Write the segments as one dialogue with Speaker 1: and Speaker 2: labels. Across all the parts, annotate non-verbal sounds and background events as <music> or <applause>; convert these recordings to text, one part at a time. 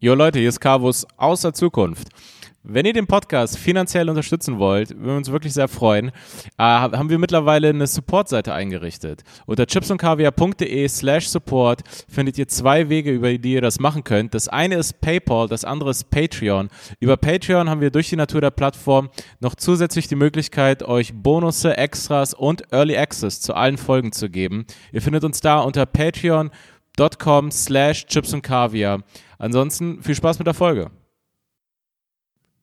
Speaker 1: Jo Leute, hier ist Carvus aus der Zukunft. Wenn ihr den Podcast finanziell unterstützen wollt, würden wir uns wirklich sehr freuen, äh, haben wir mittlerweile eine Support-Seite eingerichtet. Unter chipsundkaviar.de slash support findet ihr zwei Wege, über die ihr das machen könnt. Das eine ist Paypal, das andere ist Patreon. Über Patreon haben wir durch die Natur der Plattform noch zusätzlich die Möglichkeit, euch Bonusse, Extras und Early Access zu allen Folgen zu geben. Ihr findet uns da unter patreon.com slash chipsundkaviar. Ansonsten viel Spaß mit der
Speaker 2: <laughs>
Speaker 1: Folge.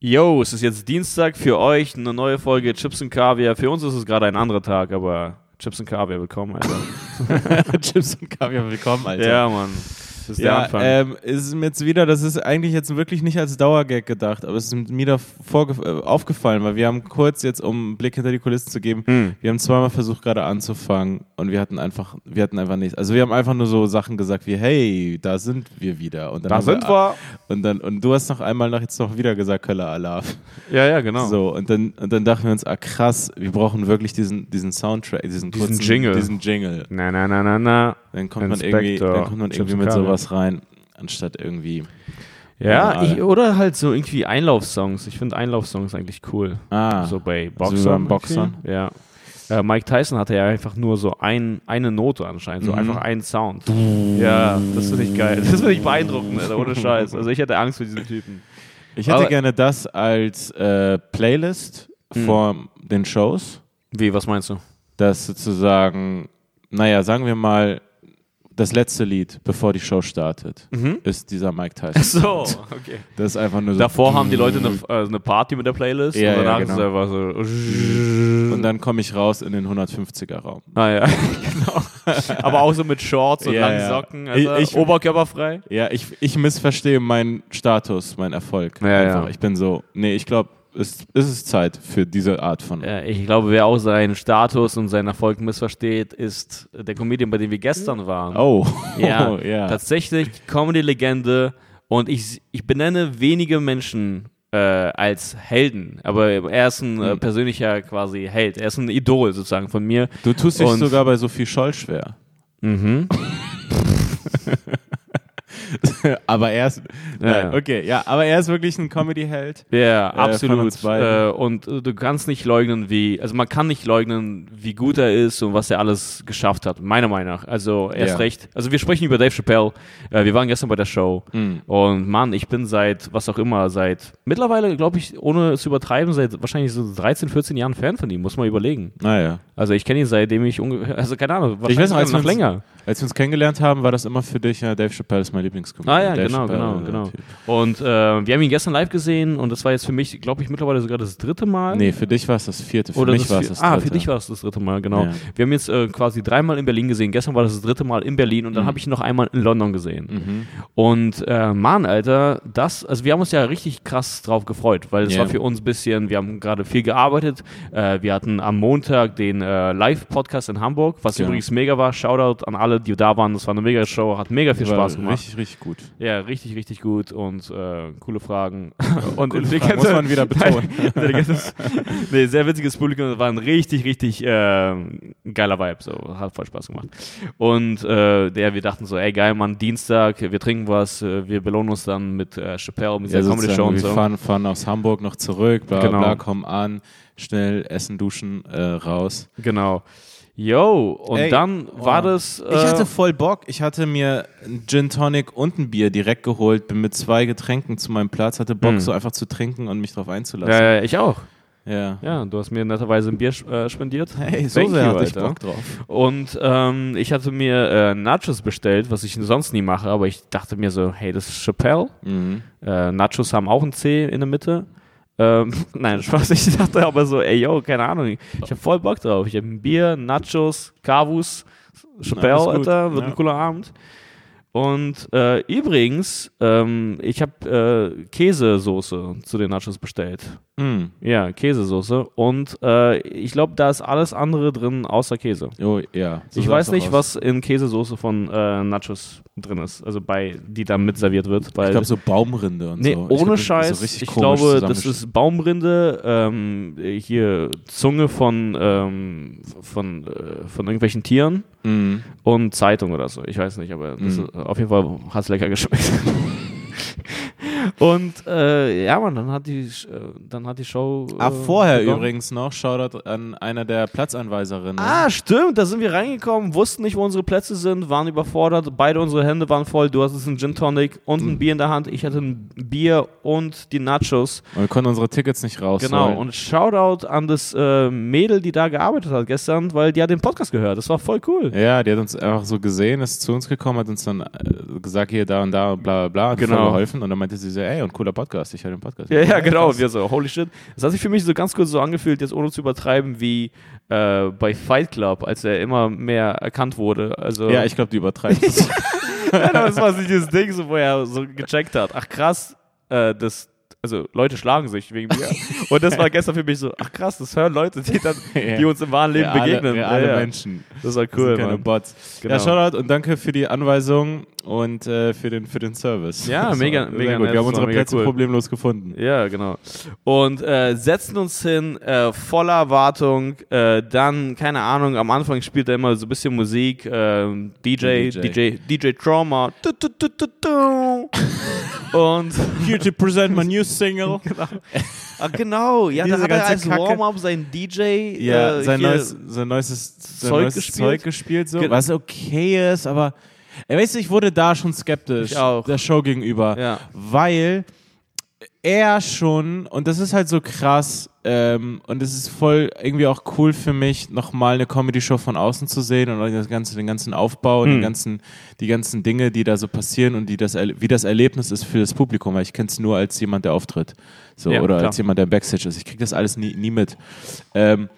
Speaker 2: Yo, es ist jetzt Dienstag für euch, eine neue Folge Chips und Kaviar. Für uns ist es gerade ein anderer Tag, aber Chips und Kaviar, willkommen, Alter.
Speaker 1: Chips und Kaviar, willkommen, Alter.
Speaker 2: ja, Mann. äh, Das ist der
Speaker 1: Ja,
Speaker 2: Anfang.
Speaker 1: ähm, es ist mir jetzt wieder, das ist eigentlich jetzt wirklich nicht als Dauergag gedacht, aber es ist mir wieder vorge- äh, aufgefallen, weil wir haben kurz jetzt, um einen Blick hinter die Kulissen zu geben,
Speaker 2: Hm.
Speaker 1: wir haben zweimal versucht gerade anzufangen und wir hatten einfach, wir hatten einfach nichts. Also wir haben einfach nur so Sachen gesagt wie, hey, da sind wir wieder. Und dann
Speaker 2: da
Speaker 1: haben
Speaker 2: sind
Speaker 1: wir.
Speaker 2: wir.
Speaker 1: Und dann, und du hast noch einmal noch jetzt noch wieder gesagt, Köller Alarv.
Speaker 2: Ja, ja, genau.
Speaker 1: So, und dann, und dann dachten wir uns, ah krass, wir brauchen wirklich diesen, diesen Soundtrack, diesen,
Speaker 2: Diesen
Speaker 1: kurzen,
Speaker 2: Jingle.
Speaker 1: diesen Jingle.
Speaker 2: Na, na, na, na, na.
Speaker 1: Dann kommt man
Speaker 2: Inspektor
Speaker 1: irgendwie, dann kommt man irgendwie
Speaker 2: Chips
Speaker 1: mit
Speaker 2: Curry.
Speaker 1: sowas rein, anstatt irgendwie.
Speaker 2: Ja,
Speaker 1: Ja,
Speaker 2: ich, oder halt so irgendwie Einlaufsongs. Ich finde Einlaufsongs eigentlich cool.
Speaker 1: Ah,
Speaker 2: So bei
Speaker 1: wie
Speaker 2: Boxern.
Speaker 1: beim Boxern.
Speaker 2: irgendwie. Ja. Äh, Mike Tyson hatte ja einfach nur so ein, eine Note anscheinend, so
Speaker 1: Mhm.
Speaker 2: einfach einen Sound. Ja, das finde ich geil. Das finde ich beeindruckend, Alter, <laughs> ohne Scheiß. Also ich hätte Angst vor diesem Typen.
Speaker 1: ich hätte
Speaker 2: aber- Hm.
Speaker 1: gerne das als äh, Playlist vor den Shows,
Speaker 2: Wie, was meinst du?
Speaker 1: dass sozusagen, naja, sagen wir mal, das letzte Lied, bevor die Show startet,
Speaker 2: Mhm.
Speaker 1: ist dieser Mike Tyson.
Speaker 2: <laughs> So, okay.
Speaker 1: Das ist einfach nur so.
Speaker 2: Davor haben die genau. Leute eine, äh, eine Party mit der Playlist
Speaker 1: Ja,
Speaker 2: und danach
Speaker 1: ja,
Speaker 2: ist es einfach so. <laughs>
Speaker 1: Und dann komme ich raus in den 150er-Raum.
Speaker 2: ah, ja, genau. <laughs> Aber auch so mit Shorts und
Speaker 1: Ja,
Speaker 2: langen
Speaker 1: ja.
Speaker 2: Socken, also
Speaker 1: Ich- ich-
Speaker 2: oberkörperfrei.
Speaker 1: Ja, ich, ich missverstehe meinen Status, meinen Erfolg.
Speaker 2: Ja,
Speaker 1: Einfach.
Speaker 2: ja.
Speaker 1: Ich bin so, nee, ich glaube, es, es ist Zeit für diese Art von.
Speaker 2: Ja, ich glaube, wer auch seinen Status und seinen Erfolg missversteht, ist der Comedian, bei dem wir gestern waren.
Speaker 1: Oh,
Speaker 2: Ja,
Speaker 1: <laughs> Oh, ja.
Speaker 2: tatsächlich Comedy-Legende und ich, ich benenne wenige Menschen äh, als Helden, aber er ist ein äh, persönlicher quasi Held, er ist ein Idol sozusagen von mir.
Speaker 1: Du tust dich
Speaker 2: Und-
Speaker 1: sogar bei Sophie Scholl schwer.
Speaker 2: Mhm.
Speaker 1: <laughs> aber er ist. Nein,
Speaker 2: ja.
Speaker 1: okay, ja, aber er ist wirklich ein Comedy-Held.
Speaker 2: Ja,
Speaker 1: Äh, von
Speaker 2: absolut.
Speaker 1: uns beiden.
Speaker 2: Äh, und äh, du kannst nicht leugnen, wie, also man kann nicht leugnen, wie gut er ist und was er alles geschafft hat, meiner Meinung nach. Also erst
Speaker 1: Ja.
Speaker 2: recht. Also wir sprechen über Dave Chappelle. Äh, wir waren gestern bei der Show.
Speaker 1: Mhm.
Speaker 2: Und Mann, ich bin seit, was auch immer, seit mittlerweile, glaube ich, ohne zu übertreiben, seit wahrscheinlich so 13, 14 Jahren Fan von ihm, muss man überlegen.
Speaker 1: Naja.
Speaker 2: Also ich kenne ihn seitdem ich ungefähr, <laughs> also keine Ahnung,
Speaker 1: Ich weiß noch, als
Speaker 2: wahrscheinlich noch
Speaker 1: wir uns-
Speaker 2: länger.
Speaker 1: Als wir uns kennengelernt haben, war das immer für dich, ja, Dave Chappelle ist mein Lieblingskomedian.
Speaker 2: Ah ja,
Speaker 1: Dave
Speaker 2: genau,
Speaker 1: Chappelle,
Speaker 2: genau,
Speaker 1: äh,
Speaker 2: genau.
Speaker 1: Typ.
Speaker 2: Und äh, wir haben ihn gestern live gesehen und das war jetzt für mich, glaube ich, mittlerweile sogar das dritte Mal.
Speaker 1: Nee, für dich war es das vierte, für mich
Speaker 2: das
Speaker 1: war es
Speaker 2: vier-
Speaker 1: das
Speaker 2: Ah,
Speaker 1: dritte.
Speaker 2: für dich war es das dritte Mal, genau.
Speaker 1: Ja.
Speaker 2: Wir haben jetzt äh, quasi dreimal in Berlin gesehen. Gestern war das das dritte Mal in Berlin
Speaker 1: Mhm.
Speaker 2: und dann habe ich ihn noch einmal in London gesehen. Und äh, Mann, Alter, das, also wir haben uns ja richtig krass drauf gefreut, weil es
Speaker 1: Ja.
Speaker 2: war für uns ein bisschen, wir haben gerade viel gearbeitet. Äh, wir hatten am Montag den äh, Live-Podcast in Hamburg, was
Speaker 1: Genau.
Speaker 2: übrigens mega war. Shoutout an alle, die da waren. Das war eine mega Show, hat mega viel
Speaker 1: War
Speaker 2: Spaß gemacht.
Speaker 1: Richtig, richtig gut.
Speaker 2: Ja, richtig, richtig gut und äh,
Speaker 1: <laughs>
Speaker 2: coole Fragen. und
Speaker 1: Fragen, muss man
Speaker 2: <laughs>
Speaker 1: wieder betonen.
Speaker 2: intelligentes, nee, sehr witziges Publikum, das war ein richtig, richtig ähm, geiler Vibe, so hat voll Spaß gemacht. Und äh, der, wir dachten so, ey geil, Mann, Dienstag, wir trinken was, äh, wir belohnen uns dann mit äh, Chappelle, mit dieser
Speaker 1: Ja,
Speaker 2: Comedy
Speaker 1: sozusagen,
Speaker 2: Show und
Speaker 1: wir
Speaker 2: so.
Speaker 1: fahren, fahren aus Hamburg noch zurück, bla
Speaker 2: Genau.
Speaker 1: bla, kommen an, schnell essen, duschen, äh, raus.
Speaker 2: Genau. Yo, und
Speaker 1: Ey,
Speaker 2: dann war
Speaker 1: oh.
Speaker 2: das. Äh,
Speaker 1: Ich hatte voll Bock. Ich hatte mir einen Gin Tonic und ein Bier direkt geholt, bin mit zwei Getränken zu meinem Platz, hatte Bock, so einfach zu trinken und mich drauf einzulassen.
Speaker 2: äh, ich auch.
Speaker 1: Hm. Ja.
Speaker 2: Ja, du hast mir netterweise ein Bier äh, spendiert.
Speaker 1: Hey, so
Speaker 2: Thank
Speaker 1: sehr
Speaker 2: you,
Speaker 1: hatte ich
Speaker 2: Alter.
Speaker 1: Bock drauf.
Speaker 2: Und ähm, ich hatte mir äh, Nachos bestellt, was ich sonst nie mache, aber ich dachte mir so, hey, das ist Chappelle.
Speaker 1: Mhm.
Speaker 2: Äh, Nachos haben auch ein C in der Mitte. Ähm, <laughs> nein, Spaß, ich dachte aber so, ey, yo, keine Ahnung, ich habe voll Bock drauf. Ich habe ein Bier, Nachos, Kavus, Chappelle,
Speaker 1: Alles gut,
Speaker 2: Alter, wird
Speaker 1: ja.
Speaker 2: ein cooler Abend. Und äh, übrigens, ähm, ich habe äh, Käsesoße zu den Nachos bestellt.
Speaker 1: Mhm.
Speaker 2: Ja, Käsesoße. Und äh, ich glaube, da ist alles andere drin außer Käse
Speaker 1: Oh, ja. So
Speaker 2: ich
Speaker 1: sah's
Speaker 2: weiß
Speaker 1: auch
Speaker 2: nicht,
Speaker 1: aus.
Speaker 2: was in Käsesoße von äh, Nachos drin ist, also bei die da mit serviert wird. Weil,
Speaker 1: Ich glaube, so Baumrinde und
Speaker 2: nee,
Speaker 1: so. Ich glaub,
Speaker 2: ohne
Speaker 1: das ist so
Speaker 2: Scheiß.
Speaker 1: richtig
Speaker 2: ich
Speaker 1: komisch
Speaker 2: glaube, das
Speaker 1: zusammengestellt.
Speaker 2: ist Baumrinde, ähm, hier Zunge von ähm, von äh, von irgendwelchen Tieren
Speaker 1: Mhm.
Speaker 2: und Zeitung oder so. Ich weiß nicht, aber das
Speaker 1: Mhm.
Speaker 2: ist, auf jeden Fall hat es lecker geschmeckt. <laughs> Und äh, ja, man, dann hat die, Sch- äh, dann hat die Show. Äh,
Speaker 1: Ah, vorher
Speaker 2: begonnen.
Speaker 1: übrigens noch, Shoutout an einer der Platzanweiserinnen.
Speaker 2: Ah, stimmt, da sind wir reingekommen, wussten nicht, wo unsere Plätze sind, waren überfordert, beide unsere Hände waren voll. Du hattest einen Gin Tonic und ein Bier in der Hand, ich hatte ein Bier und die Nachos.
Speaker 1: Und wir konnten unsere Tickets nicht rausholen.
Speaker 2: Genau, und Shoutout an das äh, Mädel, die da gearbeitet hat gestern, weil die hat den Podcast gehört. Das war voll cool.
Speaker 1: ja, die hat uns einfach so gesehen, ist zu uns gekommen, hat uns dann äh, gesagt, hier, da und da, bla bla bla, hat
Speaker 2: Genau.
Speaker 1: voll geholfen. Und dann meinte sie so, ey, und cooler Podcast, ich höre den Podcast.
Speaker 2: Ja, ja, genau. Wir so, holy shit. Das hat sich für mich so ganz kurz so angefühlt, jetzt ohne zu übertreiben, wie äh, bei Fight Club, als er immer mehr erkannt wurde. Also,
Speaker 1: Ja, ich glaube, die
Speaker 2: <laughs>
Speaker 1: übertreibt es.
Speaker 2: Nein, aber das war so dieses Ding, so, wo er so gecheckt hat. Ach krass, äh, das, also Leute schlagen sich wegen mir. Und das war gestern für mich so, ach krass, das hören Leute, die, dann,
Speaker 1: <laughs> Ja.
Speaker 2: die uns im wahren Leben
Speaker 1: Reale-
Speaker 2: begegnen.
Speaker 1: Reale
Speaker 2: ja, ja.
Speaker 1: Menschen.
Speaker 2: Das war
Speaker 1: Cool,
Speaker 2: cool,
Speaker 1: keine
Speaker 2: Mann.
Speaker 1: Bots.
Speaker 2: Genau.
Speaker 1: Ja, Shoutout und danke für die Anweisung und äh, für, den, für den Service.
Speaker 2: Ja,
Speaker 1: <laughs> Das
Speaker 2: mega-
Speaker 1: war,
Speaker 2: mega
Speaker 1: sehr gut.
Speaker 2: nett,
Speaker 1: Wir
Speaker 2: das
Speaker 1: haben unsere
Speaker 2: war mega
Speaker 1: Plätze
Speaker 2: cool.
Speaker 1: problemlos gefunden.
Speaker 2: Ja, genau. Und äh, setzen uns hin, äh, voller Erwartung. Äh, dann, keine Ahnung, am Anfang spielt er immer so ein bisschen Musik. ähm, DJ,
Speaker 1: DJ.
Speaker 2: DJ, DJ Trauma. Du, du, du, du, du. Und
Speaker 1: Here to present my new single.
Speaker 2: ah, genau, ja, da
Speaker 1: Diese
Speaker 2: hat er als
Speaker 1: ganze Kacke.
Speaker 2: Warm-up sein DJ.
Speaker 1: Ja,
Speaker 2: äh,
Speaker 1: sein,
Speaker 2: hier-
Speaker 1: neues, sein neues, sein
Speaker 2: Zeug
Speaker 1: neues
Speaker 2: gespielt?
Speaker 1: Zeug gespielt, so,
Speaker 2: Ge-
Speaker 1: was okay ist, aber ey, weißt du, ich wurde da schon skeptisch
Speaker 2: Ich auch.
Speaker 1: der Show gegenüber,
Speaker 2: Ja.
Speaker 1: weil er schon, und das ist halt so krass, ähm, und es ist voll irgendwie auch cool für mich, nochmal eine Comedy-Show von außen zu sehen und auch das ganze, den ganzen Aufbau
Speaker 2: Hm.
Speaker 1: und den ganzen, die ganzen Dinge, die da so passieren und die das, erle- wie das Erlebnis ist für das Publikum, weil ich kenne es nur als jemand, der auftritt. So,
Speaker 2: Ja,
Speaker 1: oder
Speaker 2: klar.
Speaker 1: als jemand, der im Backstage ist. Ich kriege das alles nie, nie mit. Ähm,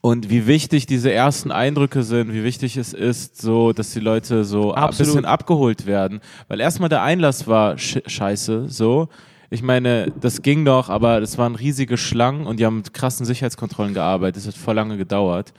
Speaker 1: und wie wichtig diese ersten Eindrücke sind, wie wichtig es ist, so, dass die Leute so
Speaker 2: Absolut.
Speaker 1: ein bisschen abgeholt werden. Weil erstmal der Einlass war sch scheiße, so. Ich meine, das ging doch, aber das waren riesige Schlangen und die haben mit krassen Sicherheitskontrollen gearbeitet. Das hat voll lange gedauert.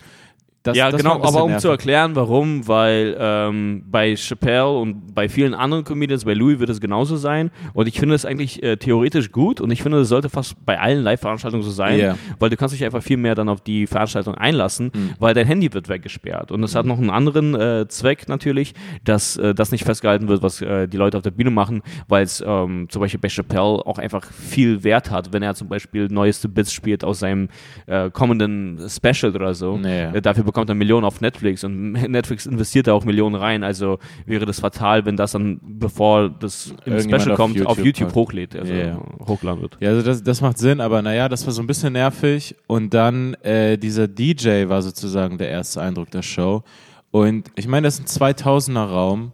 Speaker 1: Das,
Speaker 2: ja,
Speaker 1: das war
Speaker 2: genau,
Speaker 1: ein bisschen
Speaker 2: aber um zu
Speaker 1: nervig.
Speaker 2: erklären, warum, weil ähm, bei Chappelle und bei vielen anderen Comedians, bei Louis wird es genauso sein. Und ich finde es eigentlich äh, theoretisch gut und ich finde, es sollte fast bei allen Live-Veranstaltungen so sein,
Speaker 1: Ja. Hm.
Speaker 2: weil du kannst dich einfach viel mehr dann auf die Veranstaltung einlassen, weil dein Handy wird weggesperrt. Und es hat noch einen anderen äh, Zweck natürlich, dass äh, das nicht festgehalten wird, was äh, die Leute auf der Bühne machen, weil es ähm, zum Beispiel bei Chappelle auch einfach viel Wert hat, wenn er zum Beispiel neueste Bits spielt aus seinem äh, kommenden Special oder so.
Speaker 1: Nee.
Speaker 2: Äh, Dafür bekommt er Millionen auf Netflix und <laughs> Netflix investiert da auch Millionen rein. Also wäre das fatal, wenn das dann, bevor das im
Speaker 1: Irgendjemand
Speaker 2: Special
Speaker 1: auf
Speaker 2: kommt, auf
Speaker 1: YouTube
Speaker 2: YouTube
Speaker 1: hat.
Speaker 2: hochlädt, also
Speaker 1: Ja, ja.
Speaker 2: hochgeladen wird.
Speaker 1: Ja, also das, das macht Sinn, aber naja, das war so ein bisschen nervig. Und dann äh, dieser DJ war sozusagen der erste Eindruck der Show. Und ich meine, das ist ein 2000er Raum.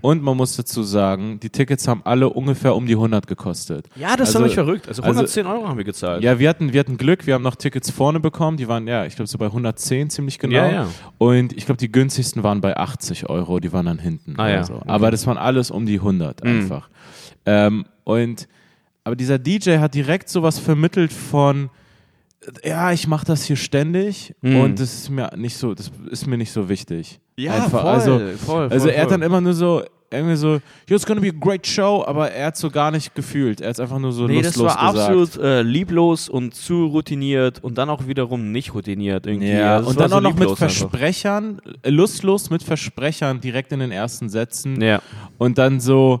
Speaker 1: Und man muss dazu sagen, die Tickets haben alle ungefähr um die 100 gekostet.
Speaker 2: Ja, das ist
Speaker 1: Also-
Speaker 2: doch nicht verrückt. Also
Speaker 1: also-
Speaker 2: 110 Euro haben wir gezahlt.
Speaker 1: Ja, wir hatten, wir hatten Glück, wir haben noch Tickets vorne bekommen. Die waren, ja, ich glaube, so bei 110 ziemlich genau.
Speaker 2: Ja, ja.
Speaker 1: Und ich glaube, die günstigsten waren bei 80 Euro, die waren dann hinten.
Speaker 2: Ah,
Speaker 1: oder
Speaker 2: ja.
Speaker 1: so.
Speaker 2: Okay. Mhm.
Speaker 1: Aber das waren alles um die 100 einfach. Ähm, und, aber dieser DJ hat direkt sowas vermittelt von, ja, ich mache das hier ständig
Speaker 2: Mhm.
Speaker 1: und das ist mir nicht so, das ist mir nicht so wichtig. Einfach, Also,
Speaker 2: voll,
Speaker 1: also er hat dann immer nur so, irgendwie so, yo, it's gonna be a great show, aber er hat so gar nicht gefühlt. Er hat einfach nur so
Speaker 2: Nee, das
Speaker 1: lustlos
Speaker 2: war
Speaker 1: gesagt.
Speaker 2: absolut äh, lieblos und zu routiniert und dann auch wiederum nicht routiniert irgendwie.
Speaker 1: Ja,
Speaker 2: Also
Speaker 1: und
Speaker 2: es war
Speaker 1: dann
Speaker 2: so
Speaker 1: auch noch mit
Speaker 2: lieblos einfach.
Speaker 1: Versprechern, äh, lustlos mit Versprechern direkt in den ersten Sätzen.
Speaker 2: Ja.
Speaker 1: Und dann so,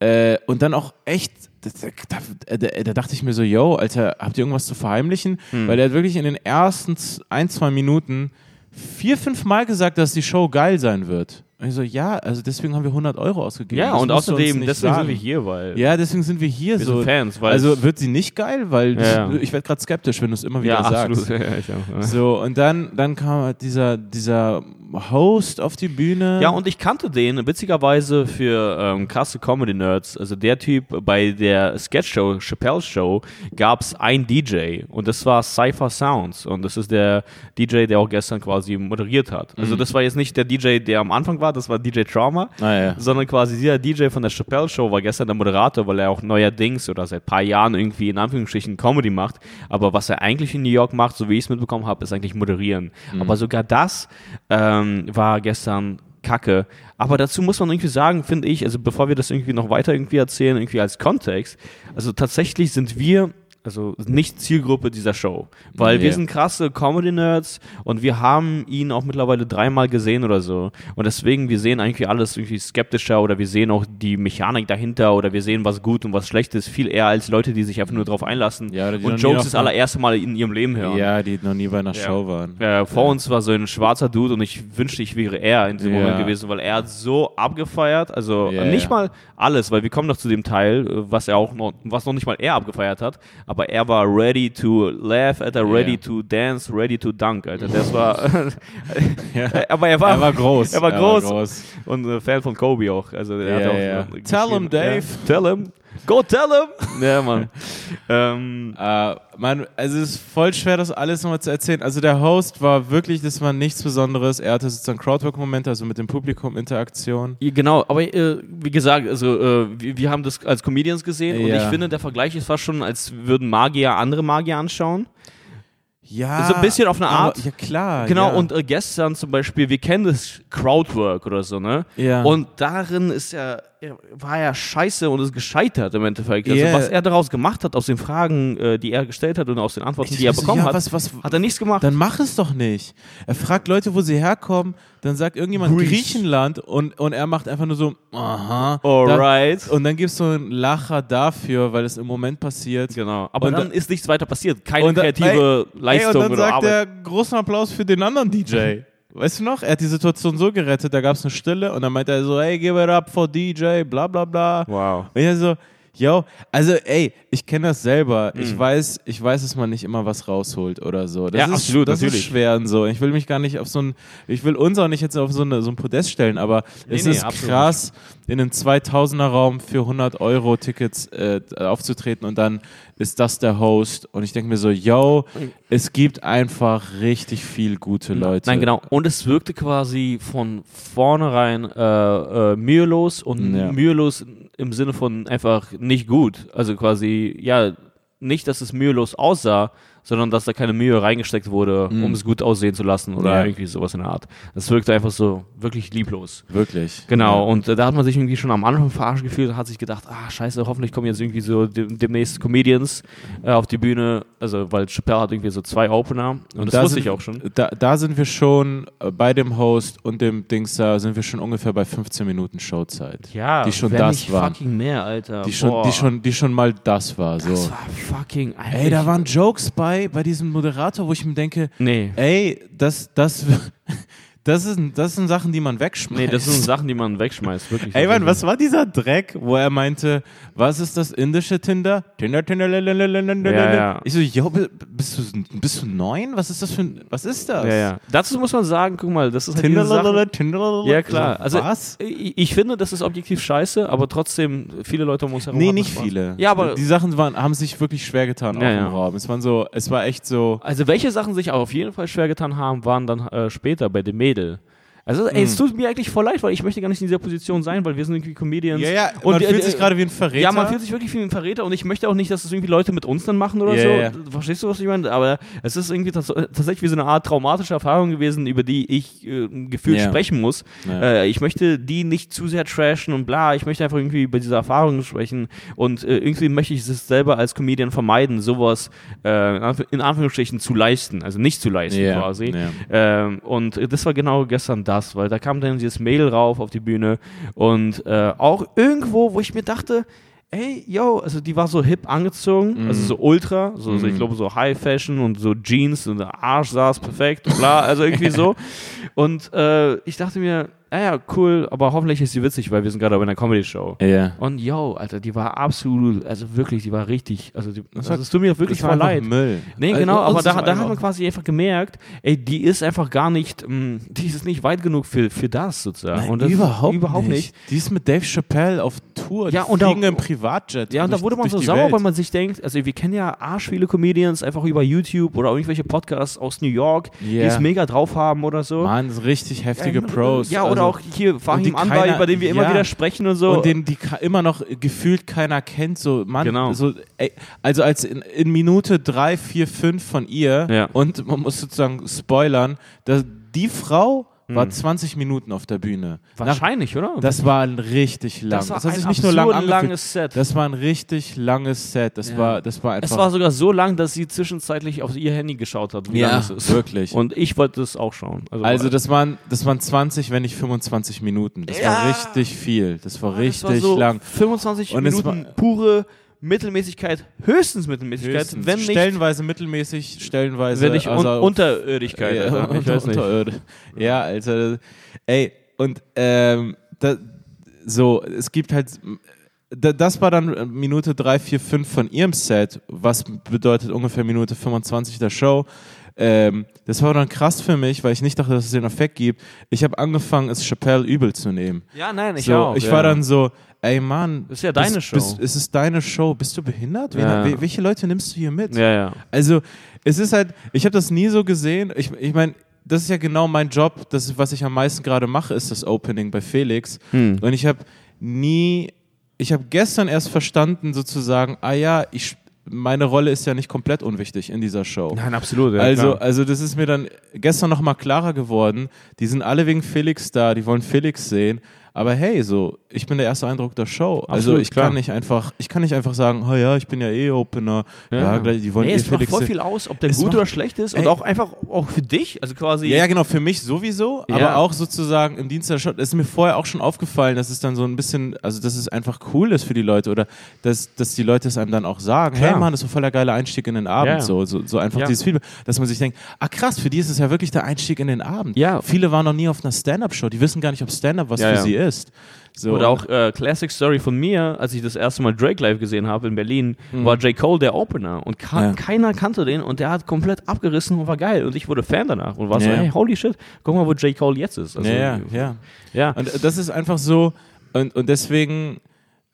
Speaker 1: äh, und dann auch echt, das- da, da, äh, da, da dachte ich mir so, yo, Alter, habt ihr irgendwas zu verheimlichen?
Speaker 2: Hm.
Speaker 1: Weil er hat wirklich in den ersten z- ein, zwei Minuten vier, fünf Mal gesagt, dass die Show geil sein wird. Und ich so, ja, also deswegen haben wir 100 Euro ausgegeben.
Speaker 2: ja,
Speaker 1: Das
Speaker 2: und
Speaker 1: musst du uns
Speaker 2: außerdem,
Speaker 1: nicht
Speaker 2: deswegen
Speaker 1: sagen.
Speaker 2: sind wir hier, weil
Speaker 1: Ja, deswegen sind wir hier
Speaker 2: wir
Speaker 1: so.
Speaker 2: sind Fans, weil
Speaker 1: also wird sie nicht geil, weil
Speaker 2: Ja.
Speaker 1: ich werde gerade skeptisch, wenn du es immer wieder
Speaker 2: ja,
Speaker 1: sagst.
Speaker 2: absolut. <laughs> Ja, ich auch,
Speaker 1: <laughs>
Speaker 2: ja.
Speaker 1: So, und dann, dann kam halt dieser, dieser Host auf die Bühne.
Speaker 2: Ja, und ich kannte den witzigerweise für ähm, krasse Comedy-Nerds. Also der Typ bei der Sketch-Show, Chappelle Show, gab es einen DJ und das war Cypher Sounds. Und das ist der DJ, der auch gestern quasi moderiert hat. Also das war jetzt nicht der DJ, der am Anfang war, das war DJ Trauma,
Speaker 1: Mhm. Ah, ja.
Speaker 2: sondern quasi dieser DJ von der Chappelle Show war gestern der Moderator, weil er auch neuerdings oder seit paar Jahren irgendwie in Anführungsstrichen Comedy macht. Aber was er eigentlich in New York macht, so wie ich es mitbekommen habe, ist eigentlich moderieren. Aber sogar das ähm, war gestern Kacke. Aber dazu muss man irgendwie sagen, finde ich, also bevor wir das irgendwie noch weiter irgendwie erzählen, irgendwie als Kontext, also tatsächlich sind wir also nicht Zielgruppe dieser Show. Weil wir
Speaker 1: Nee.
Speaker 2: sind krasse Comedy-Nerds und wir haben ihn auch mittlerweile dreimal gesehen oder so. Und deswegen, wir sehen eigentlich alles irgendwie skeptischer oder wir sehen auch die Mechanik dahinter oder wir sehen, was gut und was schlecht ist, viel eher als Leute, die sich einfach nur drauf einlassen
Speaker 1: Ja, oder die noch
Speaker 2: und
Speaker 1: nie
Speaker 2: Jokes
Speaker 1: auf-
Speaker 2: das allererste Mal in ihrem Leben hören.
Speaker 1: Ja, die noch nie bei einer Show waren.
Speaker 2: Äh, vor uns war so ein schwarzer Dude und ich wünschte, ich wäre er in diesem
Speaker 1: Ja.
Speaker 2: Moment gewesen, weil er hat so abgefeiert, also
Speaker 1: Ja,
Speaker 2: nicht
Speaker 1: ja.
Speaker 2: mal alles, weil wir kommen noch zu dem Teil, äh, was er auch noch, was noch nicht mal er abgefeiert hat, aber er war ready to laugh, Alter, ready
Speaker 1: Ja.
Speaker 2: to dance, ready to dunk, Alter, das war,
Speaker 1: <laughs>
Speaker 2: <laughs>
Speaker 1: Ja.
Speaker 2: aber er war,
Speaker 1: Er war groß.
Speaker 2: er war groß, und äh, Fan von Kobe auch, also er
Speaker 1: Ja,
Speaker 2: hat auch
Speaker 1: ja.
Speaker 2: geschrieben,
Speaker 1: Tell him, Dave.
Speaker 2: ja, tell him, go tell him, ja, Mann, <laughs> ähm,
Speaker 1: Äh, man, also es ist voll schwer, das alles nochmal zu erzählen. Also der Host war wirklich, das war nichts Besonderes. Er hatte sozusagen Crowdwork-Momente, also mit dem Publikum Interaktion.
Speaker 2: Ja, Genau, aber äh, wie gesagt, also äh, wir, wir haben das als Comedians gesehen und
Speaker 1: Ja.
Speaker 2: ich finde, der Vergleich ist fast schon, als würden Magier andere Magier anschauen.
Speaker 1: Ja.
Speaker 2: So ein bisschen auf eine
Speaker 1: aber-
Speaker 2: Art.
Speaker 1: Ja, klar.
Speaker 2: Genau,
Speaker 1: Ah, ja.
Speaker 2: und äh, gestern zum Beispiel, wir kennen das Crowdwork oder so, ne?
Speaker 1: Ja.
Speaker 2: Und darin ist er, er war er scheiße und ist gescheitert im Endeffekt. Also
Speaker 1: Ja.
Speaker 2: was er daraus gemacht hat aus den Fragen, äh, die er gestellt hat und aus den Antworten,
Speaker 1: Ich
Speaker 2: die er
Speaker 1: so,
Speaker 2: bekommen
Speaker 1: ja,
Speaker 2: hat,
Speaker 1: was- was-
Speaker 2: hat er nichts gemacht.
Speaker 1: Dann mach es doch nicht. Er fragt Leute, wo sie herkommen, dann sagt irgendjemand
Speaker 2: Greece.
Speaker 1: Griechenland und, und er macht einfach nur so, aha.
Speaker 2: Alright.
Speaker 1: Dann, und dann gibt's so einen Lacher dafür, weil es im Moment passiert.
Speaker 2: Genau. Aber
Speaker 1: Und
Speaker 2: dann
Speaker 1: da-
Speaker 2: ist nichts weiter passiert. Keine
Speaker 1: da-
Speaker 2: kreative
Speaker 1: ey,
Speaker 2: Leistung
Speaker 1: ey, und dann
Speaker 2: oder
Speaker 1: sagt
Speaker 2: Arbeit.
Speaker 1: er, großen Applaus für den anderen
Speaker 2: <laughs>
Speaker 1: DJ. Weißt du noch? Er hat die Situation so gerettet, da gab es eine Stille und dann meinte er so, hey, give it up for DJ, bla bla bla.
Speaker 2: wow.
Speaker 1: Und ich so, yo, also ey, ich kenne das selber. Ich weiß, ich weiß, dass man nicht immer was rausholt oder so. Das
Speaker 2: Mhm. Ja,
Speaker 1: ist,
Speaker 2: absolut,
Speaker 1: das
Speaker 2: natürlich.
Speaker 1: ist schwer und so. Ich will mich gar nicht auf so ein, ich will uns auch nicht jetzt auf so, eine, so ein Podest stellen, aber es
Speaker 2: nee,
Speaker 1: ist
Speaker 2: absolut
Speaker 1: krass, in einem 2000er Raum für 100 Euro Tickets äh, aufzutreten und dann ist das der Host und ich denke mir so, yo, es gibt einfach richtig viel gute Leute.
Speaker 2: Nein, genau. Und es wirkte quasi von vornherein äh, äh, mühelos und
Speaker 1: Ja.
Speaker 2: mühelos im Sinne von einfach nicht gut. Also quasi, ja, nicht, dass es mühelos aussah, sondern dass da keine Mühe reingesteckt wurde, um es gut aussehen zu lassen oder
Speaker 1: Mhm. Ja.
Speaker 2: irgendwie sowas in der Art. Das wirkte einfach so wirklich lieblos.
Speaker 1: Wirklich.
Speaker 2: Genau, und äh, da hat man sich irgendwie schon am Anfang verarscht gefühlt und hat sich gedacht, ah, scheiße, hoffentlich kommen jetzt irgendwie so dem, demnächst Comedians äh, auf die Bühne, also weil Chappelle hat irgendwie so zwei Opener und, das
Speaker 1: da
Speaker 2: wusste
Speaker 1: sind,
Speaker 2: ich auch schon.
Speaker 1: Da, da sind wir schon äh, bei dem Host und dem Dings da sind wir schon ungefähr bei 15 Minuten Showzeit.
Speaker 2: Ja,
Speaker 1: die schon
Speaker 2: wenn
Speaker 1: das
Speaker 2: nicht
Speaker 1: waren.
Speaker 2: fucking mehr, Alter.
Speaker 1: Die schon,
Speaker 2: Boah.
Speaker 1: die, schon, die schon mal das war. So.
Speaker 2: Das war fucking. Alter,
Speaker 1: ey, da
Speaker 2: ich-
Speaker 1: waren Jokes bei, bei diesem Moderator, wo ich mir denke,
Speaker 2: Nee.
Speaker 1: ey, das, das, <laughs> das, ist, das sind Sachen, die man wegschmeißt.
Speaker 2: Nee, das sind Sachen, die man wegschmeißt, wirklich.
Speaker 1: Ey, Mann, was war dieser Dreck, wo er meinte, was ist das indische Tinder? Tinder, Tinder, lalalala.
Speaker 2: Ja, ja.
Speaker 1: Ich so, yo, bi- bist du, bist du neun? Was ist das für ein, was ist das?
Speaker 2: Ja, ja. Dazu muss man sagen, guck mal, das ist halt
Speaker 1: Tinder,
Speaker 2: diese Sache.
Speaker 1: lalala, Tinder, lalala.
Speaker 2: Ja, klar. Also,
Speaker 1: was?
Speaker 2: Ich, ich finde, das ist objektiv scheiße, aber trotzdem, viele Leute um uns herum.
Speaker 1: Nee,
Speaker 2: hatten
Speaker 1: nicht
Speaker 2: Spaß.
Speaker 1: viele.
Speaker 2: Ja, aber.
Speaker 1: die Sachen waren, haben sich wirklich schwer getan auch
Speaker 2: Ja, ja.
Speaker 1: im Raum. Es waren so, es war echt so.
Speaker 2: Also, welche Sachen sich auch auf jeden Fall schwer getan haben, waren dann äh, später bei dem Mädel. Also, ey,
Speaker 1: Mhm.
Speaker 2: es tut mir eigentlich voll leid, weil ich möchte gar nicht in dieser Position sein, weil wir sind irgendwie Comedians.
Speaker 1: Und man
Speaker 2: äh,
Speaker 1: fühlt sich
Speaker 2: äh,
Speaker 1: gerade wie ein Verräter.
Speaker 2: Ja, man fühlt sich wirklich wie ein Verräter und ich möchte auch nicht, dass es irgendwie Leute mit uns dann machen oder
Speaker 1: Ja,
Speaker 2: so.
Speaker 1: ja.
Speaker 2: Verstehst du, was ich meine? Aber es ist irgendwie tats tatsächlich wie so eine Art traumatische Erfahrung gewesen, über die ich äh, gefühlt
Speaker 1: Ja.
Speaker 2: sprechen muss.
Speaker 1: Ja.
Speaker 2: Äh, ich möchte die nicht zu sehr trashen und bla. Ich möchte einfach irgendwie über diese Erfahrungen sprechen und äh, irgendwie möchte ich es selber als Comedian vermeiden, sowas äh, in Anf- in Anführungsstrichen zu leisten, also nicht zu leisten
Speaker 1: Ja,
Speaker 2: quasi.
Speaker 1: ja.
Speaker 2: Ähm, und äh, das war genau gestern das, weil da kam dann dieses Mail rauf auf die Bühne und äh, auch irgendwo, wo ich mir dachte, ey, yo, also die war so hip angezogen,
Speaker 1: Mhm.
Speaker 2: also so ultra, so, so ich glaube so High Fashion und so Jeans und der Arsch saß perfekt, und bla, also
Speaker 1: <laughs>
Speaker 2: irgendwie so. Und äh, ich dachte mir, naja, cool, aber hoffentlich ist sie witzig, weil wir sind gerade bei einer Comedy-Show.
Speaker 1: Ja.
Speaker 2: Und yo, Alter, die war absolut, also wirklich, die war richtig, also die,
Speaker 1: war-
Speaker 2: also es tut mir wirklich
Speaker 1: Das war
Speaker 2: voll
Speaker 1: einfach
Speaker 2: leid.
Speaker 1: Müll.
Speaker 2: Nee,
Speaker 1: Also,
Speaker 2: genau,
Speaker 1: uns
Speaker 2: aber
Speaker 1: ist
Speaker 2: da, da
Speaker 1: einfach-
Speaker 2: haben wir quasi einfach gemerkt, ey, die ist einfach gar nicht, mh, die ist nicht weit genug für, für das sozusagen.
Speaker 1: Nein,
Speaker 2: und das
Speaker 1: überhaupt,
Speaker 2: überhaupt nicht.
Speaker 1: Die ist mit Dave Chappelle auf Tour.
Speaker 2: Ja,
Speaker 1: die
Speaker 2: und da-
Speaker 1: fliegen im Privatjet.
Speaker 2: Ja, und
Speaker 1: durch,
Speaker 2: da wurde man
Speaker 1: durch
Speaker 2: so
Speaker 1: die
Speaker 2: sauer,
Speaker 1: Welt.
Speaker 2: weil man sich denkt, also wir kennen ja arsch viele Comedians einfach über YouTube oder irgendwelche Podcasts aus New York, die
Speaker 1: Ja.
Speaker 2: es mega drauf haben oder so.
Speaker 1: Mann, so richtig heftige Pros.
Speaker 2: Ja,
Speaker 1: also,
Speaker 2: oder auch hier
Speaker 1: die
Speaker 2: Fahim Anwar,
Speaker 1: keiner-
Speaker 2: über den wir immer
Speaker 1: ja.
Speaker 2: wieder sprechen und so.
Speaker 1: Und den, die ka- immer noch gefühlt keiner kennt, so, Mann,
Speaker 2: Genau.
Speaker 1: so, ey, also als in, in Minute drei, vier, fünf von ihr,
Speaker 2: Ja.
Speaker 1: und man muss sozusagen spoilern, dass die Frau
Speaker 2: Hm.
Speaker 1: war 20 Minuten auf der Bühne. Nach,
Speaker 2: Wahrscheinlich, oder?
Speaker 1: das war ein richtig lang.
Speaker 2: Das war
Speaker 1: hat
Speaker 2: ein
Speaker 1: sich nicht nur lang
Speaker 2: absurd
Speaker 1: angefühlt,
Speaker 2: langes Set.
Speaker 1: Das war ein richtig langes Set. Das
Speaker 2: Ja.
Speaker 1: war, das war einfach.
Speaker 2: es war sogar so lang, dass sie zwischenzeitlich auf ihr Handy geschaut hat, wie
Speaker 1: Ja,
Speaker 2: lang es ist.
Speaker 1: wirklich.
Speaker 2: Und ich wollte es auch schauen.
Speaker 1: also das waren, das waren 20, wenn nicht 25 Minuten. Das war
Speaker 2: Ja. Ah,
Speaker 1: richtig viel. Das war
Speaker 2: Das
Speaker 1: richtig
Speaker 2: war so
Speaker 1: lang.
Speaker 2: 25
Speaker 1: Und es
Speaker 2: Minuten
Speaker 1: war-
Speaker 2: pure Mittelmäßigkeit, höchstens Mittelmäßigkeit,
Speaker 1: Höchstens.
Speaker 2: wenn nicht,
Speaker 1: stellenweise mittelmäßig, stellenweise
Speaker 2: wenn nicht un
Speaker 1: also
Speaker 2: Unterirdigkeit.
Speaker 1: Ja,
Speaker 2: Alter. Ich
Speaker 1: unter-
Speaker 2: weiß nicht.
Speaker 1: Unterirde. Ja, Alter. Ey, und ähm, da, so, es gibt halt. da- Das war dann Minute 3, 4, 5 von ihrem Set, was bedeutet ungefähr Minute 25 der Show. Ähm, das war dann krass für mich, weil ich nicht dachte, dass es den Effekt gibt. Ich habe angefangen, es Chappelle übel zu nehmen.
Speaker 2: Ja, nein, ich
Speaker 1: so,
Speaker 2: auch.
Speaker 1: ich
Speaker 2: ja.
Speaker 1: war dann so, ey Mann,
Speaker 2: Ist ja deine
Speaker 1: bist,
Speaker 2: Show.
Speaker 1: Bist, es ist deine Show. Bist du behindert? Wen,
Speaker 2: Ja.
Speaker 1: we- Welche Leute nimmst du hier mit?
Speaker 2: Ja, ja.
Speaker 1: Also, es ist halt, ich habe das nie so gesehen. Ich, ich meine, das ist ja genau mein Job. Das, ist, was ich am meisten gerade mache, ist das Opening bei Felix.
Speaker 2: Hm.
Speaker 1: Und ich habe nie, ich habe gestern erst verstanden, sozusagen, ah ja, ich, meine Rolle ist ja nicht komplett unwichtig in dieser Show.
Speaker 2: Nein, absolut. Ja,
Speaker 1: Also,
Speaker 2: klar.
Speaker 1: also das ist mir dann gestern nochmal klarer geworden. Die sind alle wegen Felix da, die wollen Felix sehen. Aber hey, so, ich bin der erste Eindruck der Show. also
Speaker 2: Absolut,
Speaker 1: ich
Speaker 2: klar.
Speaker 1: kann nicht einfach, ich kann nicht einfach sagen, oh ja, ich bin ja eh Opener. Ja, gleich, die wollen
Speaker 2: Ey,
Speaker 1: eh
Speaker 2: äh, es macht
Speaker 1: Felix
Speaker 2: voll
Speaker 1: sehen.
Speaker 2: viel aus, ob der
Speaker 1: Es
Speaker 2: gut
Speaker 1: macht-
Speaker 2: oder schlecht ist und
Speaker 1: Ey.
Speaker 2: auch einfach auch für dich, also quasi.
Speaker 1: Ja, ja, genau, für mich sowieso,
Speaker 2: Ja.
Speaker 1: aber auch sozusagen im Dienst der Show. Es ist mir vorher auch schon aufgefallen, dass es dann so ein bisschen, also dass es einfach cool ist für die Leute oder dass, dass die Leute es einem dann auch sagen,
Speaker 2: Klar.
Speaker 1: hey Mann, das ist so voll der geile Einstieg in den Abend.
Speaker 2: Ja.
Speaker 1: So, so, so einfach
Speaker 2: Ja.
Speaker 1: dieses Feedback, dass man sich denkt, ah krass, für die ist es ja wirklich der Einstieg in den Abend.
Speaker 2: Ja.
Speaker 1: Viele waren noch nie auf einer Stand-Up-Show, die wissen gar nicht, ob Stand-Up was
Speaker 2: Ja,
Speaker 1: für
Speaker 2: ja.
Speaker 1: sie ist. So,
Speaker 2: Oder auch äh, Classic Story von mir, als ich das erste Mal Drake live gesehen habe in Berlin, war J. Cole der Opener und ka
Speaker 1: Mhm. Ja.
Speaker 2: keiner kannte den und der hat komplett abgerissen und war geil und ich wurde Fan danach und war so,
Speaker 1: Ja.
Speaker 2: hey, holy shit, guck mal, wo J. Cole jetzt ist. Also,
Speaker 1: ja, ja, ja.
Speaker 2: ja.
Speaker 1: Und äh, das ist einfach so, und, und deswegen,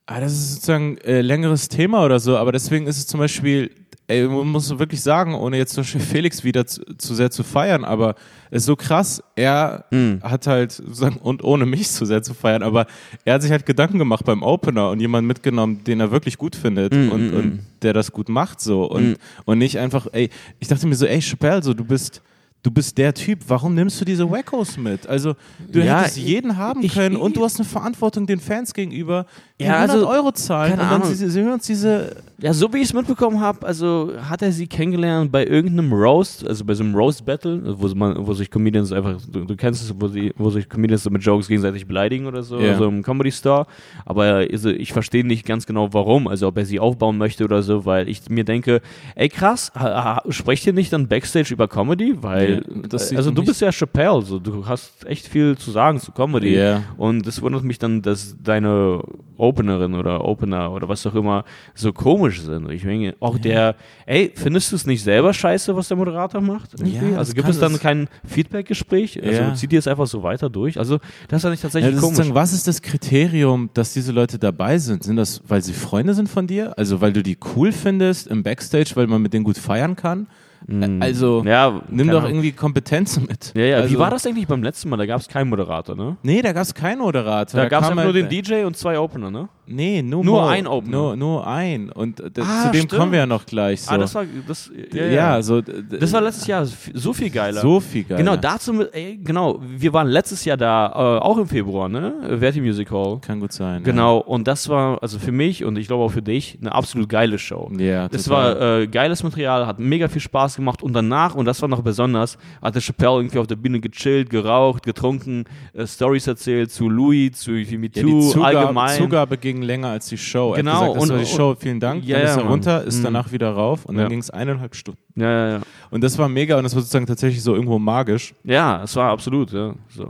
Speaker 1: ah, das ist sozusagen äh, längeres Thema oder so, aber deswegen ist es zum Beispiel, ey, man muss wirklich sagen, ohne jetzt zum Beispiel <laughs> Felix wieder zu, zu sehr zu feiern, aber es ist so krass, er
Speaker 2: Hm.
Speaker 1: hat halt, sozusagen, und ohne mich zu sehr zu feiern, aber er hat sich halt Gedanken gemacht beim Opener und jemanden mitgenommen, den er wirklich gut findet
Speaker 2: Hm,
Speaker 1: und, und der das gut macht so und, und nicht einfach, ey, ich dachte mir so, ey, Chappelle, so, du bist. Du bist der Typ, warum nimmst du diese Wackos mit? Also, du
Speaker 2: Ja,
Speaker 1: hättest
Speaker 2: ich-
Speaker 1: jeden haben
Speaker 2: Ich-
Speaker 1: können
Speaker 2: ich-
Speaker 1: und du hast eine Verantwortung den Fans gegenüber, die
Speaker 2: Ja,
Speaker 1: 100
Speaker 2: also,
Speaker 1: Euro zahlen
Speaker 2: keine
Speaker 1: und dann
Speaker 2: Ahnung.
Speaker 1: sie, sie hören uns diese
Speaker 2: ja, so wie ich es mitbekommen habe, also hat er sie kennengelernt bei irgendeinem Roast, also bei so einem Roast-Battle, wo, man- wo sich Comedians einfach, du, du kennst es, wo, sie, wo sich Comedians so mit Jokes gegenseitig beleidigen oder so,
Speaker 1: Ja.
Speaker 2: so im Comedy-Star, aber also, ich verstehe nicht ganz genau warum, also ob er sie aufbauen möchte oder so, weil ich mir denke, ey krass, ha, ha, sprecht ihr nicht dann Backstage über Comedy? Weil,
Speaker 1: Ja, das sieht
Speaker 2: also du
Speaker 1: man nicht.
Speaker 2: bist ja Chappelle, so, du hast echt viel zu sagen zu Comedy.
Speaker 1: Ja.
Speaker 2: Und es wundert mich dann, dass deine Openerin oder Opener oder was auch immer so komisch sind. Ich meine, auch der, ey, findest du es nicht selber scheiße, was der Moderator macht? Irgendwie?
Speaker 1: das
Speaker 2: also gibt
Speaker 1: kann
Speaker 2: es dann
Speaker 1: es-
Speaker 2: kein Feedback-Gespräch? Also
Speaker 1: Ja.
Speaker 2: zieht ihr es einfach so weiter durch? Also, das fand ich
Speaker 1: Ja,
Speaker 2: tatsächlich
Speaker 1: das ist
Speaker 2: komisch.
Speaker 1: sozusagen, was ist das Kriterium, dass diese Leute dabei sind? Sind das, weil sie Freunde sind von dir? Also, weil du die cool findest im Backstage, weil man mit denen gut feiern kann? Äh, Also,
Speaker 2: Hm. Ja,
Speaker 1: nimm
Speaker 2: keine
Speaker 1: doch
Speaker 2: Ahnung.
Speaker 1: irgendwie Kompetenz mit.
Speaker 2: Ja, ja.
Speaker 1: Also,
Speaker 2: Wie war das eigentlich beim letzten Mal? Da gab es keinen Moderator, ne?
Speaker 1: Nee, da gab es keinen Moderator.
Speaker 2: Da gab es
Speaker 1: kam
Speaker 2: nur den
Speaker 1: halt-
Speaker 2: DJ und zwei Opener, ne?
Speaker 1: Nee, nur,
Speaker 2: Nur
Speaker 1: Mo.
Speaker 2: ein Opener.
Speaker 1: Nur, nur ein. Und äh, das-
Speaker 2: Ah,
Speaker 1: zu dem
Speaker 2: stimmt.
Speaker 1: kommen wir ja noch gleich. So.
Speaker 2: Ah, das war, das, ja,
Speaker 1: ja,
Speaker 2: ja.
Speaker 1: so.
Speaker 2: Das war letztes Jahr so viel geiler.
Speaker 1: so viel geil.
Speaker 2: Genau, dazu, mit- ey, genau, wir waren letztes Jahr da, äh, auch im Februar, ne? Äh, Verti Music Hall.
Speaker 1: Kann gut sein.
Speaker 2: Genau, und das war, also für mich und ich glaube auch für dich, eine absolut geile Show.
Speaker 1: Ja,
Speaker 2: Das
Speaker 1: total.
Speaker 2: war äh, geiles Material, hat mega viel Spaß gemacht und danach, und das war noch besonders, hatte Chappelle irgendwie auf der Bühne gechillt, geraucht, getrunken, äh, Stories erzählt zu Louis, zu Yifimi
Speaker 1: Ja, die Zugabe,
Speaker 2: allgemein.
Speaker 1: Zugabe ging länger als die Show. Er
Speaker 2: Genau,
Speaker 1: hat gesagt, das
Speaker 2: und-
Speaker 1: war die Show, vielen Dank.
Speaker 2: Ja,
Speaker 1: dann ist
Speaker 2: ja,
Speaker 1: er
Speaker 2: Mann.
Speaker 1: runter, ist
Speaker 2: Mhm.
Speaker 1: danach wieder rauf und
Speaker 2: Ja.
Speaker 1: dann ging es eineinhalb Stunden.
Speaker 2: Ja, ja, ja.
Speaker 1: Und das war mega und das war sozusagen tatsächlich so irgendwo magisch.
Speaker 2: ja, es war absolut, ja. So.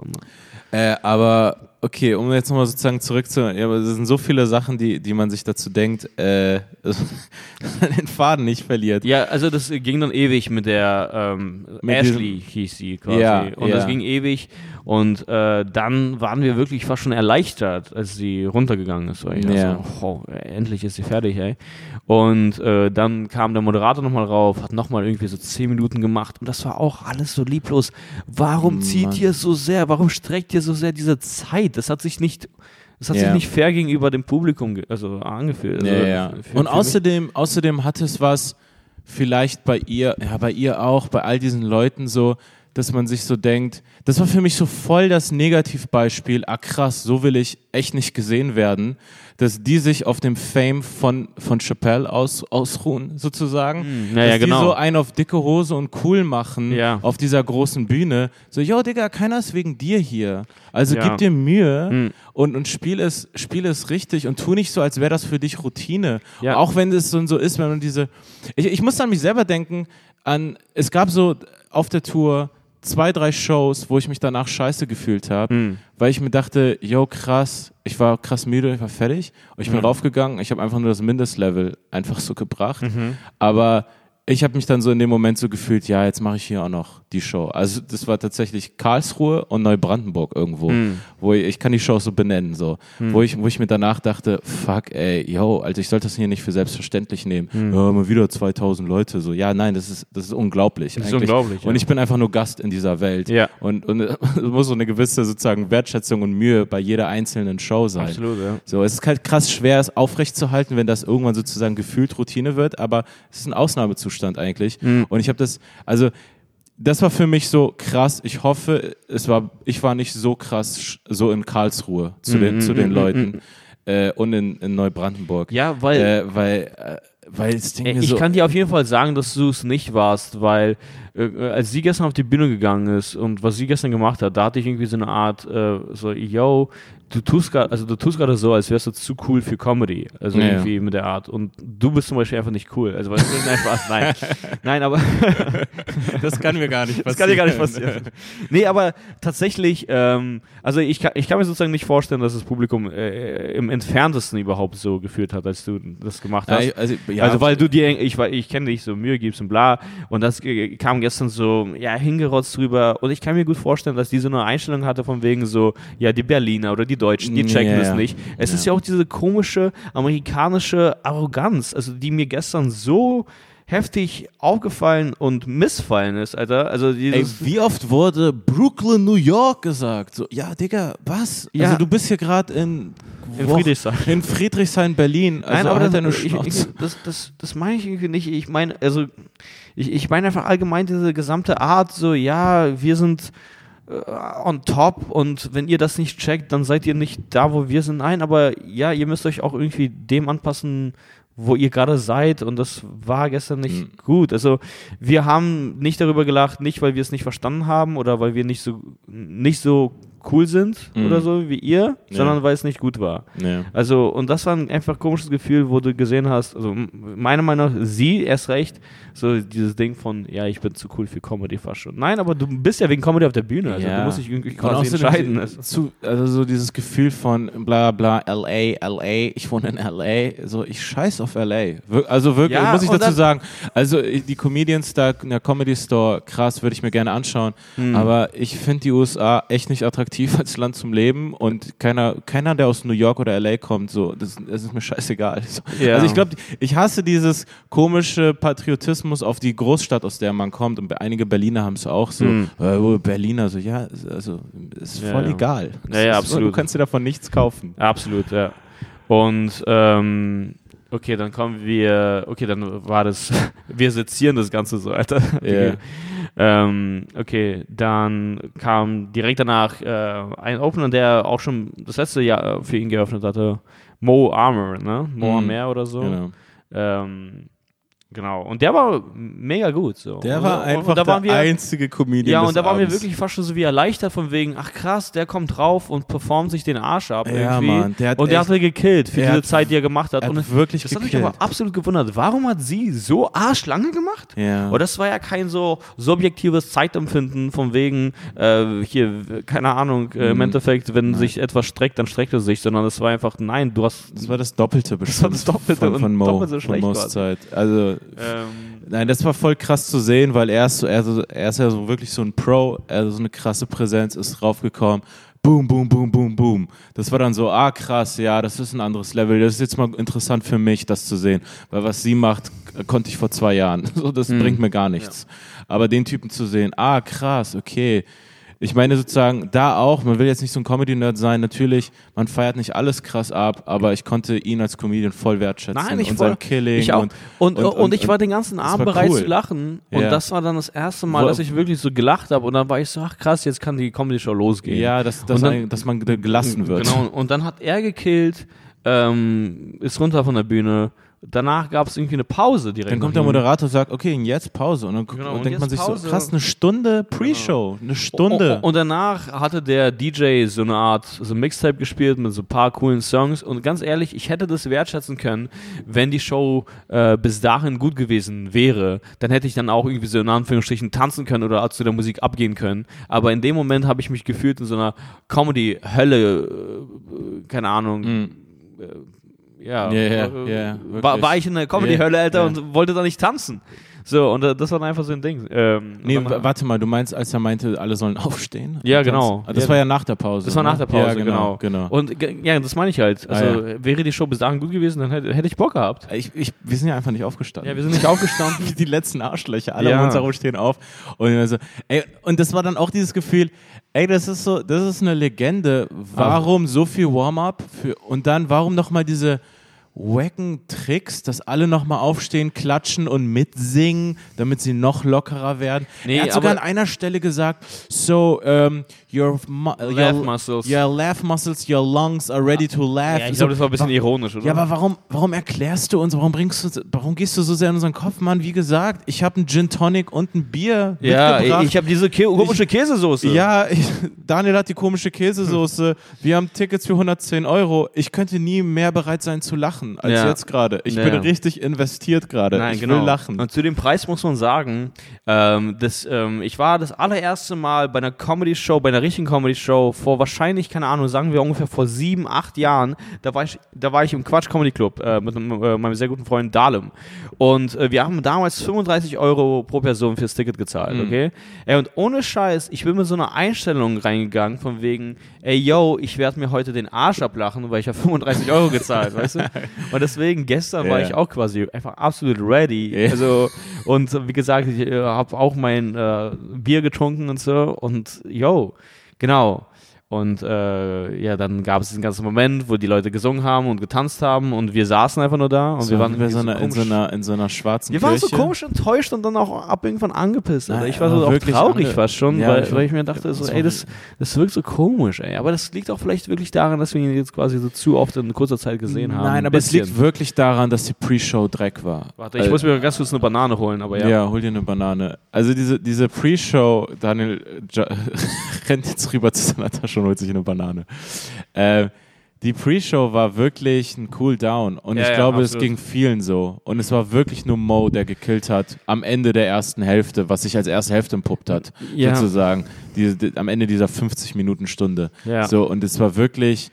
Speaker 1: Äh, aber okay, um jetzt nochmal sozusagen zurückzuhören, ja, aber es sind so viele Sachen, die, die man sich dazu denkt, äh, <laughs> dass man den Faden nicht verliert.
Speaker 2: Ja, also das ging dann ewig mit der ähm,
Speaker 1: Mit
Speaker 2: Ashley hieß sie quasi.
Speaker 1: Ja,
Speaker 2: und
Speaker 1: ja.
Speaker 2: das ging ewig. Und äh, dann waren wir wirklich fast schon erleichtert, als sie runtergegangen ist. Weil ich
Speaker 1: Ja.
Speaker 2: dachte, so, oh, endlich ist sie fertig, ey. Und äh, dann kam der Moderator nochmal rauf, hat nochmal irgendwie so zehn Minuten gemacht. Und das war auch alles so lieblos. Warum zieht ihr so sehr, warum streckt ihr so sehr diese Zeit? Das hat sich nicht... Das hat
Speaker 1: Ja.
Speaker 2: sich nicht fair gegenüber dem Publikum ge- also angefühlt. Also
Speaker 1: ja, ja.
Speaker 2: für- für
Speaker 1: Und
Speaker 2: mich-
Speaker 1: außerdem, außerdem hat es was vielleicht bei ihr, ja, bei ihr auch, bei all diesen Leuten so, dass man sich so denkt, das war für mich so voll das Negativbeispiel, ah krass, so will ich echt nicht gesehen werden, dass die sich auf dem Fame von, von Chappelle aus, ausruhen, sozusagen.
Speaker 2: ja, ja,
Speaker 1: dass
Speaker 2: genau.
Speaker 1: die so einen auf dicke Hose und cool machen
Speaker 2: Ja.
Speaker 1: auf dieser großen Bühne. So, yo, Digga, keiner ist wegen dir hier. Also
Speaker 2: Ja.
Speaker 1: gib dir Mühe und, und spiel, es, spiel es richtig und tu nicht so, als wäre das für dich Routine.
Speaker 2: Ja.
Speaker 1: Auch wenn es so, so ist, wenn man diese. Ich, ich muss an mich selber denken, an, es gab so auf der Tour zwei, drei Shows, wo ich mich danach scheiße gefühlt habe, weil ich mir dachte, yo, krass, ich war krass müde, ich war fertig und ich bin raufgegangen, ich habe einfach nur das Mindestlevel einfach so gebracht. Aber ich habe mich dann so in dem Moment so gefühlt, ja, jetzt mache ich hier auch noch die Show. Also das war tatsächlich Karlsruhe und Neubrandenburg irgendwo,
Speaker 2: Hm.
Speaker 1: wo ich, ich kann die Show so benennen, so, wo ich, wo ich mir danach dachte, fuck, ey, yo, also ich sollte das hier nicht für selbstverständlich nehmen.
Speaker 2: Hm.
Speaker 1: Ja, mal wieder 2000 Leute, so, ja, nein, das ist, das ist unglaublich.
Speaker 2: Das ist
Speaker 1: eigentlich.
Speaker 2: unglaublich,
Speaker 1: Und
Speaker 2: ja.
Speaker 1: ich bin einfach nur Gast in dieser Welt.
Speaker 2: Ja.
Speaker 1: Und, <laughs> und es muss so eine gewisse sozusagen Wertschätzung und Mühe bei jeder einzelnen Show sein.
Speaker 2: Absolut, ja.
Speaker 1: So, es ist halt krass schwer, es aufrechtzuerhalten, wenn das irgendwann sozusagen gefühlt Routine wird, aber es ist ein Ausnahmezustand eigentlich.
Speaker 2: Mhm.
Speaker 1: Und ich habe das, also das war für mich so krass. Ich hoffe, es war, ich war nicht so krass sch- so in Karlsruhe zu
Speaker 2: Mhm.
Speaker 1: den, zu den Leuten äh, und in, in Neubrandenburg.
Speaker 2: Ja, weil-
Speaker 1: äh, weil, äh, weil es Ding mir
Speaker 2: Ich
Speaker 1: so.
Speaker 2: kann dir auf jeden Fall sagen, dass du es nicht warst, weil äh, als sie gestern auf die Bühne gegangen ist und was sie gestern gemacht hat, da hatte ich irgendwie so eine Art, äh, so, yo, du tust gerade, also du tust gerade so, als wärst du zu cool für Comedy. Also
Speaker 1: Ja, ja.
Speaker 2: irgendwie mit der Art. Und du bist zum Beispiel einfach nicht cool. Also weißt du, <laughs> nein, Spaß, nein. Nein, aber
Speaker 1: <laughs> das kann mir gar nicht passieren.
Speaker 2: das kann dir gar nicht passieren. <laughs> nee, aber tatsächlich, ähm, also ich kann, ich kann mir sozusagen nicht vorstellen, dass das Publikum äh, im entferntesten überhaupt so gefühlt hat, als du das gemacht hast.
Speaker 1: Ja, ich- also, ja,
Speaker 2: also weil du dir, ich, weil- ich kenne dich, so Mühe gibst und bla. Und das äh, kam gestern so, ja, hingerotzt drüber. Und ich kann mir gut vorstellen, dass die so eine Einstellung hatte von wegen so, ja, die Berliner oder die Deutschen, die checken
Speaker 1: Ja,
Speaker 2: das
Speaker 1: ja.
Speaker 2: nicht. Es ist ja auch diese komische amerikanische Arroganz, also die mir gestern so heftig aufgefallen und missfallen ist, Alter. Also
Speaker 1: Ey,
Speaker 2: dieses,
Speaker 1: wie oft wurde Brooklyn, New York gesagt? So, ja, Digga, was?
Speaker 2: Ja.
Speaker 1: Also du bist hier gerade in,
Speaker 2: In
Speaker 1: wo-
Speaker 2: Friedrichshain.
Speaker 1: In Friedrichshain, Berlin. Also halt deine
Speaker 2: ich, ich,
Speaker 1: Schnauze.
Speaker 2: das, das, das meine ich irgendwie nicht. Ich meine, also, ich, ich meine einfach allgemein diese gesamte Art, so, ja, wir sind äh, on top und wenn ihr das nicht checkt, dann seid ihr nicht da, wo wir sind. Nein, aber ja, ihr müsst euch auch irgendwie dem anpassen, wo ihr gerade seid und das war gestern nicht
Speaker 1: Mhm.
Speaker 2: gut. Also wir haben nicht darüber gelacht, nicht weil wir es nicht verstanden haben oder weil wir nicht so nicht so cool sind oder so wie ihr,
Speaker 1: Mhm. Ja.
Speaker 2: sondern weil es nicht gut war.
Speaker 1: Ja.
Speaker 2: Also, und das war ein einfach komisches Gefühl, wo du gesehen hast, also m- meiner Meinung nach, sie erst recht, so dieses Ding von, ja, ich bin zu cool für Comedy fast schon. Nein, aber du bist ja wegen Comedy auf der Bühne, also du musst dich irgendwie
Speaker 1: Und
Speaker 2: quasi
Speaker 1: außerdem
Speaker 2: entscheiden.
Speaker 1: so-
Speaker 2: Also,
Speaker 1: Zu, also so dieses Gefühl von bla bla LA, LA, ich wohne in LA, so ich scheiß auf LA. Wir- Also wirklich,
Speaker 2: Ja,
Speaker 1: muss ich
Speaker 2: und
Speaker 1: dazu
Speaker 2: dann-
Speaker 1: sagen, also äh, die Comedians da in der Comedy Store, krass, würde ich mir gerne anschauen,
Speaker 2: Hm.
Speaker 1: aber ich finde die USA echt nicht attraktiv <laughs> als Land zum Leben und keiner, keiner der aus New York oder LA kommt, so, das, das ist mir scheißegal. So.
Speaker 2: Ja.
Speaker 1: Also ich glaube, ich hasse dieses komische Patriotismus auf die Großstadt, aus der man kommt und einige Berliner haben es auch so,
Speaker 2: Mhm.
Speaker 1: äh, oh, Berliner, so, ja, also, ist
Speaker 2: Ja,
Speaker 1: voll
Speaker 2: ja.
Speaker 1: egal.
Speaker 2: Ja, ja,
Speaker 1: Es ist,
Speaker 2: absolut.
Speaker 1: Du kannst dir davon nichts kaufen.
Speaker 2: absolut, ja. Und, ähm, okay, dann kommen wir, okay, dann war das, <laughs> wir sezieren das Ganze so, Alter. <laughs>
Speaker 1: Ja.
Speaker 2: Ähm, okay, dann kam direkt danach äh, ein Opener, der auch schon das letzte Jahr äh, für ihn geöffnet hatte. Mo Armour, ne? Mo
Speaker 1: Mhm.
Speaker 2: Armour oder so.
Speaker 1: Genau.
Speaker 2: Ähm, genau. Und der war mega gut. So.
Speaker 1: Der
Speaker 2: und,
Speaker 1: war
Speaker 2: und,
Speaker 1: einfach
Speaker 2: und da waren
Speaker 1: der
Speaker 2: wir,
Speaker 1: einzige Comedian
Speaker 2: Ja,
Speaker 1: des
Speaker 2: und da waren wir
Speaker 1: Abends.
Speaker 2: wirklich fast schon so wie erleichtert von wegen, ach krass, der kommt drauf und performt sich den Arsch ab
Speaker 1: Ja,
Speaker 2: irgendwie.
Speaker 1: Mann, der hat
Speaker 2: und der
Speaker 1: echt-
Speaker 2: hat mir gekillt für
Speaker 1: er
Speaker 2: diese
Speaker 1: hat-
Speaker 2: Zeit, die er gemacht hat.
Speaker 1: er hat
Speaker 2: und
Speaker 1: wirklich
Speaker 2: das hat mich
Speaker 1: gekillt.
Speaker 2: aber absolut gewundert. Warum hat sie so arschlange gemacht?
Speaker 1: Ja.
Speaker 2: Und das war ja kein so subjektives Zeitempfinden von wegen, äh, hier, keine Ahnung, äh,
Speaker 1: Mhm.
Speaker 2: im Endeffekt, wenn sich etwas streckt, dann streckt es sich, sondern es war einfach, nein, du hast.
Speaker 1: Das war das Doppelte bestimmt
Speaker 2: das Doppelte
Speaker 1: von,
Speaker 2: und
Speaker 1: von Mo,
Speaker 2: doppelt so
Speaker 1: von
Speaker 2: schlecht
Speaker 1: Mo's
Speaker 2: quasi.
Speaker 1: Zeit. Also
Speaker 2: Ähm,
Speaker 1: Nein, das war voll krass zu sehen, weil er ist, so, er, ist so- er ist ja so wirklich so ein Pro, also so eine krasse Präsenz ist draufgekommen. Boom, boom, boom, boom, boom. Das war dann so, ah krass, ja, das ist ein anderes Level. Das ist jetzt mal interessant für mich, das zu sehen. Weil was sie macht, k- konnte ich vor zwei <laughs>
Speaker 2: Mhm.
Speaker 1: Jahren. So, das bringt mir gar nichts. Aber den Typen zu sehen, ah krass, okay. Ich meine sozusagen, da auch, man will jetzt nicht so ein Comedy-Nerd sein, natürlich, man feiert nicht alles krass ab, aber ich konnte ihn als Comedian voll wertschätzen
Speaker 2: Nein, ich
Speaker 1: und
Speaker 2: voll-
Speaker 1: sein Killing.
Speaker 2: Ich auch. Und, und, ich war den ganzen
Speaker 1: das
Speaker 2: Abend
Speaker 1: war
Speaker 2: bereit
Speaker 1: cool.
Speaker 2: zu lachen. Und
Speaker 1: Ja.
Speaker 2: das war dann das erste Mal,
Speaker 1: Wo-
Speaker 2: dass ich wirklich so gelacht habe. Und dann war ich so, ach krass, jetzt kann die Comedy-Show losgehen.
Speaker 1: Ja, dass, dass,
Speaker 2: Und dann-
Speaker 1: ein- dass man ge- gelassen wird.
Speaker 2: Genau, und dann hat er gekillt, ähm, ist runter von der Bühne. Danach gab es irgendwie eine Pause direkt.
Speaker 1: Dann kommt der
Speaker 2: nach ihm.
Speaker 1: Moderator und sagt, okay, und jetzt Pause. Und dann guckt-
Speaker 2: Genau,
Speaker 1: und
Speaker 2: und
Speaker 1: denkt
Speaker 2: jetzt
Speaker 1: man sich so,
Speaker 2: Pause. Genau. Oh,
Speaker 1: krass, eine Stunde Pre-Show, eine Stunde.
Speaker 2: Und danach hatte der DJ so eine Art, so ein Mixtape gespielt mit so ein paar coolen Songs. Und ganz ehrlich, ich hätte das wertschätzen können, wenn die Show äh, bis dahin gut gewesen wäre. Dann hätte ich dann auch irgendwie so in Anführungsstrichen tanzen können oder zu der Musik abgehen können. Aber in dem Moment habe ich mich gefühlt in so einer Comedy-Hölle, äh, keine Ahnung. äh, Ja,
Speaker 1: Mm. Ja, ja,
Speaker 2: äh,
Speaker 1: ja,
Speaker 2: war,
Speaker 1: wirklich.
Speaker 2: war ich in der Comedy-Hölle,
Speaker 1: Ja,
Speaker 2: Alter,
Speaker 1: ja.
Speaker 2: und wollte da nicht tanzen. So, und äh, das war dann einfach so ein Ding. Ähm,
Speaker 1: Nee,
Speaker 2: dann-
Speaker 1: wa- warte mal, du meinst, als er meinte, alle sollen aufstehen?
Speaker 2: Ja,
Speaker 1: Und das-
Speaker 2: genau.
Speaker 1: Ah, Das
Speaker 2: Ja.
Speaker 1: war ja nach der Pause.
Speaker 2: Das war
Speaker 1: ne?
Speaker 2: nach der Pause,
Speaker 1: ja,
Speaker 2: genau.
Speaker 1: genau.
Speaker 2: Und ge- ja, das meine ich halt. Also
Speaker 1: Ah,
Speaker 2: wäre die Show bis dahin gut gewesen, dann hätte, hätte ich Bock gehabt.
Speaker 1: Ich, ich, wir sind ja einfach nicht aufgestanden.
Speaker 2: Ja, wir sind nicht aufgestanden.
Speaker 1: Wie <laughs> die letzten Arschlöcher. Alle
Speaker 2: Ja.
Speaker 1: um uns herum stehen auf. Und, immer so, ey, und das war dann auch dieses Gefühl, ey, das ist so, das ist eine Legende. Warum so viel Warm-up? für- Und dann warum nochmal diese wacken Tricks, dass alle nochmal aufstehen, klatschen und mitsingen, damit sie noch lockerer werden.
Speaker 2: Nee,
Speaker 1: er hat sogar an
Speaker 2: aber-
Speaker 1: einer Stelle gesagt, so, ähm, your, mu-
Speaker 2: Laugh
Speaker 1: your,
Speaker 2: muscles.
Speaker 1: your laugh muscles, your lungs are ready to laugh.
Speaker 2: Ja, ich
Speaker 1: So,
Speaker 2: glaube, das war ein bisschen
Speaker 1: wa-
Speaker 2: ironisch, oder?
Speaker 1: ja, aber warum, warum erklärst du uns, warum bringst du, warum gehst du so sehr in unseren Kopf, Mann? Wie gesagt, ich habe einen Gin Tonic und ein Bier
Speaker 2: ja
Speaker 1: mitgebracht.
Speaker 2: ich, ich habe diese Kä komische Käsesoße.
Speaker 1: ja, ich, Daniel hat die komische Käsesoße. Wir haben Tickets für 110 Euro. Ich könnte nie mehr bereit sein zu lachen als
Speaker 2: Ja.
Speaker 1: jetzt gerade. Ich
Speaker 2: Ja.
Speaker 1: bin richtig investiert gerade.
Speaker 2: Nein,
Speaker 1: Ich
Speaker 2: genau.
Speaker 1: will lachen.
Speaker 2: Und zu dem Preis muss man sagen, ähm, das, ähm, ich war das allererste Mal bei einer Comedy-Show, bei einer richtigen Comedy-Show vor wahrscheinlich, keine Ahnung, sagen wir ungefähr vor sieben, acht Jahren, da war ich, da war ich im Quatsch Comedy Club äh, mit einem, äh, meinem sehr guten Freund Dahlem. Und äh, wir haben damals 35 Euro pro Person fürs Ticket
Speaker 1: Mhm.
Speaker 2: gezahlt, okay? Ey, und ohne Scheiß, ich bin mit so einer Einstellung reingegangen, von wegen, ey, yo, ich werde mir heute den Arsch ablachen, weil ich habe 35 Euro gezahlt,
Speaker 1: <laughs>
Speaker 2: weißt du? Und deswegen, gestern war
Speaker 1: Ja.
Speaker 2: ich auch quasi einfach absolut ready.
Speaker 1: Ja.
Speaker 2: Also, und äh, wie gesagt, ich äh, habe auch mein äh, Bier getrunken und so. Und yo, genau. Und äh, ja, dann gab es diesen ganzen Moment, wo die Leute gesungen haben und getanzt haben und wir saßen einfach nur da und wir waren
Speaker 1: wir so
Speaker 2: irgendwie
Speaker 1: einer, in, so
Speaker 2: komisch-
Speaker 1: einer, in so einer schwarzen
Speaker 2: wir
Speaker 1: Kirche.
Speaker 2: waren so komisch enttäuscht und dann auch ab irgendwann angepisst. Also
Speaker 1: Nein,
Speaker 2: ich war
Speaker 1: aber
Speaker 2: so auch
Speaker 1: wirklich
Speaker 2: traurig
Speaker 1: ange-
Speaker 2: fast schon,
Speaker 1: Ja,
Speaker 2: weil,
Speaker 1: ich-
Speaker 2: weil ich mir dachte, so,
Speaker 1: das
Speaker 2: ey,
Speaker 1: war-
Speaker 2: das, das wirkt so komisch, ey. Aber das liegt auch vielleicht wirklich daran, dass wir ihn jetzt quasi so zu oft in kurzer Zeit gesehen haben.
Speaker 1: Nein,
Speaker 2: Ein
Speaker 1: aber es
Speaker 2: bisschen.
Speaker 1: liegt wirklich daran, dass die Pre-Show Dreck war. Äh,
Speaker 2: Warte, ich muss mir ganz kurz eine Banane holen, aber ja.
Speaker 1: Ja. hol dir eine Banane. Also diese, diese Pre-Show, Daniel äh, ja, <laughs> rennt jetzt rüber zu seiner Tasche und holt sich eine Banane. Äh, die Pre-Show war wirklich ein Cool-Down und
Speaker 2: Ja,
Speaker 1: ich
Speaker 2: ja,
Speaker 1: glaube, es
Speaker 2: absolut.
Speaker 1: ging vielen so. Und es war wirklich nur Mo, der gekillt hat am Ende der ersten Hälfte, was sich als erste Hälfte entpuppt hat,
Speaker 2: Ja.
Speaker 1: sozusagen. Diese- die, am Ende dieser 50-Minuten-Stunde.
Speaker 2: Ja.
Speaker 1: So, und es war wirklich...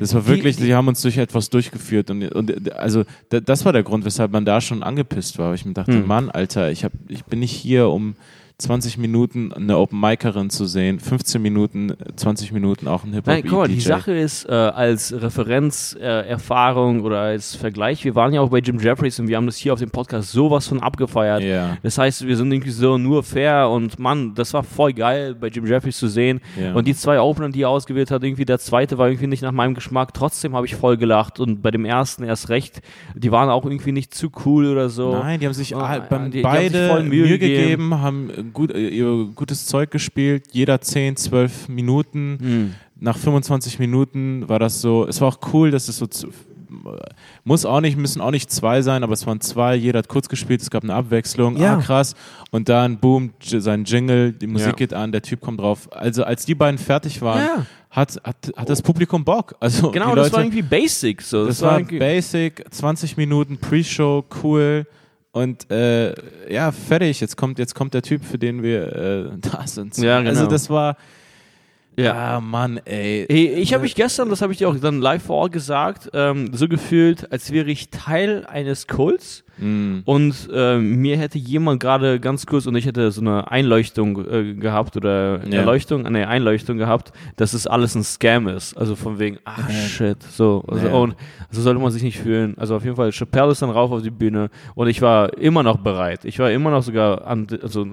Speaker 1: Das war wirklich,
Speaker 2: die-
Speaker 1: die, haben uns durch etwas durchgeführt und, und also da, das war der Grund, weshalb man da schon angepisst war. weil Ich mir dachte,
Speaker 2: Hm.
Speaker 1: Mann, Alter, ich hab, ich bin nicht hier, um 20 Minuten eine Open Micerin zu sehen, 15 Minuten, 20 Minuten auch ein Hip Hop
Speaker 2: Nein, guck mal, die
Speaker 1: DJ.
Speaker 2: Sache ist, äh, als Referenzerfahrung äh, Erfahrung oder als Vergleich, wir waren ja auch bei Jim Jeffries und wir haben das hier auf dem Podcast sowas von abgefeiert.
Speaker 1: Ja.
Speaker 2: Das heißt, wir sind irgendwie so nur fair und Mann, das war voll geil, bei Jim Jeffries zu sehen.
Speaker 1: Ja.
Speaker 2: Und die zwei Opener, die er ausgewählt hat, irgendwie der zweite war irgendwie nicht nach meinem Geschmack, trotzdem habe ich voll gelacht und bei dem ersten erst recht, die waren auch irgendwie nicht zu cool oder so.
Speaker 1: Nein, die haben sich
Speaker 2: Oh,
Speaker 1: all- beim-
Speaker 2: die- die haben sich
Speaker 1: beide
Speaker 2: voll
Speaker 1: Mühe,
Speaker 2: Mühe
Speaker 1: gegeben,
Speaker 2: gegeben.
Speaker 1: haben äh, gut, äh, ihr gutes Zeug gespielt, jeder 10, 12 Minuten.
Speaker 2: Hm.
Speaker 1: Nach 25 Minuten war das so, es war auch cool, dass es so zu, muss auch nicht, müssen auch nicht zwei sein, aber es waren zwei, jeder hat kurz gespielt, es gab eine Abwechslung,
Speaker 2: Ja.
Speaker 1: ah krass. Und dann boom, j- sein Jingle, die Musik
Speaker 2: Ja.
Speaker 1: geht an, der Typ kommt drauf. Also als die beiden fertig waren,
Speaker 2: Ja.
Speaker 1: hat, hat, hat das Publikum Bock. Also die
Speaker 2: Genau,
Speaker 1: Leute,
Speaker 2: das war irgendwie basic. So.
Speaker 1: das war
Speaker 2: irgendwie-
Speaker 1: basic, 20 Minuten Pre-Show, cool. Und äh, ja, fertig. Jetzt kommt, jetzt kommt der Typ, für den wir äh, <laughs> da sind.
Speaker 2: Ja, genau.
Speaker 1: Also das war,
Speaker 2: ja.
Speaker 1: ah Mann, ey. Äh,
Speaker 2: Ey, Ich habe mich gestern, das habe ich dir auch dann live vor Ort gesagt, ähm, so gefühlt, als wäre ich Teil eines Kults
Speaker 1: Mm.
Speaker 2: und ähm, mir hätte jemand gerade ganz kurz und ich hätte so eine Einleuchtung äh, gehabt oder
Speaker 1: Ja.
Speaker 2: Erleuchtung, eine Einleuchtung gehabt, dass es alles ein Scam ist. Also von wegen, ah shit, so. Also,
Speaker 1: Ja.
Speaker 2: Und so sollte man sich nicht fühlen. Also auf jeden Fall, Chappelle ist dann rauf auf die Bühne und ich war immer noch bereit. Ich war immer noch sogar an, also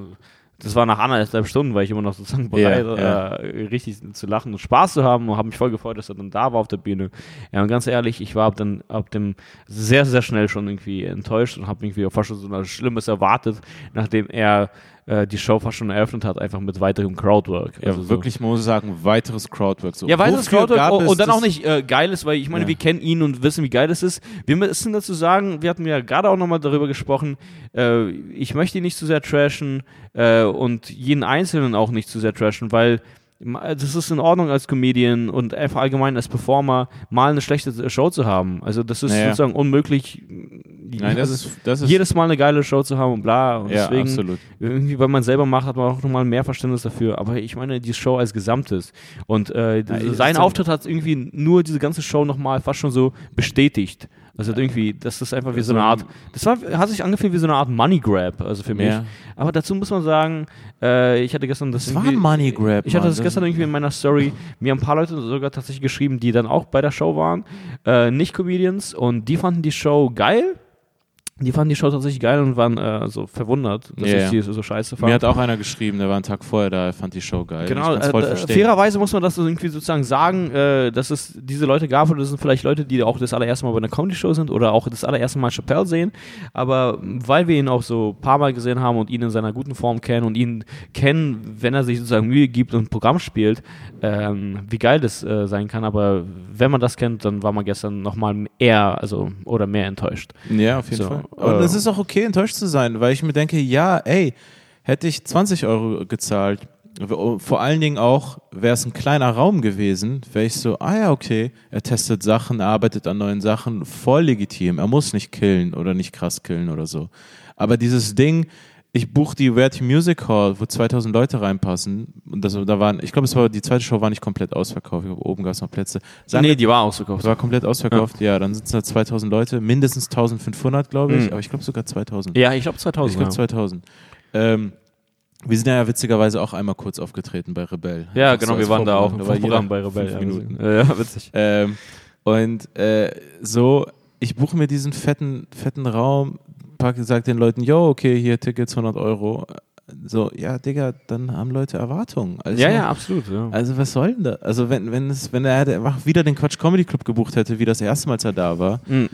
Speaker 2: das war nach anderthalb Stunden, weil ich immer noch sozusagen bereit,
Speaker 1: Ja, ja.
Speaker 2: Äh, richtig zu lachen und Spaß zu haben und habe mich voll gefreut, dass er dann da war auf der Bühne. Ja, und ganz ehrlich, ich war ab, dann, ab dem sehr, sehr schnell schon irgendwie enttäuscht und habe irgendwie fast schon so etwas Schlimmes erwartet, nachdem er äh, die Show fast schon eröffnet hat, einfach mit weiterem Crowdwork.
Speaker 1: Ja,
Speaker 2: Also so.
Speaker 1: wirklich muss ich sagen, weiteres Crowdwork. So,
Speaker 2: Ja, weiteres
Speaker 1: wofür
Speaker 2: Crowdwork
Speaker 1: gab
Speaker 2: und,
Speaker 1: es
Speaker 2: und dann
Speaker 1: das-
Speaker 2: auch nicht äh, geiles, weil ich meine,
Speaker 1: Ja.
Speaker 2: wir kennen ihn und wissen, wie geil das ist. Wir müssen dazu sagen, wir hatten ja gerade auch nochmal darüber gesprochen, äh, ich möchte ihn nicht zu sehr trashen äh, und jeden Einzelnen auch nicht zu sehr trashen, weil ma- das ist in Ordnung als Comedian und einfach allgemein als Performer, mal eine schlechte Show zu haben. Also das ist
Speaker 1: Naja.
Speaker 2: sozusagen unmöglich,
Speaker 1: Nein, das ist, das ist
Speaker 2: jedes Mal eine geile Show zu haben und bla. Und
Speaker 1: ja,
Speaker 2: deswegen
Speaker 1: absolut.
Speaker 2: irgendwie, weil man selber macht, hat man auch nochmal mehr Verständnis dafür. Aber ich meine, die Show als Gesamtes. Und äh, das-
Speaker 1: ich-
Speaker 2: sein
Speaker 1: das-
Speaker 2: Auftritt hat irgendwie nur diese ganze Show nochmal fast schon so bestätigt. Also irgendwie, das ist einfach wie so eine
Speaker 1: Also
Speaker 2: Art, das war, hat sich angefühlt wie so eine Art Money Grab, also für mich.
Speaker 1: Ja.
Speaker 2: Aber dazu muss man sagen, äh, ich hatte gestern das.
Speaker 1: Das war ein
Speaker 2: irgendwie-
Speaker 1: Money Grab.
Speaker 2: ich hatte
Speaker 1: Mann.
Speaker 2: das gestern irgendwie in meiner Story. Mir haben ein paar Leute sogar tatsächlich geschrieben, die dann auch bei der Show waren, äh, nicht Comedians, und die fanden die Show geil. Die fanden die Show tatsächlich geil und waren äh, so verwundert, dass
Speaker 1: Ja, ja.
Speaker 2: ich die so scheiße fand.
Speaker 1: Mir hat auch einer geschrieben, der war einen Tag vorher da, fand die Show geil.
Speaker 2: Genau,
Speaker 1: ich kann's voll
Speaker 2: äh,
Speaker 1: verstehen.
Speaker 2: fairerweise muss man das so irgendwie sozusagen sagen, äh, dass es diese Leute gab und das sind vielleicht Leute, die auch das allererste Mal bei einer Comedy-Show sind oder auch das allererste Mal Chappelle sehen, aber weil wir ihn auch so ein paar Mal gesehen haben und ihn in seiner guten Form kennen und ihn kennen, wenn er sich sozusagen Mühe gibt und ein Programm spielt, ähm, wie geil das äh, sein kann, aber wenn man das kennt, dann war man gestern nochmal eher, also oder mehr enttäuscht.
Speaker 1: Ja, auf jeden
Speaker 2: So,
Speaker 1: Fall. Ähm. Und
Speaker 2: äh,
Speaker 1: es ist auch okay, enttäuscht zu sein, weil ich mir denke, ja, ey, hätte ich 20 Euro gezahlt, w- oh, vor allen Dingen auch, wäre es ein kleiner Raum gewesen, wäre ich so, ah ja, okay, er testet Sachen, arbeitet an neuen Sachen, voll legitim, er muss nicht killen oder nicht krass killen oder so. Aber dieses Ding, ich buche die Werty Music Hall, wo 2000 Leute reinpassen, und das, da waren, ich glaube, es war, die zweite Show war nicht komplett ausverkauft, ich glaub, oben gab es noch Plätze. Sagen
Speaker 2: nee, die war ausverkauft.
Speaker 1: es war komplett ausverkauft, ja. Dann sitzen da 2000 Leute, mindestens 1500, glaube ich,
Speaker 2: Mhm.
Speaker 1: aber ich glaube sogar 2000.
Speaker 2: Ja, ich glaube
Speaker 1: ich
Speaker 2: 2000.
Speaker 1: glaube
Speaker 2: ja.
Speaker 1: 2000. Ähm, wir sind ja witzigerweise auch einmal kurz aufgetreten bei Rebell.
Speaker 2: Ja,
Speaker 1: Einfach so
Speaker 2: genau,
Speaker 1: als
Speaker 2: wir waren da auch
Speaker 1: Vorprogramm.
Speaker 2: im
Speaker 1: Da war jeder
Speaker 2: Programm bei
Speaker 1: fünf
Speaker 2: Rebell.
Speaker 1: Minuten.
Speaker 2: Ja, ja, witzig.
Speaker 1: Ähm, und äh, so, ich buche mir diesen fetten, fetten Raum, pack, sag den Leuten, yo, okay, hier Tickets 100 Euro. So, ja, Digga, dann haben Leute Erwartungen. Also,
Speaker 2: Ja, ja, absolut. Ja.
Speaker 1: also was soll denn da? Also wenn, wenn es, wenn er hätte einfach wieder den Quatsch Comedy Club gebucht hätte, wie das erste Mal, als er da war,
Speaker 2: Mhm.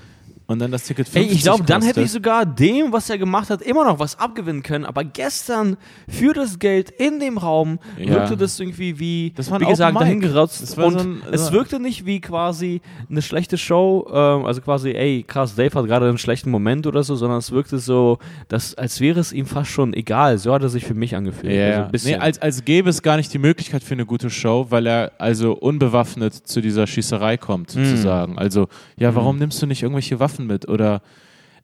Speaker 1: und dann das Ticket 50
Speaker 2: Ey, ich glaube, dann hätte ich
Speaker 1: kostet.
Speaker 2: sogar dem, was er gemacht hat, immer noch was abgewinnen können. Aber gestern für das Geld in dem Raum
Speaker 1: Ja.
Speaker 2: wirkte das irgendwie wie,
Speaker 1: Das war ein
Speaker 2: wie gesagt,
Speaker 1: Open Mic.
Speaker 2: dahingerotzt.
Speaker 1: Das war
Speaker 2: und
Speaker 1: so ein- so
Speaker 2: es
Speaker 1: ein-
Speaker 2: wirkte nicht wie quasi eine schlechte Show, ähm, also quasi, ey, krass, Dave hat gerade einen schlechten Moment oder so, sondern es wirkte so, dass, als wäre es ihm fast schon egal. So hat er sich für mich angefühlt. Also
Speaker 1: Ja,
Speaker 2: ein bisschen.
Speaker 1: nee, als, als gäbe es gar nicht die Möglichkeit für eine gute Show, weil er also unbewaffnet zu dieser Schießerei kommt,
Speaker 2: Hm.
Speaker 1: sozusagen. Also, ja, warum nimmst du nicht irgendwelche Waffen mit? Oder,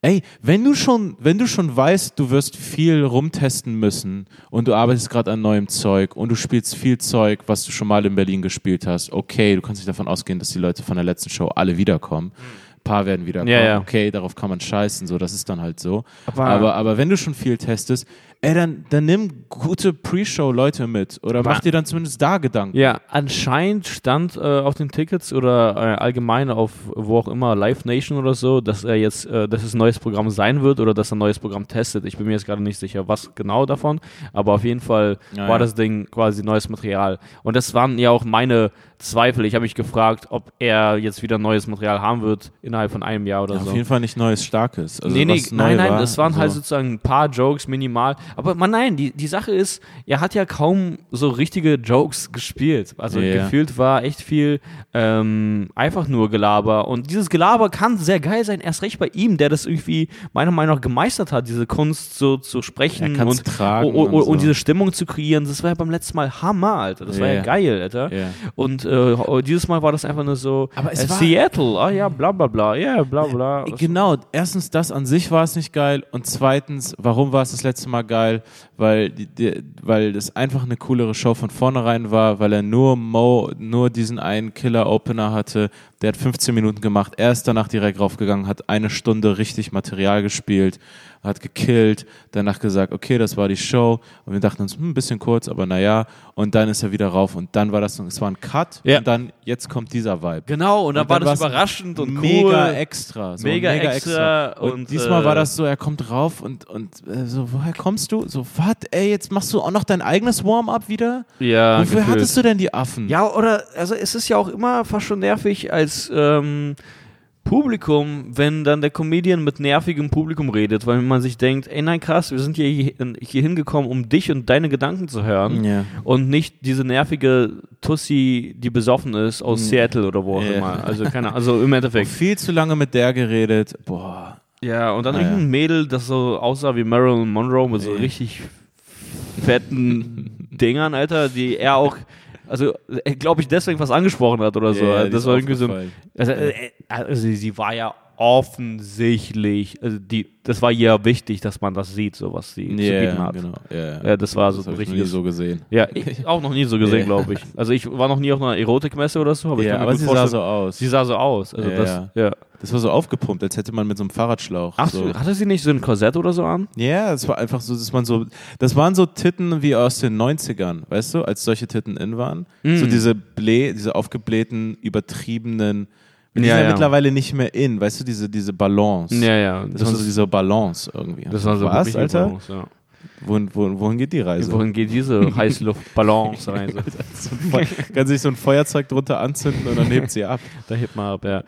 Speaker 1: ey, wenn du schon, wenn du schon weißt, du wirst viel rumtesten müssen und du arbeitest gerade an neuem Zeug und du spielst viel Zeug, was du schon mal in Berlin gespielt hast, okay, du kannst nicht davon ausgehen, dass die Leute von der letzten Show alle wiederkommen. Ein paar werden wiederkommen.
Speaker 2: Hm. Ja, ja.
Speaker 1: Okay, darauf kann man scheißen, so, das ist dann halt so.
Speaker 2: Aber-
Speaker 1: aber, aber wenn du schon viel testest, ey, dann, dann nimm gute Pre-Show-Leute mit oder mach dir dann zumindest da Gedanken.
Speaker 2: Ja, anscheinend stand äh, auf den Tickets oder äh, allgemein auf wo auch immer Live Nation oder so, dass er jetzt, äh, dass es ein neues Programm sein wird oder dass er ein neues Programm testet. Ich bin mir jetzt gerade nicht sicher, was genau davon, aber auf jeden Fall
Speaker 1: Ja,
Speaker 2: war
Speaker 1: ja.
Speaker 2: das Ding quasi neues Material. Und das waren ja auch meine Zweifel. Ich habe mich gefragt, ob er jetzt wieder neues Material haben wird innerhalb von einem Jahr oder
Speaker 1: Auf
Speaker 2: so.
Speaker 1: jeden Fall nicht neues, starkes. Also
Speaker 2: Also. Nee, nee,
Speaker 1: was neu
Speaker 2: nein, nein,
Speaker 1: war,
Speaker 2: das waren halt
Speaker 1: so.
Speaker 2: sozusagen ein paar Jokes minimal. Aber man, nein, die, die Sache ist, er hat ja kaum so richtige Jokes gespielt. Also
Speaker 1: Ja.
Speaker 2: gefühlt war echt viel ähm, einfach nur Gelaber. Und dieses Gelaber kann sehr geil sein, erst recht bei ihm, der das irgendwie meiner Meinung nach gemeistert hat, diese Kunst so zu sprechen
Speaker 1: Er kann's
Speaker 2: und,
Speaker 1: tragen
Speaker 2: und, und,
Speaker 1: und so.
Speaker 2: diese Stimmung zu kreieren. Das war ja beim letzten Mal Hammer, Alter. Das war ja
Speaker 1: Ja.
Speaker 2: geil, Alter.
Speaker 1: Ja.
Speaker 2: Und äh, dieses Mal war das einfach nur so
Speaker 1: Aber es
Speaker 2: äh,
Speaker 1: war-
Speaker 2: Seattle, ah ja, bla bla bla, ja, bla bla.
Speaker 1: Genau, erstens, das an sich war es nicht geil und zweitens, warum war es das letzte Mal geil? Weil, die, die, weil das einfach eine coolere Show von vornherein war, weil er nur Mo, nur diesen einen Killer-Opener hatte, der hat 15 Minuten gemacht, er ist danach direkt raufgegangen, hat eine Stunde richtig Material gespielt, hat gekillt, danach gesagt, okay, das war die Show und wir dachten uns, hm, ein bisschen kurz, aber naja und dann ist er wieder rauf und dann war das, es war ein Cut
Speaker 2: Ja.
Speaker 1: und dann, jetzt kommt dieser Vibe.
Speaker 2: Genau, und dann
Speaker 1: Und
Speaker 2: war
Speaker 1: dann
Speaker 2: das
Speaker 1: war's
Speaker 2: überraschend und
Speaker 1: mega mega extra. So
Speaker 2: mega extra
Speaker 1: Und,
Speaker 2: und,
Speaker 1: diesmal
Speaker 2: äh,
Speaker 1: war das so, er kommt drauf und, und äh, so, woher kommst du? So, was, ey, jetzt machst du auch noch dein eigenes Warm-up wieder?
Speaker 2: Ja,
Speaker 1: Wofür
Speaker 2: gefühlt.
Speaker 1: hattest du denn die Affen?
Speaker 2: Ja, oder also es ist ja auch immer fast schon nervig als ähm, Publikum, wenn dann der Comedian mit nervigem Publikum redet, weil man sich denkt, ey nein krass, wir sind hier, hier hingekommen, um dich und deine Gedanken zu hören
Speaker 1: Ja.
Speaker 2: und nicht diese nervige Tussi, die besoffen ist aus Seattle oder wo auch
Speaker 1: Ja.
Speaker 2: immer. Also keine Ahnung, also
Speaker 1: <laughs>
Speaker 2: im Endeffekt.
Speaker 1: Viel zu lange mit der geredet. Boah.
Speaker 2: Ja, und dann
Speaker 1: Ah,
Speaker 2: irgendein
Speaker 1: ja.
Speaker 2: Mädel, das so aussah wie Marilyn Monroe mit so
Speaker 1: Ey.
Speaker 2: richtig
Speaker 1: <laughs>
Speaker 2: fetten Dingern, Alter, die er auch, also glaube ich, deswegen was angesprochen hat oder so.
Speaker 1: Ja, ja, die
Speaker 2: das
Speaker 1: ist
Speaker 2: war irgendwie so. ein-
Speaker 1: aufgefallen.
Speaker 2: Also, äh, also sie war ja offensichtlich, also die, das war ja wichtig, dass man das sieht, so was sie zu bieten hat.
Speaker 1: genau. Ja,
Speaker 2: Ja, das war so
Speaker 1: das
Speaker 2: ein
Speaker 1: habe ich noch nie
Speaker 2: richtiges.
Speaker 1: so gesehen.
Speaker 2: ja, ich auch noch nie so
Speaker 1: <laughs>
Speaker 2: gesehen,
Speaker 1: Ja.
Speaker 2: glaube ich. Also ich war noch nie auf einer Erotikmesse oder so, aber ich
Speaker 1: ja,
Speaker 2: kann mir
Speaker 1: aber
Speaker 2: gut
Speaker 1: sie sah
Speaker 2: vorstellen,
Speaker 1: so aus.
Speaker 2: sie sah so aus. Also
Speaker 1: Ja,
Speaker 2: das, ja.
Speaker 1: Das war so aufgepumpt, als hätte man mit so einem Fahrradschlauch.
Speaker 2: Ach,
Speaker 1: so.
Speaker 2: so. hatte sie nicht so ein Korsett oder so an?
Speaker 1: Ja, das war einfach so, dass man so, das waren so Titten wie aus den 90ern, weißt du, als solche Titten in waren.
Speaker 2: Mm.
Speaker 1: So diese Blä, diese aufgeblähten, übertriebenen, die
Speaker 2: Ja,
Speaker 1: sind ja,
Speaker 2: ja.
Speaker 1: mittlerweile nicht mehr in, weißt du, diese, diese Balance.
Speaker 2: Ja, ja.
Speaker 1: Das, waren so diese Balance irgendwie.
Speaker 2: das war so
Speaker 1: Was,
Speaker 2: wirklich
Speaker 1: Alter?
Speaker 2: Balance, ja.
Speaker 1: Wohin, wohin, wohin geht die Reise? <laughs>
Speaker 2: Wohin geht <laughs> diese Heißluftbalance rein? So,
Speaker 1: Feu- Kann sich so ein Feuerzeug drunter anzünden und dann hebt sie ab.
Speaker 2: <laughs> da hebt man ab, ja.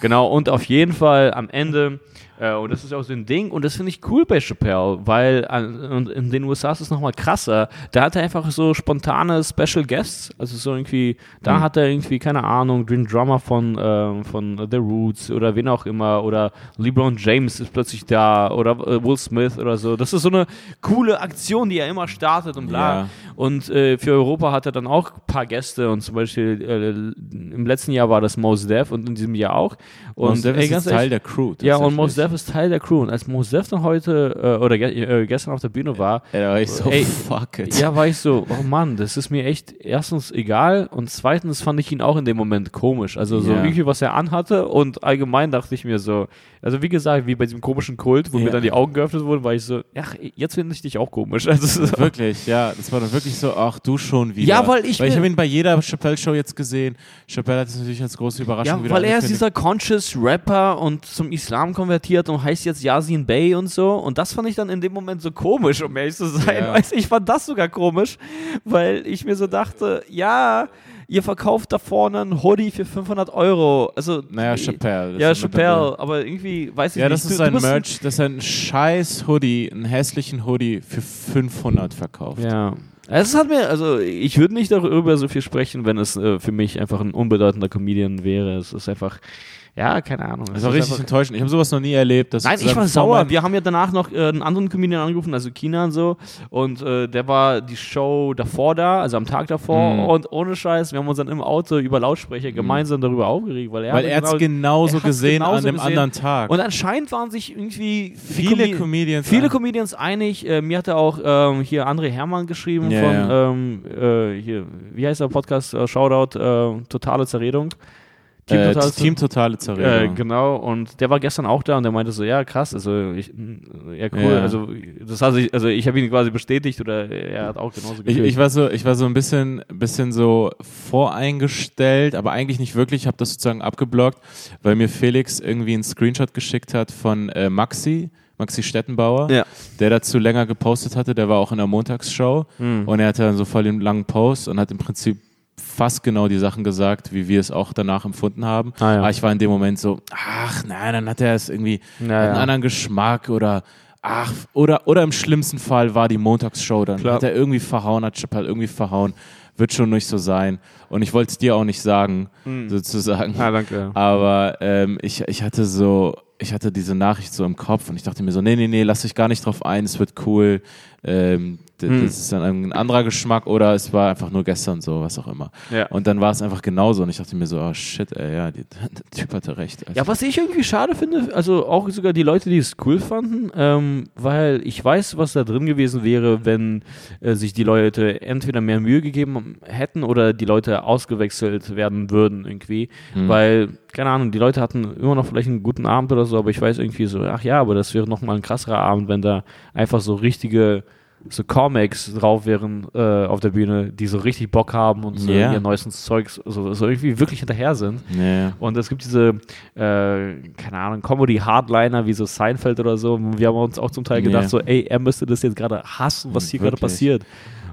Speaker 2: Genau, und auf jeden Fall am Ende, äh, und das ist auch so ein Ding, und das finde ich cool bei Chappelle, weil an, und in den USA ist es nochmal krasser. Da hat er einfach so spontane Special Guests, also so irgendwie, da hat er irgendwie, keine Ahnung, den Drummer von, ähm, von The Roots oder wen auch immer, oder LeBron James ist plötzlich da, oder äh, Will Smith oder so. Das ist so eine coole Aktion, die er immer startet und bla.
Speaker 1: Ja.
Speaker 2: Und äh, für Europa hat er dann auch ein paar Gäste und zum Beispiel äh, im letzten Jahr war das Mos Def und in diesem Jahr auch. Und
Speaker 1: Mos Def
Speaker 2: ey,
Speaker 1: ist
Speaker 2: ganz
Speaker 1: jetzt Teil
Speaker 2: ehrlich,
Speaker 1: der Crew.
Speaker 2: ja, und Mos
Speaker 1: tatsächlich.
Speaker 2: Def ist Teil der Crew. Und als Mos Def dann heute äh, oder ge äh, gestern auf der Bühne war,
Speaker 1: Ey, da war ich so,
Speaker 2: Ey,
Speaker 1: fuck it.
Speaker 2: ja, war ich so, oh Mann, das ist mir echt erstens egal und zweitens fand ich ihn auch in dem Moment komisch. Also so
Speaker 1: Ja.
Speaker 2: irgendwie, was er anhatte und allgemein dachte ich mir so, also wie gesagt, wie bei diesem komischen Kult, wo mir
Speaker 1: Ja.
Speaker 2: dann die Augen geöffnet wurden, war ich so, ach, jetzt finde ich dich auch komisch. <laughs> Also, es
Speaker 1: <laughs>
Speaker 2: ist-
Speaker 1: Wirklich, ja. Das war dann wirklich so, ach du schon wieder.
Speaker 2: Ja, weil ich
Speaker 1: Weil ich
Speaker 2: mir-
Speaker 1: habe ihn bei jeder Chappelle-Show jetzt gesehen. Chappelle hat es natürlich als große Überraschung
Speaker 2: Ja,
Speaker 1: wieder
Speaker 2: weil er ist
Speaker 1: angekündigt.
Speaker 2: dieser conscious Rapper und zum Islam konvertiert und heißt jetzt Yasin Bey und so. Und das fand ich dann in dem Moment so komisch, um ehrlich zu sein.
Speaker 1: Ja.
Speaker 2: Weißt du, ich fand das sogar komisch, weil ich mir so dachte, ja, ihr verkauft da vorne einen Hoodie für 500 Euro. Also,
Speaker 1: Naja,
Speaker 2: die-
Speaker 1: Chappelle. das
Speaker 2: Ja,
Speaker 1: ist mittlerweile-
Speaker 2: Chappelle, aber irgendwie weiß ich
Speaker 1: Ja,
Speaker 2: nicht.
Speaker 1: das
Speaker 2: Du-
Speaker 1: ist
Speaker 2: du
Speaker 1: sein
Speaker 2: bist ein-
Speaker 1: Merch, dass er einen scheiß Hoodie, einen hässlichen Hoodie für 500 verkauft.
Speaker 2: Ja. Es hat mir, also ich würde nicht darüber so viel sprechen, wenn es äh, für mich einfach ein unbedeutender Comedian wäre. Es ist einfach, ja, keine Ahnung. Es
Speaker 1: Das war
Speaker 2: ist
Speaker 1: richtig
Speaker 2: einfach-
Speaker 1: enttäuschend. Ich habe sowas noch nie erlebt. Dass
Speaker 2: Nein, ich
Speaker 1: sozusagen
Speaker 2: war
Speaker 1: vor
Speaker 2: sauer.
Speaker 1: meinem-
Speaker 2: Wir haben ja danach noch äh, einen anderen Comedian angerufen, also Kina und so. Und äh, der war die Show davor da, also am Tag davor.
Speaker 1: Mhm.
Speaker 2: Und ohne Scheiß, wir haben uns dann im Auto über Lautsprecher gemeinsam darüber aufgeregt, weil er
Speaker 1: Weil
Speaker 2: hatte
Speaker 1: er es genauso
Speaker 2: genau- er hat's
Speaker 1: gesehen
Speaker 2: genauso
Speaker 1: an dem
Speaker 2: gesehen.
Speaker 1: anderen Tag.
Speaker 2: Und anscheinend waren sich irgendwie die
Speaker 1: viele
Speaker 2: Comed-
Speaker 1: Comedians.
Speaker 2: Viele Comedians einig, äh, mir hatte auch ähm, hier André Hermann geschrieben
Speaker 1: Ja,
Speaker 2: von,
Speaker 1: ja.
Speaker 2: Ähm, äh, hier, wie heißt der Podcast? Äh, Shoutout, äh, Totale Zerredung.
Speaker 1: Team, äh,
Speaker 2: Totale
Speaker 1: totale Team totale
Speaker 2: äh,
Speaker 1: Zerrüttung.
Speaker 2: genau, und der war gestern auch da und der meinte so, ja, krass, also ich, mh, ja, cool,
Speaker 1: Ja.
Speaker 2: also das hat sich, also ich habe ihn quasi bestätigt oder er hat auch genauso
Speaker 1: Ich,
Speaker 2: gefühlt.
Speaker 1: ich, war so, ich war so ein bisschen, bisschen so voreingestellt, aber eigentlich nicht wirklich. Ich habe das sozusagen abgeblockt, weil mir Felix irgendwie einen Screenshot geschickt hat von äh, Maxi, Maxi Stettenbauer,
Speaker 2: Ja.
Speaker 1: der dazu länger gepostet hatte. Der war auch in der Montagsshow
Speaker 2: Hm.
Speaker 1: und er hatte dann so voll den langen Post und hat im Prinzip fast genau die Sachen gesagt, wie wir es auch danach empfunden haben.
Speaker 2: Ah, ja.
Speaker 1: Aber ich war in dem Moment so, ach nein, dann hat er es irgendwie
Speaker 2: Ja,
Speaker 1: hat einen
Speaker 2: ja.
Speaker 1: anderen Geschmack oder ach, oder, oder im schlimmsten Fall war die Montagsshow dann.
Speaker 2: Klar.
Speaker 1: Hat er irgendwie verhauen, hat Chappelle irgendwie verhauen. Wird schon nicht so sein. Und ich wollte es dir auch nicht sagen, sozusagen.
Speaker 2: ah, danke.
Speaker 1: Aber ähm, ich, ich hatte so, ich hatte diese Nachricht so im Kopf und ich dachte mir so, nee, nee, nee, lass dich gar nicht drauf ein, es wird cool. Ähm, d-
Speaker 2: Hm.
Speaker 1: Das ist dann ein anderer Geschmack oder es war einfach nur gestern so, was auch immer.
Speaker 2: Ja.
Speaker 1: Und dann war es einfach genauso und ich dachte mir so, oh shit, ey, ja, die, <laughs> der Typ hatte recht. Also,
Speaker 2: Ja, was ich irgendwie schade finde, also auch sogar die Leute, die es cool fanden, ähm, weil ich weiß, was da drin gewesen wäre, wenn äh, sich die Leute entweder mehr Mühe gegeben hätten oder die Leute ausgewechselt werden würden irgendwie,
Speaker 1: hm. Mhm.
Speaker 2: weil, keine Ahnung, die Leute hatten immer noch vielleicht einen guten Abend oder so, aber ich weiß irgendwie so, ach ja, aber das wäre nochmal ein krasserer Abend, wenn da einfach so richtige so Comics drauf wären äh, auf der Bühne, die so richtig Bock haben und so
Speaker 1: Ja.
Speaker 2: ihr neuestes Zeugs, so, so irgendwie wirklich hinterher sind.
Speaker 1: Ja.
Speaker 2: Und es gibt diese, äh, keine Ahnung, Comedy-Hardliner wie so Seinfeld oder so. Wir haben uns auch zum Teil gedacht,
Speaker 1: Ja. Mhm,
Speaker 2: so, ey, er müsste das jetzt gerade hassen, was hier gerade
Speaker 1: Wirklich.
Speaker 2: passiert.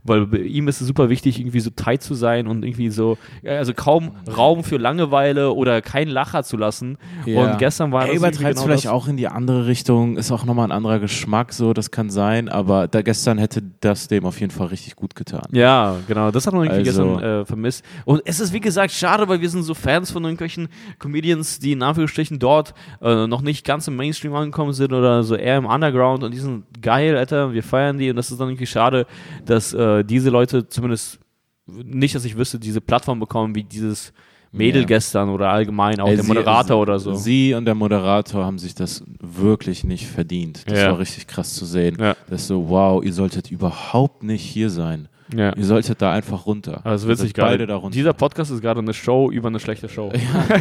Speaker 2: Weil bei ihm ist es super wichtig, irgendwie so tight zu sein und irgendwie so, ja, also kaum Raum für Langeweile oder keinen Lacher zu lassen.
Speaker 1: Ja.
Speaker 2: Und gestern war
Speaker 1: Er
Speaker 2: das irgendwie
Speaker 1: übertreibt
Speaker 2: genau
Speaker 1: vielleicht
Speaker 2: das.
Speaker 1: auch in die andere Richtung, ist auch nochmal ein anderer Geschmack, so, das kann sein, aber da gestern hätte das dem auf jeden Fall richtig gut getan.
Speaker 2: Ja, genau. Das hat man irgendwie
Speaker 1: Also-
Speaker 2: gestern äh, vermisst. Und es ist, wie gesagt, schade, weil wir sind so Fans von irgendwelchen Comedians, die in Anführungsstrichen dort äh, noch nicht ganz im Mainstream angekommen sind oder so eher im Underground und die sind geil, Alter, wir feiern die und das ist dann irgendwie schade, dass äh, diese Leute zumindest nicht, dass ich wüsste, diese Plattform bekommen wie dieses Mädel
Speaker 1: Ja.
Speaker 2: gestern oder allgemein auch
Speaker 1: Ey,
Speaker 2: der
Speaker 1: sie-
Speaker 2: Moderator oder so.
Speaker 1: Sie und der Moderator haben sich das wirklich nicht verdient. Das
Speaker 2: Ja.
Speaker 1: war richtig krass zu sehen.
Speaker 2: Ja.
Speaker 1: Das ist so, wow, ihr solltet überhaupt nicht hier sein.
Speaker 2: ja.
Speaker 1: Ihr solltet da einfach runter.
Speaker 2: Also
Speaker 1: Ihr
Speaker 2: witzig
Speaker 1: seid beide
Speaker 2: gerade.
Speaker 1: da runter.
Speaker 2: Dieser Podcast ist gerade eine Show über eine schlechte <laughs> Show.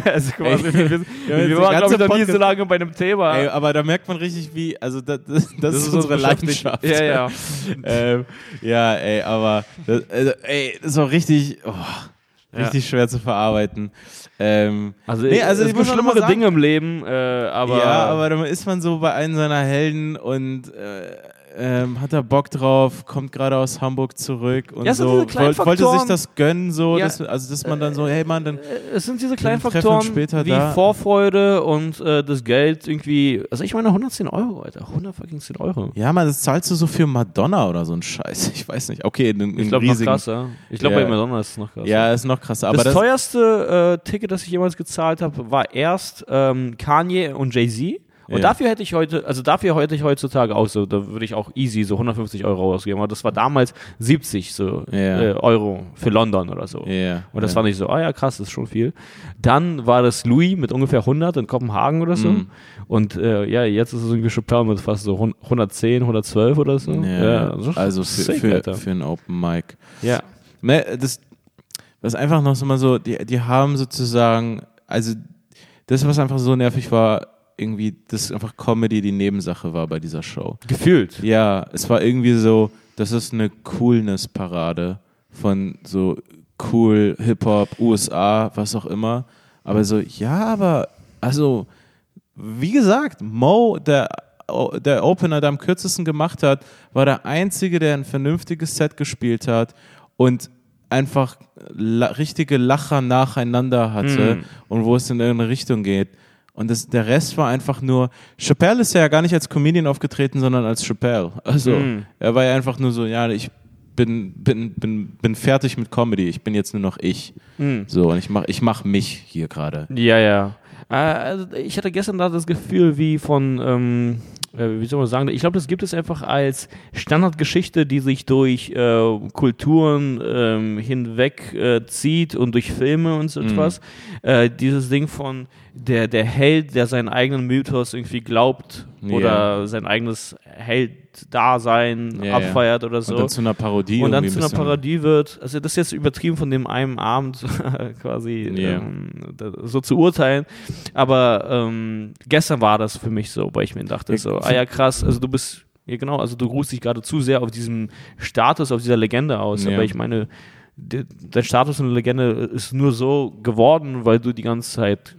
Speaker 2: also quasi, wir, wir,
Speaker 1: jetzt
Speaker 2: wir
Speaker 1: der
Speaker 2: waren, glaube
Speaker 1: ganze
Speaker 2: ich, noch nie so
Speaker 1: Podcast-
Speaker 2: lange bei einem Thema.
Speaker 1: Ey, aber da merkt man richtig, wie, also das, <laughs> das, das, ist unsere
Speaker 2: Beschäftigung.
Speaker 1: Leidenschaft.
Speaker 2: Ja, ja.
Speaker 1: <laughs> ähm, ja, ey, aber das, also, ey, das war richtig, oh, richtig schwer zu verarbeiten. Ähm,
Speaker 2: Also,
Speaker 1: nee,
Speaker 2: also
Speaker 1: also ich
Speaker 2: es gibt
Speaker 1: muss schon mal
Speaker 2: schlimmere
Speaker 1: sagen,
Speaker 2: Dinge im Leben, äh, aber,
Speaker 1: ja, aber dann ist man so bei einem seiner Helden und äh, ähm, hat da Bock drauf, kommt gerade aus Hamburg zurück und
Speaker 2: Ja, so diese
Speaker 1: so,
Speaker 2: kleinen
Speaker 1: wollte
Speaker 2: Faktoren.
Speaker 1: sich das gönnen, so,
Speaker 2: Ja. Äh.
Speaker 1: dass, also dass man dann so, hey Mann, dann
Speaker 2: es sind diese kleinen
Speaker 1: Dann treffen wir uns
Speaker 2: Faktoren
Speaker 1: später
Speaker 2: wie
Speaker 1: da.
Speaker 2: Vorfreude und äh, das Geld irgendwie. Also ich meine 110 Euro, Alter. 100 fucking 10 Euro.
Speaker 1: ja, Mann, das zahlst du so für Madonna oder so ein Scheiß. Ich weiß nicht. Okay, in, in
Speaker 2: Ich glaube noch
Speaker 1: riesigen.
Speaker 2: krasser. Ich glaube
Speaker 1: Ja.
Speaker 2: bei Madonna ist es noch krasser.
Speaker 1: Ja, ist noch krasser. Aber
Speaker 2: das,
Speaker 1: das,
Speaker 2: teuerste äh, Ticket, das ich jemals gezahlt habe, war erst ähm, Kanye und Jay-Z. Und
Speaker 1: Ja.
Speaker 2: dafür hätte ich heute, also dafür hätte ich heutzutage auch so, da würde ich auch easy so 150 Euro ausgeben. Aber das war damals 70 so
Speaker 1: Ja.
Speaker 2: äh, Euro für London oder so.
Speaker 1: ja,
Speaker 2: Und das
Speaker 1: ja.
Speaker 2: fand ich so, ah ja, krass, das ist schon viel. Dann war das Louis mit ungefähr 100 in Kopenhagen oder so.
Speaker 1: Mhm.
Speaker 2: Und äh, ja, jetzt ist es irgendwie Chappelle mit fast so 100 110, 112 oder so.
Speaker 1: Ja,
Speaker 2: das ist
Speaker 1: also
Speaker 2: sick,
Speaker 1: für, für,
Speaker 2: Alter.
Speaker 1: für ein Open Mic.
Speaker 2: ja.
Speaker 1: Ne, das, das ist einfach noch so mal so, die, die haben sozusagen, also das, was einfach so nervig war, irgendwie, dass einfach Comedy die Nebensache war bei dieser Show.
Speaker 2: gefühlt.
Speaker 1: Ja, es war irgendwie so, das ist eine Coolness-Parade von so cool, Hip-Hop, USA, was auch immer. Aber so, ja, aber, also, wie gesagt, Mo, der, der Opener, der am kürzesten gemacht hat, war der Einzige, der ein vernünftiges Set gespielt hat und einfach la richtige Lacher nacheinander hatte
Speaker 2: Mhm.
Speaker 1: und wo es in irgendeine Richtung geht. Und das, der Rest war einfach nur. Chappelle ist ja gar nicht als Comedian aufgetreten, sondern als Chappelle. Also
Speaker 2: Mhm.
Speaker 1: er war ja einfach nur so, ja, ich bin, bin, bin, bin fertig mit Comedy, ich bin jetzt nur noch ich.
Speaker 2: Mhm.
Speaker 1: So, und ich mach, ich mach mich hier gerade.
Speaker 2: Ja, ja. Äh, also ich hatte gestern da das Gefühl wie von, ähm, äh, wie soll man sagen, ich glaube, das gibt es einfach als Standardgeschichte, die sich durch äh, Kulturen ähm, hinweg äh, zieht und durch Filme und so
Speaker 1: Mhm.
Speaker 2: etwas. Äh, dieses Ding von der, der Held, der seinen eigenen Mythos irgendwie glaubt
Speaker 1: Ja.
Speaker 2: oder sein eigenes Held-Dasein
Speaker 1: Ja, ja.
Speaker 2: abfeiert oder so.
Speaker 1: Und dann zu einer Parodie.
Speaker 2: Und dann
Speaker 1: irgendwie
Speaker 2: zu
Speaker 1: ein
Speaker 2: einer
Speaker 1: bisschen-
Speaker 2: Parodie wird, also das ist jetzt übertrieben von dem einen Abend <laughs> quasi
Speaker 1: Ja.
Speaker 2: ähm, da- so zu urteilen, aber ähm, gestern war das für mich so, weil ich mir dachte
Speaker 1: Ja,
Speaker 2: so,
Speaker 1: für-
Speaker 2: ah ja krass, also du bist, ja genau, also du ruhst dich gerade zu sehr auf diesem Status, auf dieser Legende aus,
Speaker 1: Ja.
Speaker 2: aber ich meine, de- dein Status und Legende ist nur so geworden, weil du die ganze Zeit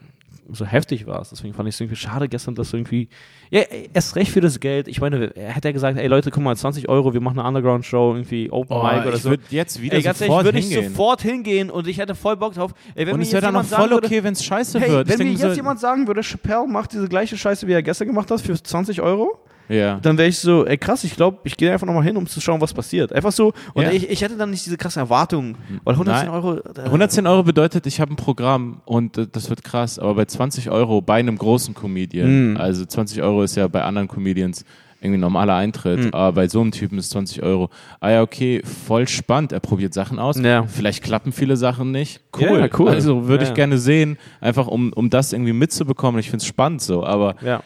Speaker 2: so heftig warst. Deswegen fand ich es irgendwie schade gestern, dass irgendwie. Ja, erst recht für das Geld. Ich meine, er hätte ja gesagt, ey Leute, guck mal, 20 Euro, wir machen eine Underground-Show, irgendwie Open
Speaker 1: Oh,
Speaker 2: Mic oder
Speaker 1: ich
Speaker 2: so.
Speaker 1: würde jetzt wieder
Speaker 2: Ey, ganz ehrlich,
Speaker 1: sofort
Speaker 2: würde ich
Speaker 1: hingehen.
Speaker 2: sofort hingehen und ich hätte voll Bock drauf. Ey, wenn
Speaker 1: und
Speaker 2: mir
Speaker 1: es
Speaker 2: jetzt
Speaker 1: wäre dann auch
Speaker 2: jemand sagen
Speaker 1: voll
Speaker 2: würde,
Speaker 1: okay, wenn es scheiße
Speaker 2: Hey,
Speaker 1: wird. Ich
Speaker 2: wenn mir
Speaker 1: denke
Speaker 2: jetzt
Speaker 1: so,
Speaker 2: jemand sagen würde, Chappelle macht diese gleiche Scheiße, wie er gestern gemacht hat, für 20 Euro,
Speaker 1: ja.
Speaker 2: dann wäre ich so, ey krass, ich glaube, ich gehe einfach nochmal hin, um zu schauen, was passiert. Einfach so, und
Speaker 1: Ja.
Speaker 2: ich, ich hätte dann nicht diese krassen Erwartungen, weil 110
Speaker 1: Nein.
Speaker 2: Euro. äh,
Speaker 1: 110 Euro bedeutet, ich habe ein Programm und äh, das wird krass, aber bei 20 Euro bei einem großen Comedian,
Speaker 2: Mm.
Speaker 1: also 20 Euro ist ja bei anderen Comedians irgendwie ein normaler Eintritt, aber bei so einem Typen ist 20 Euro. Ah ja, okay, voll spannend. Er probiert Sachen aus.
Speaker 2: Ja.
Speaker 1: Vielleicht klappen viele Sachen nicht.
Speaker 2: Ja,
Speaker 1: Cool.
Speaker 2: ja, cool.
Speaker 1: Also würde
Speaker 2: Ja, ja.
Speaker 1: ich gerne sehen, einfach um, um das irgendwie mitzubekommen. Ich finde es spannend so, aber
Speaker 2: Ja.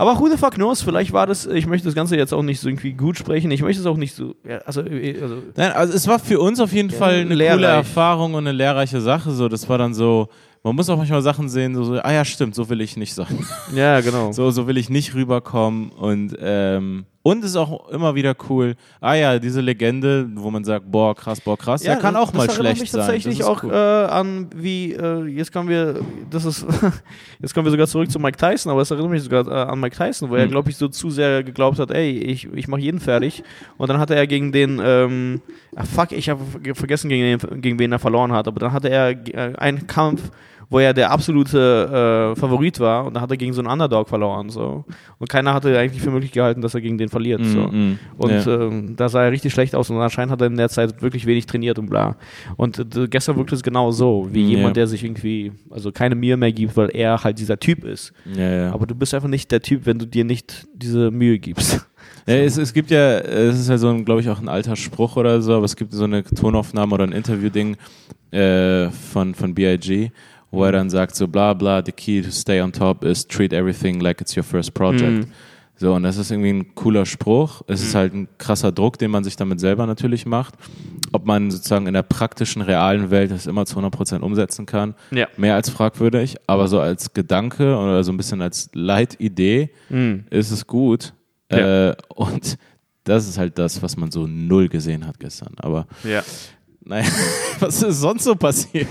Speaker 2: Aber who the fuck knows, vielleicht war das, ich möchte das Ganze jetzt auch nicht so irgendwie gut sprechen, ich möchte es auch nicht so, ja, also, äh, also
Speaker 1: Nein, also es war für uns auf jeden Fall eine
Speaker 2: lehrreich.
Speaker 1: coole Erfahrung und eine lehrreiche Sache. So, das war dann so, man muss auch manchmal Sachen sehen, so, so ah ja, stimmt, so will ich nicht sein.
Speaker 2: ja, genau.
Speaker 1: So, so will ich nicht rüberkommen. Und, ähm, Und es ist auch immer wieder cool. Ah ja, diese Legende, wo man sagt, boah, krass, boah, krass, ja, kann auch
Speaker 2: das
Speaker 1: mal
Speaker 2: erinnert
Speaker 1: schlecht
Speaker 2: mich
Speaker 1: sein.
Speaker 2: tatsächlich
Speaker 1: das ist
Speaker 2: auch
Speaker 1: cool.
Speaker 2: äh, an, wie äh, jetzt kommen wir, das ist, <laughs> jetzt kommen wir sogar zurück zu Mike Tyson, aber es erinnert mich sogar äh, an Mike Tyson, wo er,
Speaker 1: Hm.
Speaker 2: glaube ich, so zu sehr geglaubt hat, ey, ich, ich mache jeden fertig. Und dann hatte er gegen den, ähm, ah, fuck, ich habe vergessen, gegen, den, gegen wen er verloren hat, aber dann hatte er äh, einen Kampf wo er der absolute äh, Favorit war und dann hat er gegen so einen Underdog verloren so und keiner hatte eigentlich für möglich gehalten, dass er gegen den verliert äh, so.
Speaker 1: Mm, mm.
Speaker 2: Und
Speaker 1: ja.
Speaker 2: ähm, da sah er richtig schlecht aus und anscheinend hat er in der Zeit wirklich wenig trainiert und bla. Und äh, gestern wirkte es genau so, wie
Speaker 1: Ja.
Speaker 2: jemand, der sich irgendwie, also keine Mühe mehr gibt, weil er halt dieser Typ ist.
Speaker 1: ja, ja.
Speaker 2: Aber du bist einfach nicht der Typ, wenn du dir nicht diese Mühe gibst.
Speaker 1: Ja, es, es gibt ja, es ist ja so ein, glaube ich, auch ein alter Spruch oder so, aber es gibt so eine Tonaufnahme oder ein Interview-Ding äh, von, von B.I.G., wo er dann sagt, so bla bla, the key to stay on top is treat everything like it's your first project. So, und das ist irgendwie ein cooler Spruch. Es ist halt ein krasser Druck, den man sich damit selber natürlich macht. Ob man sozusagen in der praktischen, realen Welt das immer zu 100% umsetzen kann,
Speaker 2: Ja.
Speaker 1: mehr als fragwürdig, aber so als Gedanke oder so ein bisschen als Leitidee ist es gut.
Speaker 2: Ja.
Speaker 1: Äh, und das ist halt das, was man so null gesehen hat gestern.
Speaker 2: <laughs>
Speaker 1: Aber
Speaker 2: Ja.
Speaker 1: naja, was ist sonst so passiert?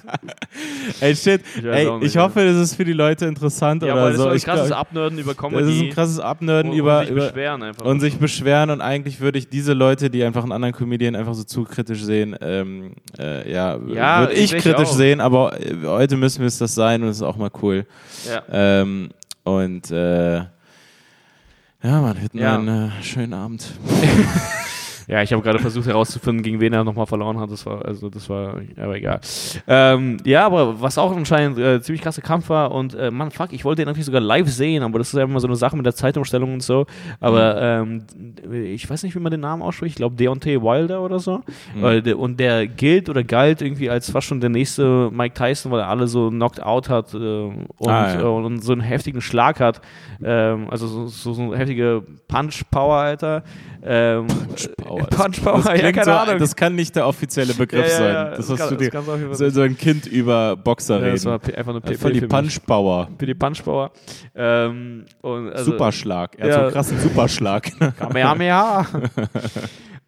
Speaker 1: <laughs> Ey, shit.
Speaker 2: Ich weiß
Speaker 1: Ey,
Speaker 2: auch nicht,
Speaker 1: ich hoffe, das ist für die Leute interessant
Speaker 2: Ja,
Speaker 1: oder
Speaker 2: weil das
Speaker 1: so.
Speaker 2: ist
Speaker 1: Ich
Speaker 2: ein krasses
Speaker 1: glaub,
Speaker 2: Abnörden über Comedy.
Speaker 1: das ist ein krasses Abnörden über,
Speaker 2: sich
Speaker 1: über
Speaker 2: beschweren einfach.
Speaker 1: und sich beschweren und eigentlich würde ich diese Leute, die einfach einen anderen Comedian einfach so zu kritisch sehen, ähm, äh, ja,
Speaker 2: Ja,
Speaker 1: würde ich
Speaker 2: sehe ich
Speaker 1: kritisch
Speaker 2: auch.
Speaker 1: sehen, aber äh, heute müssen wir es das sein und es ist auch mal cool.
Speaker 2: ja.
Speaker 1: Ähm, und äh, ja, man, wir hatten
Speaker 2: Ja.
Speaker 1: einen äh, schönen Abend.
Speaker 2: Ja, ich habe gerade versucht herauszufinden, gegen wen er nochmal verloren hat. Das war, also das war, aber egal. Ähm, ja, aber was auch anscheinend äh, ziemlich krasser Kampf war und äh, Mann, fuck, ich wollte den eigentlich sogar live sehen, aber das ist ja immer so eine Sache mit der Zeitumstellung und so. Aber
Speaker 1: Mhm.
Speaker 2: ähm, ich weiß nicht, wie man den Namen ausspricht. Ich glaube Deontay Wilder oder so.
Speaker 1: Mhm.
Speaker 2: Weil der- Und der gilt oder galt irgendwie als fast schon der nächste Mike Tyson, weil er alle so knocked out hat äh, und,
Speaker 1: Ah, ja.
Speaker 2: äh, und so einen heftigen Schlag hat. Ähm, also so, so, so eine heftige Punch-Power, Alter. Ähm,
Speaker 1: Punchpower.
Speaker 2: Punchpower,
Speaker 1: das,
Speaker 2: <laughs> ja,
Speaker 1: klingt
Speaker 2: keine
Speaker 1: so,
Speaker 2: Ahnung.
Speaker 1: Das kann nicht der offizielle Begriff
Speaker 2: Ja, ja, ja,
Speaker 1: sein. Das,
Speaker 2: das
Speaker 1: hast
Speaker 2: kann-
Speaker 1: du dir,
Speaker 2: das kannst du auf jeden Fall
Speaker 1: so, so ein Kind über Boxer
Speaker 2: Ja, das
Speaker 1: reden.
Speaker 2: war p- einfach eine
Speaker 1: Das
Speaker 2: PP
Speaker 1: war die
Speaker 2: für mich.
Speaker 1: Punch-Power.
Speaker 2: Für die Punchpower. Ähm, und also,
Speaker 1: Superschlag. Er
Speaker 2: Ja.
Speaker 1: hat so einen krassen Superschlag.
Speaker 2: <laughs> Kamehameha.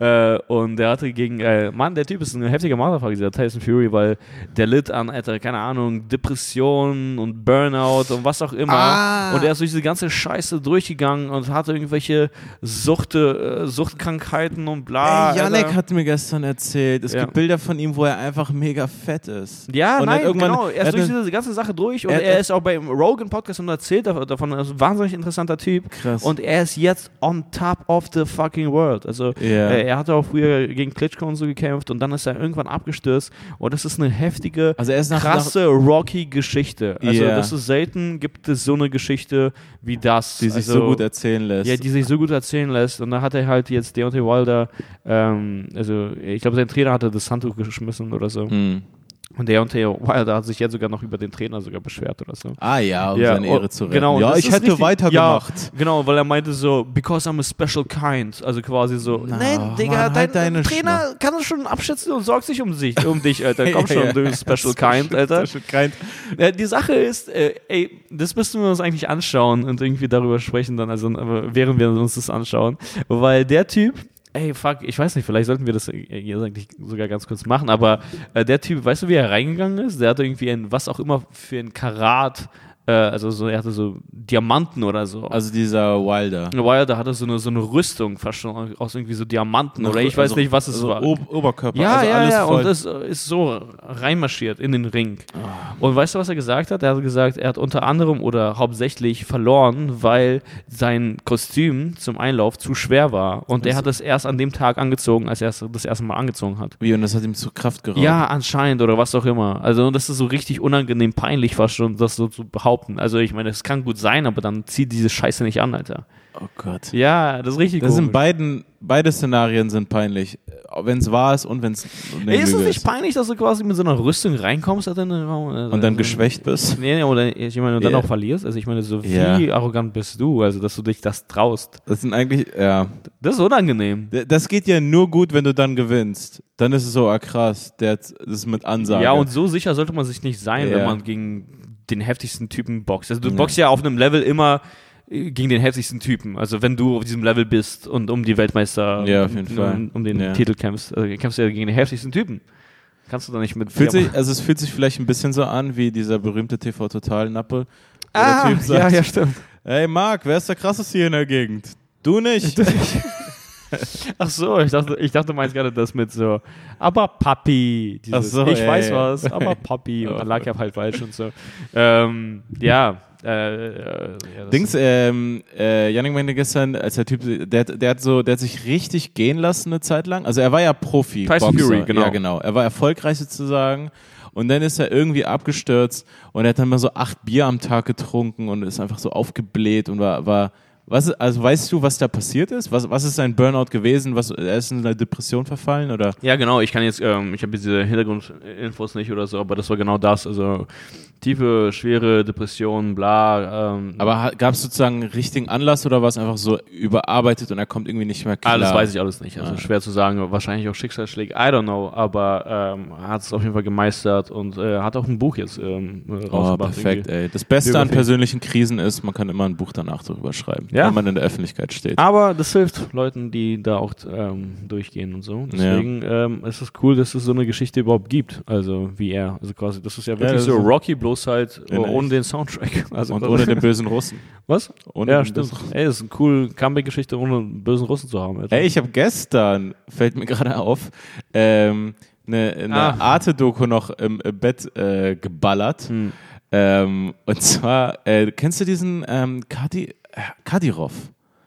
Speaker 2: äh, und der hatte gegen, äh, Mann, der Typ ist ein heftiger Motherfucker, dieser Tyson Fury, weil der litt an, Alter, keine Ahnung, Depressionen und Burnout und was auch immer.
Speaker 1: Ah.
Speaker 2: Und er ist durch diese ganze Scheiße durchgegangen und hatte irgendwelche Suchte, äh, Suchtkrankheiten und bla.
Speaker 1: Ey, Janek
Speaker 2: Alter.
Speaker 1: hat mir gestern erzählt, es
Speaker 2: Ah, also- Ja.
Speaker 1: gibt Bilder von ihm, wo er einfach mega fett ist.
Speaker 2: Ja,
Speaker 1: Und
Speaker 2: nein,
Speaker 1: hat irgendwann-
Speaker 2: genau. Er
Speaker 1: hat
Speaker 2: ist durch
Speaker 1: eine-
Speaker 2: diese ganze Sache durch und
Speaker 1: er hat-
Speaker 2: er, ist auch beim Rogan-Podcast und erzählt dav- davon. Er ist ein wahnsinnig interessanter Typ.
Speaker 1: Krass.
Speaker 2: Und er ist jetzt on top of the fucking world. Also
Speaker 1: Ja.
Speaker 2: äh, er hatte auch früher gegen Klitschko und so gekämpft und dann ist er irgendwann abgestürzt. Und das ist eine heftige,
Speaker 1: Also er ist nach, nach
Speaker 2: krasse Rocky-Geschichte. Also
Speaker 1: Ja.
Speaker 2: das ist selten, gibt es so eine Geschichte wie das.
Speaker 1: die sich
Speaker 2: also,
Speaker 1: so gut erzählen lässt.
Speaker 2: ja, die sich so gut erzählen lässt. Und da hat er halt jetzt Deontay Wilder, ähm, also ich glaube, sein Trainer hatte das Handtuch geschmissen oder so.
Speaker 1: Hm.
Speaker 2: Und der und der Wilder hat sich jetzt sogar noch über den Trainer sogar beschwert oder so.
Speaker 1: Ah ja, um seine
Speaker 2: oh,
Speaker 1: Ehre zu retten.
Speaker 2: Genau, und
Speaker 1: ja,
Speaker 2: das
Speaker 1: ich
Speaker 2: ist
Speaker 1: hätte
Speaker 2: richtig-
Speaker 1: weitergemacht.
Speaker 2: Ja, genau, weil er meinte so, because I'm a special kind. Also quasi so,
Speaker 1: Na,
Speaker 2: nein, Digga,
Speaker 1: Mann, halt
Speaker 2: dein
Speaker 1: deine
Speaker 2: Trainer kann das schon abschätzen und sorgt sich um, sich, um dich, Alter.
Speaker 1: <laughs>
Speaker 2: Komm schon, du special kind, Alter.
Speaker 1: Special kind.
Speaker 2: Ja, die Sache ist, äh, ey, das müssten wir uns eigentlich anschauen und irgendwie darüber sprechen dann, also äh, während wir uns das anschauen, weil der Typ, ey, fuck, ich weiß nicht, vielleicht sollten wir das äh, jetzt eigentlich sogar ganz kurz machen, aber äh, der Typ, weißt du, wie er reingegangen ist? Der hatte irgendwie ein, was auch immer für ein Karat, äh, also so, er hatte so Diamanten oder so.
Speaker 1: Also dieser Wilder.
Speaker 2: Wilder hatte so eine, so eine Rüstung fast schon aus irgendwie so Diamanten oder ich weiß
Speaker 1: Also-
Speaker 2: nicht, was es
Speaker 1: also
Speaker 2: war.
Speaker 1: Ob Oberkörper.
Speaker 2: Ja,
Speaker 1: also
Speaker 2: ja,
Speaker 1: alles
Speaker 2: ja.
Speaker 1: voll.
Speaker 2: Und ist, ist so reinmarschiert in den Ring. Und weißt du, was er gesagt hat? Er hat gesagt, er hat unter anderem oder hauptsächlich verloren, weil sein Kostüm zum Einlauf zu schwer war. Und er hat es erst an dem Tag angezogen, als er es das erste Mal angezogen hat.
Speaker 1: Wie, und das hat ihm zu Kraft geraubt.
Speaker 2: Ja, anscheinend oder was auch immer. Also das ist so richtig unangenehm peinlich fast schon, das so zu behaupten. Also ich meine, es kann gut sein, aber dann zieh diese Scheiße nicht an, Alter.
Speaker 1: Oh Gott.
Speaker 2: Ja, das ist richtig
Speaker 1: Das sind
Speaker 2: komisch.
Speaker 1: beiden, beide Szenarien sind peinlich. Wenn es wahr ist und wenn es
Speaker 2: Ey, ist es nicht peinlich, dass du quasi mit so einer Rüstung reinkommst Alter, in den Raum?
Speaker 1: Und dann geschwächt bist.
Speaker 2: Also, Nee, nee, oder ich meine, und dann
Speaker 1: Ja.
Speaker 2: auch verlierst. Also ich meine, so
Speaker 1: Ja.
Speaker 2: wie arrogant bist du, also dass du dich das traust.
Speaker 1: Das sind eigentlich, ja.
Speaker 2: Das ist unangenehm.
Speaker 1: D- Das geht ja nur gut, wenn du dann gewinnst. Dann ist es so, ah krass, der hat, das ist mit Ansage.
Speaker 2: Ja, und so sicher sollte man sich nicht sein,
Speaker 1: Ja.
Speaker 2: wenn man gegen den heftigsten Typen boxt. Also du boxst ja auf einem Level immer, gegen den heftigsten Typen. Also wenn du auf diesem Level bist und um die Weltmeister,
Speaker 1: Ja, auf jeden
Speaker 2: um,
Speaker 1: Fall.
Speaker 2: Um, um den
Speaker 1: Ja.
Speaker 2: Titel kämpfst, also kämpfst du ja gegen den heftigsten Typen. Kannst du da nicht mit...
Speaker 1: Fühlt
Speaker 2: ja,
Speaker 1: sich, also es fühlt sich vielleicht ein bisschen so an wie dieser berühmte TV-Total-Nappe. wo der
Speaker 2: ah,
Speaker 1: Typ
Speaker 2: ja,
Speaker 1: sagt,
Speaker 2: ja, stimmt.
Speaker 1: Ey Marc, wer ist der krasseste hier in der Gegend? Du
Speaker 2: <laughs>
Speaker 1: nicht.
Speaker 2: Ach so, ich dachte, ich dachte, du meinst gerade das mit so, aber Papi, dieses,
Speaker 1: Ach so,
Speaker 2: ich
Speaker 1: ja,
Speaker 2: weiß
Speaker 1: ja. <laughs>
Speaker 2: was, aber Papi, und dann lag ich halt falsch und so. Ähm, ja, äh, äh, ja das-
Speaker 1: Dings, ähm, äh, Janik meinte gestern, als der Typ, der, hat- der hat so, der hat sich richtig gehen lassen eine Zeit lang. Also er war ja Profi.
Speaker 2: Tyson
Speaker 1: Boxer.
Speaker 2: Fury, genau.
Speaker 1: Ja, genau. Er war erfolgreich sozusagen. Und dann ist er irgendwie abgestürzt und er hat dann mal so acht Bier am Tag getrunken und ist einfach so aufgebläht und war, war was, also weißt du, was da passiert ist? Was, was ist sein Burnout gewesen? Was, er ist in eine Depression verfallen oder?
Speaker 2: Ja, genau. Ich kann jetzt, ähm, ich habe diese Hintergrundinfos nicht oder so, aber das war genau das. Also tiefe, schwere Depressionen, bla. Ähm,
Speaker 1: Aber gab es sozusagen einen richtigen Anlass oder war es einfach so überarbeitet und er kommt irgendwie nicht mehr klar?
Speaker 2: alles weiß ich alles nicht. Also
Speaker 1: Ah.
Speaker 2: schwer zu sagen. Wahrscheinlich auch Schicksalsschläge. I don't know. Aber ähm, hat es auf jeden Fall gemeistert und äh, hat auch ein Buch jetzt ähm, äh,
Speaker 1: Oh,
Speaker 2: rausgebracht.
Speaker 1: perfekt,
Speaker 2: irgendwie.
Speaker 1: ey. Das Beste an
Speaker 2: Biografie.
Speaker 1: persönlichen Krisen ist, man kann immer ein Buch danach drüber schreiben,
Speaker 2: Ja.
Speaker 1: wenn man in der Öffentlichkeit steht.
Speaker 2: Aber das hilft Leuten, die da auch ähm, durchgehen und so. Deswegen ähm, ist es cool, dass es so eine Geschichte überhaupt gibt. Also wie er. Also quasi, das ist ja wirklich
Speaker 1: das
Speaker 2: so
Speaker 1: ist-
Speaker 2: Rocky, bloß halt
Speaker 1: Ja, nice.
Speaker 2: ohne den Soundtrack. <laughs> Also
Speaker 1: und
Speaker 2: quasi-
Speaker 1: ohne den bösen Russen.
Speaker 2: Was?
Speaker 1: Ohne
Speaker 2: ja,
Speaker 1: den
Speaker 2: stimmt.
Speaker 1: bösen-
Speaker 2: Ey, das ist eine coole Comeback-Geschichte, ohne einen bösen Russen zu haben.
Speaker 1: <laughs>
Speaker 2: Alter.
Speaker 1: Ey, ich habe gestern, fällt mir gerade auf, ähm, eine, eine
Speaker 2: Ah.
Speaker 1: Arte-Doku noch im Bett äh, geballert. Ähm, und zwar, äh, kennst du diesen ähm, Kadi äh, Kadirov?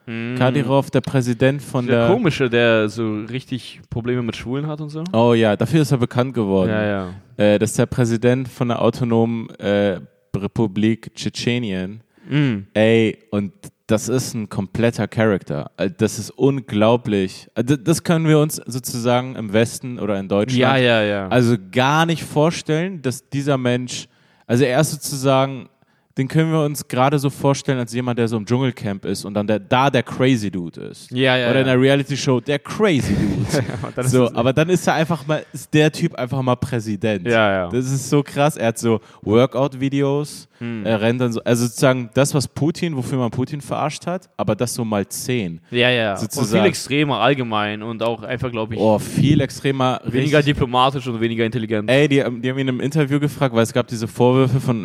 Speaker 1: Hm. Kadirov, der Präsident von
Speaker 2: der
Speaker 1: der.
Speaker 2: komische, der so richtig Probleme mit Schwulen hat und so.
Speaker 1: Oh ja, dafür ist er bekannt geworden.
Speaker 2: Ja, ja.
Speaker 1: Äh, das ist der Präsident von der autonomen äh, Republik Tschetschenien.
Speaker 2: Mm.
Speaker 1: Ey, und das ist ein kompletter Charakter. Äh, Das ist unglaublich. Äh, d- Das können wir uns sozusagen im Westen oder in Deutschland
Speaker 2: Ja, ja, ja.
Speaker 1: also gar nicht vorstellen, dass dieser Mensch, also er ist sozusagen, den können wir uns gerade so vorstellen als jemand, der so im Dschungelcamp ist und dann der, da der Crazy Dude ist.
Speaker 2: Ja, ja,
Speaker 1: Oder in
Speaker 2: <laughs> ja.
Speaker 1: der Reality Show der Crazy Dude. so, aber dann ist er einfach mal, ist der Typ einfach mal Präsident.
Speaker 2: Ja, ja.
Speaker 1: Das ist so krass. Er hat so Workout-Videos, er rennt dann so, also sozusagen das, was Putin, wofür man Putin verarscht hat, aber das so mal zehn.
Speaker 2: ja, ja. Und
Speaker 1: sozusagen.
Speaker 2: viel extremer allgemein und auch einfach, glaube ich,
Speaker 1: Oh, viel extremer.
Speaker 2: weniger
Speaker 1: richtig-
Speaker 2: diplomatisch und weniger intelligent.
Speaker 1: Ey, die, haben- die haben ihn im Interview gefragt, weil es gab diese Vorwürfe von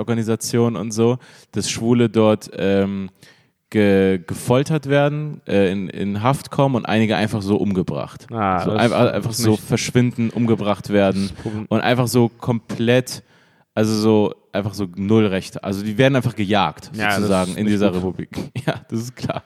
Speaker 1: Menschenrechtsorganisationen und so, dass Schwule dort ähm, ge, gefoltert werden, äh, in, in Haft kommen und einige einfach so umgebracht.
Speaker 2: Ah,
Speaker 1: so
Speaker 2: das
Speaker 1: einfach Also einfach
Speaker 2: ist
Speaker 1: so
Speaker 2: nicht-
Speaker 1: verschwinden, umgebracht werden
Speaker 2: Das Problem-
Speaker 1: und einfach so komplett, also so einfach so null Rechte. Also die werden einfach gejagt
Speaker 2: Ja, das
Speaker 1: sozusagen
Speaker 2: ist
Speaker 1: in
Speaker 2: nicht
Speaker 1: dieser
Speaker 2: gut.
Speaker 1: Republik. <laughs> Ja, das ist klar.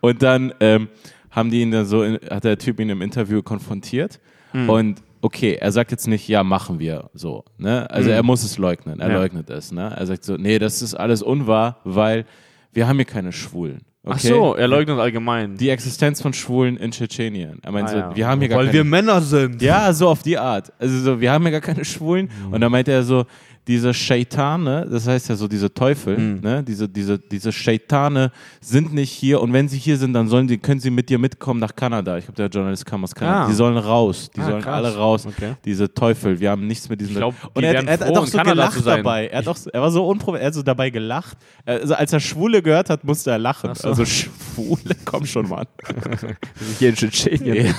Speaker 1: Und dann ähm, haben die ihn dann so, in, hat der Typ ihn im Interview konfrontiert
Speaker 2: Hm.
Speaker 1: und okay, er sagt jetzt nicht, ja, machen wir so. Ne? Also er muss es leugnen, er
Speaker 2: Hm. Ja.
Speaker 1: leugnet es. Ne? Er sagt so, nee, das ist alles unwahr, weil wir haben hier keine Schwulen. Okay?
Speaker 2: Ach so, er leugnet allgemein.
Speaker 1: Die Existenz von Schwulen in Tschetschenien. Er meint
Speaker 2: Ah,
Speaker 1: so,
Speaker 2: ja.
Speaker 1: wir haben hier gar
Speaker 2: Weil
Speaker 1: keine
Speaker 2: wir Männer sind.
Speaker 1: ja, so auf die Art. Also so, wir haben ja gar keine Schwulen.
Speaker 2: Mhm.
Speaker 1: Und dann meinte er so, diese Scheitane, das heißt ja so diese Teufel,
Speaker 2: Mhm.
Speaker 1: ne? diese, diese, diese Scheitane sind nicht hier und wenn sie hier sind, dann sollen sie, können sie mit dir mitkommen nach Kanada. Ich glaube, der Journalist kam aus Kanada.
Speaker 2: Ah.
Speaker 1: Die sollen raus, die
Speaker 2: Ah,
Speaker 1: sollen
Speaker 2: krass.
Speaker 1: alle raus.
Speaker 2: Okay.
Speaker 1: Diese Teufel, wir haben nichts mit diesen
Speaker 2: Ich glaub,
Speaker 1: Und
Speaker 2: die
Speaker 1: er,
Speaker 2: wären
Speaker 1: hat- er
Speaker 2: froh,
Speaker 1: hat auch
Speaker 2: in
Speaker 1: so
Speaker 2: Kanada zu
Speaker 1: gelacht
Speaker 2: sein.
Speaker 1: dabei. Er, hat auch, so- er war so unprof er hat so dabei gelacht. Er- Also als er Schwule gehört hat, musste er lachen.
Speaker 2: Ach so.
Speaker 1: Also <laughs> Schwule, komm schon,
Speaker 2: <laughs>
Speaker 1: Mann.
Speaker 2: Hier in Tschetschenien.
Speaker 1: Ja.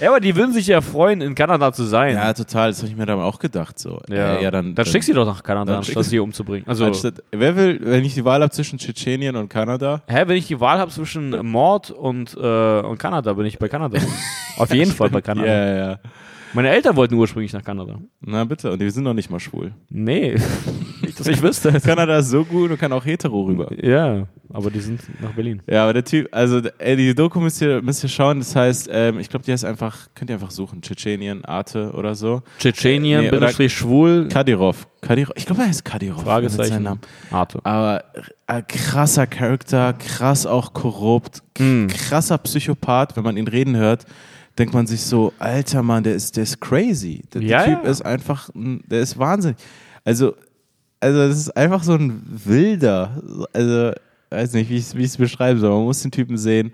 Speaker 2: Ja, aber die würden sich ja freuen, in Kanada zu sein.
Speaker 1: Ja, total. Das habe ich mir dann auch gedacht. So. Äh, ja, dann,
Speaker 2: dann schick sie doch nach Kanada,
Speaker 1: dann
Speaker 2: anstatt
Speaker 1: schick-
Speaker 2: sie hier umzubringen. Also,
Speaker 1: Anstatt, wer will, wenn ich die Wahl habe zwischen Tschetschenien und Kanada?
Speaker 2: Hä, wenn ich die Wahl habe zwischen Mord und, äh, und Kanada, bin ich
Speaker 1: <laughs>
Speaker 2: bei Kanada. Auf jeden Fall bei
Speaker 1: Ja,
Speaker 2: Kanada.
Speaker 1: ja, ja.
Speaker 2: Meine Eltern wollten ursprünglich nach Kanada.
Speaker 1: Na bitte, und wir sind noch nicht mal schwul. <laughs>
Speaker 2: Nee, nicht, dass ich wüsste.
Speaker 1: Kanada ist so gut und kann auch hetero rüber.
Speaker 2: <laughs> Ja, aber die sind nach Berlin.
Speaker 1: Ja, aber der Typ, also ey, die Doku müsst ihr, müsst ihr schauen. Das heißt, ähm, ich glaube, die heißt einfach, könnt ihr einfach suchen, Tschetschenien, Arte oder so.
Speaker 2: Tschetschenien,
Speaker 1: Nee, oder-
Speaker 2: Bindestrich schwul,
Speaker 1: Kadirov. Kadirov. Ich glaube, er heißt Kadirov. wenn jetzt sein
Speaker 2: Fragezeichen,
Speaker 1: Name-
Speaker 2: Arte.
Speaker 1: Aber äh, krasser Charakter, krass auch korrupt, k-
Speaker 2: Mhm.
Speaker 1: krasser Psychopath, wenn man ihn reden hört, denkt man sich so, alter Mann, der ist, der ist crazy. Der,
Speaker 2: Ja,
Speaker 1: der Typ
Speaker 2: ja.
Speaker 1: ist einfach, ein- der ist wahnsinnig. Also, also das ist einfach so ein wilder, also weiß nicht, wie ich es beschreiben soll, man muss den Typen sehen.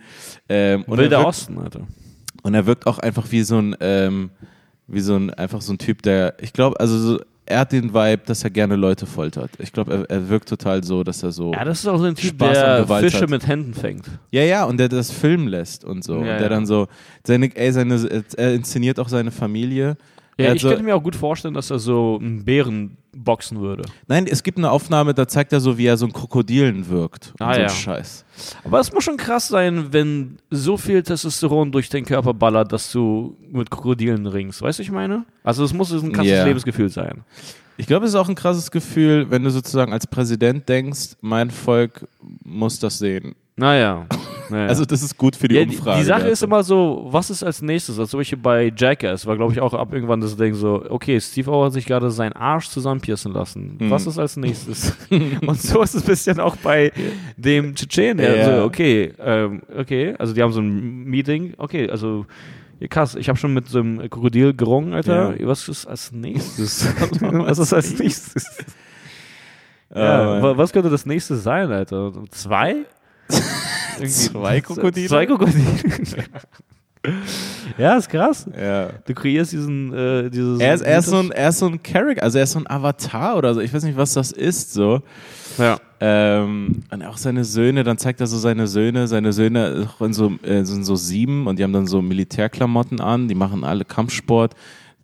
Speaker 1: Ähm, und, er
Speaker 2: Wilder
Speaker 1: wirkt,
Speaker 2: Osten, Alter.
Speaker 1: und er wirkt auch einfach wie so ein, ähm, wie so ein, einfach so ein Typ, der, ich glaube, also so, er hat den Vibe, dass er gerne Leute foltert. Ich glaube, er, er wirkt total so, dass er so.
Speaker 2: Ja, das ist auch so ein Typ,
Speaker 1: Spaß an
Speaker 2: der
Speaker 1: Gewalt
Speaker 2: Fische
Speaker 1: hat.
Speaker 2: mit Händen fängt.
Speaker 1: Ja, ja, und der das filmen lässt und so.
Speaker 2: Ja,
Speaker 1: und der
Speaker 2: ja.
Speaker 1: dann so, seine, ey, seine, er inszeniert auch seine Familie.
Speaker 2: Ja,
Speaker 1: Er hat
Speaker 2: ich
Speaker 1: so-
Speaker 2: könnte mir auch gut vorstellen, dass er so einen Bären boxen würde.
Speaker 1: nein, es gibt eine Aufnahme, da zeigt er so, wie er so ein Krokodilen wirkt. Und
Speaker 2: Ah,
Speaker 1: so ein
Speaker 2: ja.
Speaker 1: Scheiß.
Speaker 2: Aber es muss schon krass sein, wenn so viel Testosteron durch den Körper ballert, dass du mit Krokodilen ringst. Weißt du, ich meine? Also es muss ein krasses
Speaker 1: Ja.
Speaker 2: Lebensgefühl sein.
Speaker 1: Ich glaube, es ist auch ein krasses Gefühl, wenn du sozusagen als Präsident denkst, mein Volk muss das sehen. <laughs>
Speaker 2: Naja. naja.
Speaker 1: Also, das ist gut für die
Speaker 2: ja, die,
Speaker 1: Umfrage.
Speaker 2: die Sache ist
Speaker 1: also.
Speaker 2: immer so, was ist als nächstes? Also zum Beispiel bei Jackass war, glaube ich, auch ab irgendwann das Ding so, okay, Steve O hat sich gerade seinen Arsch zusammenpiercen lassen. Was ist als nächstes? <laughs> Und so ist es ein bisschen auch bei dem Tschetschenen.
Speaker 1: Ja.
Speaker 2: Also, okay, ähm, okay, also die haben so ein Meeting, okay, also ja, krass, ich habe schon mit so einem Krokodil gerungen, Alter. Was ist als nächstes? was ist als nächstes? Ja,
Speaker 1: Äh,
Speaker 2: wa- was könnte das nächste sein, Alter?
Speaker 1: <laughs>
Speaker 2: Zwei? Irgendwie- <laughs>
Speaker 1: Zwei Krokodile?
Speaker 2: Zwei Krokodile. <laughs> ja, ist krass.
Speaker 1: ja.
Speaker 2: Du kreierst diesen, äh, dieses.
Speaker 1: Er ist, er, ist so ein, er ist so ein Character, also er ist so ein Avatar oder so. Ich weiß nicht, was das ist so.
Speaker 2: Ja.
Speaker 1: Ähm, und auch seine Söhne, dann zeigt er so seine Söhne. Seine Söhne auch in so, äh, sind so sieben und die haben dann so Militärklamotten an. Die machen alle Kampfsport.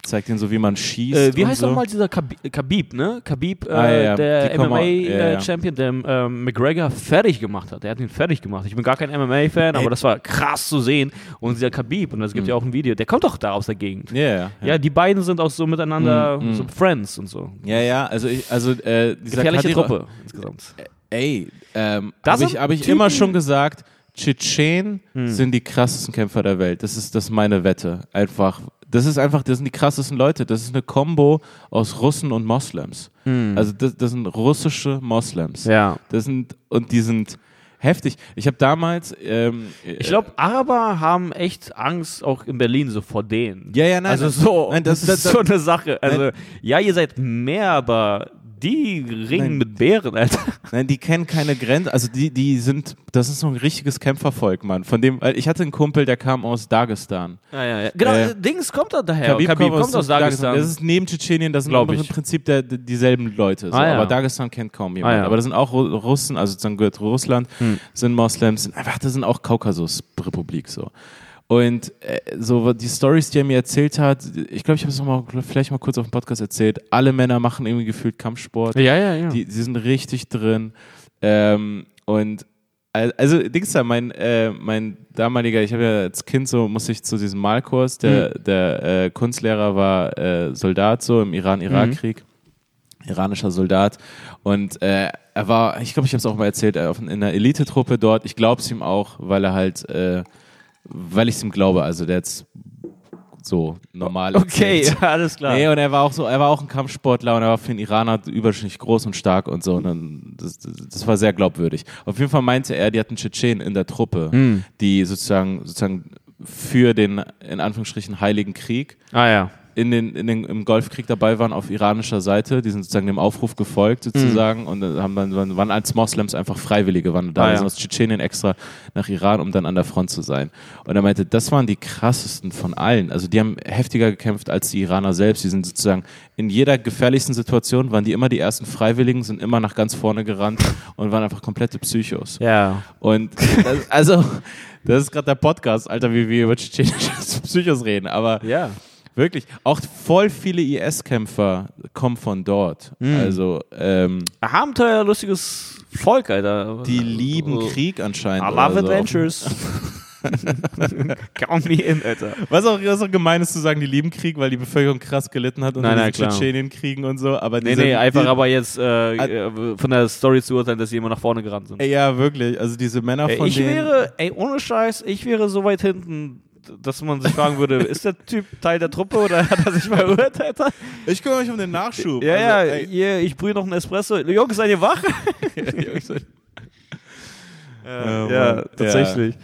Speaker 1: Zeigt ihnen so, wie man schießt.
Speaker 2: Äh, wie
Speaker 1: und
Speaker 2: heißt
Speaker 1: so.
Speaker 2: nochmal dieser Khabib, Khabib ne? Khabib, äh,
Speaker 1: Ah, ja, ja. Die
Speaker 2: der
Speaker 1: kommen auch- ja, ja.
Speaker 2: MMA-Champion, äh, der ähm, McGregor fertig gemacht hat. Der hat ihn fertig gemacht. Ich bin gar kein MMA-Fan,
Speaker 1: Ey.
Speaker 2: aber das war krass zu sehen. Und dieser Khabib, und es gibt ja auch ein Video, der kommt doch da aus der Gegend.
Speaker 1: Ja, Mhm. ja.
Speaker 2: Ja, die beiden sind auch so miteinander
Speaker 1: Mhm, mhm.
Speaker 2: so Friends und so.
Speaker 1: Ja, ja, also, ich, also äh, dieser
Speaker 2: Gefährliche
Speaker 1: Kadyrov-
Speaker 2: Truppe insgesamt.
Speaker 1: Ey, ähm,
Speaker 2: Das
Speaker 1: habe ich,
Speaker 2: sind
Speaker 1: hab ich
Speaker 2: Typen- Hm.
Speaker 1: immer schon gesagt, Tschetschenen sind die krassesten Kämpfer der Welt. Das ist, das ist meine Wette. Einfach, das ist einfach, das sind die krassesten Leute. Das ist eine Combo aus Russen und Moslems. Also das, das sind russische Moslems.
Speaker 2: Hm. Ja.
Speaker 1: Das sind, und die sind heftig. Ich habe damals, ähm,
Speaker 2: Ich glaube, Araber haben echt Angst auch in Berlin so vor denen.
Speaker 1: Ja, ja, nein,
Speaker 2: Also
Speaker 1: das-
Speaker 2: so,
Speaker 1: nein, das-
Speaker 2: <laughs> das,
Speaker 1: das-
Speaker 2: ist so eine Sache. Also
Speaker 1: Nein.
Speaker 2: ja, ihr seid mehr, aber die
Speaker 1: Nein.
Speaker 2: ringen mit Bären, Alter.
Speaker 1: Nein, die kennen keine Grenzen. Also die, die sind, das ist so ein richtiges Kämpfervolk, Mann. Von dem, weil ich hatte einen Kumpel, der kam aus Dagestan.
Speaker 2: Ja, ja, ja. Genau,
Speaker 1: Äh,
Speaker 2: Dings kommt da daher. Khabib, kommt aus
Speaker 1: Das
Speaker 2: Dagestan.
Speaker 1: ist neben Tschetschenien, das sind
Speaker 2: Glaub
Speaker 1: aber im
Speaker 2: ich.
Speaker 1: Prinzip der, d- dieselben Leute. So.
Speaker 2: Ah, ja.
Speaker 1: Aber Dagestan kennt kaum jemand.
Speaker 2: Ah, ja. Hm.
Speaker 1: Aber das sind auch Ru- Russen, also sozusagen gehört Russland, sind Moslems, sind einfach, das sind auch Kaukasusrepublik so. Und äh, so die Stories, die er mir erzählt hat, ich glaube, ich habe es noch mal vielleicht mal kurz auf dem Podcast erzählt. Alle Männer machen irgendwie gefühlt Kampfsport.
Speaker 2: Ja, ja, ja.
Speaker 1: Die, die sind richtig drin. Ähm, und al- also, Dings da, mein, äh, mein damaliger, ich habe ja als Kind so, musste ich zu diesem Malkurs, der,
Speaker 2: Mhm.
Speaker 1: der äh, Kunstlehrer war äh, Soldat so im
Speaker 2: Mhm.
Speaker 1: Iran-Irak-Krieg, iranischer Soldat. Und äh, er war, ich glaube, ich habe es auch mal erzählt, er auf, in einer Elitetruppe dort. Ich glaube es ihm auch, weil er halt, äh, weil ich es ihm glaube. Also, der jetzt so normal
Speaker 2: okay,
Speaker 1: erzählt.
Speaker 2: ja, <laughs> alles klar.
Speaker 1: Nee, und er war auch so, er war auch ein Kampfsportler und er war für einen Iraner überschnittlich groß und stark und so. Und dann, das, das das war sehr glaubwürdig. Auf jeden Fall meinte er, die hatten Tschetschenen in der Truppe, die sozusagen, sozusagen für den, in Anführungsstrichen, Heiligen Krieg
Speaker 2: ah ja.
Speaker 1: in den, in den, im Golfkrieg dabei waren auf iranischer Seite. Die sind sozusagen dem Aufruf gefolgt
Speaker 2: Mhm.
Speaker 1: sozusagen und äh, haben dann, waren, waren als Moslems einfach Freiwillige, waren da
Speaker 2: Ah, ja.
Speaker 1: die sind aus Tschetschenien extra nach Iran, um dann an der Front zu sein. Und er meinte, das waren die krassesten von allen. Also die haben heftiger gekämpft als die Iraner selbst. Die sind sozusagen in jeder gefährlichsten Situation, waren die immer die ersten Freiwilligen, sind immer nach ganz vorne
Speaker 2: <laughs>
Speaker 1: gerannt und waren einfach komplette Psychos.
Speaker 2: Ja.
Speaker 1: Und das, also, das ist gerade der Podcast, Alter, wie wir über tschetschenische <laughs> Psychos reden, aber
Speaker 2: Ja.
Speaker 1: Wirklich. Auch voll viele IS-Kämpfer kommen von dort.
Speaker 2: Hm.
Speaker 1: Also, ähm,
Speaker 2: Abenteuerlustiges Volk, Alter. Oh,
Speaker 1: die lieben Krieg Also anscheinend.
Speaker 2: I love
Speaker 1: oder so. <laughs>
Speaker 2: adventures. Count me in, Alter.
Speaker 1: Was auch, was auch gemein ist zu sagen, die lieben Krieg, weil die Bevölkerung krass gelitten hat unter
Speaker 2: Nein, nein,
Speaker 1: diesen
Speaker 2: klar.
Speaker 1: Tschetschenienkriegen und so. Aber
Speaker 2: Nee,
Speaker 1: diese,
Speaker 2: nee, einfach
Speaker 1: die,
Speaker 2: aber jetzt äh, äh, von der Story zu urteilen, dass sie immer nach vorne gerannt sind.
Speaker 1: Ey, Ja, wirklich. Also diese Männer
Speaker 2: Ey,
Speaker 1: von
Speaker 2: ich
Speaker 1: denen.
Speaker 2: wäre, ey, ohne Scheiß, ich wäre so weit hinten, dass man sich fragen <laughs> würde, ist der Typ Teil der Truppe oder hat er sich <laughs> verurteilt? Alter?
Speaker 1: ich kümmere mich um den Nachschub.
Speaker 2: Ja, ja,
Speaker 1: also, ey,
Speaker 2: hier, ich brühe noch einen Espresso.
Speaker 1: <laughs>
Speaker 2: Jungs, <laughs> seid ihr wach?
Speaker 1: Jungs,
Speaker 2: ja,
Speaker 1: Mann.
Speaker 2: tatsächlich.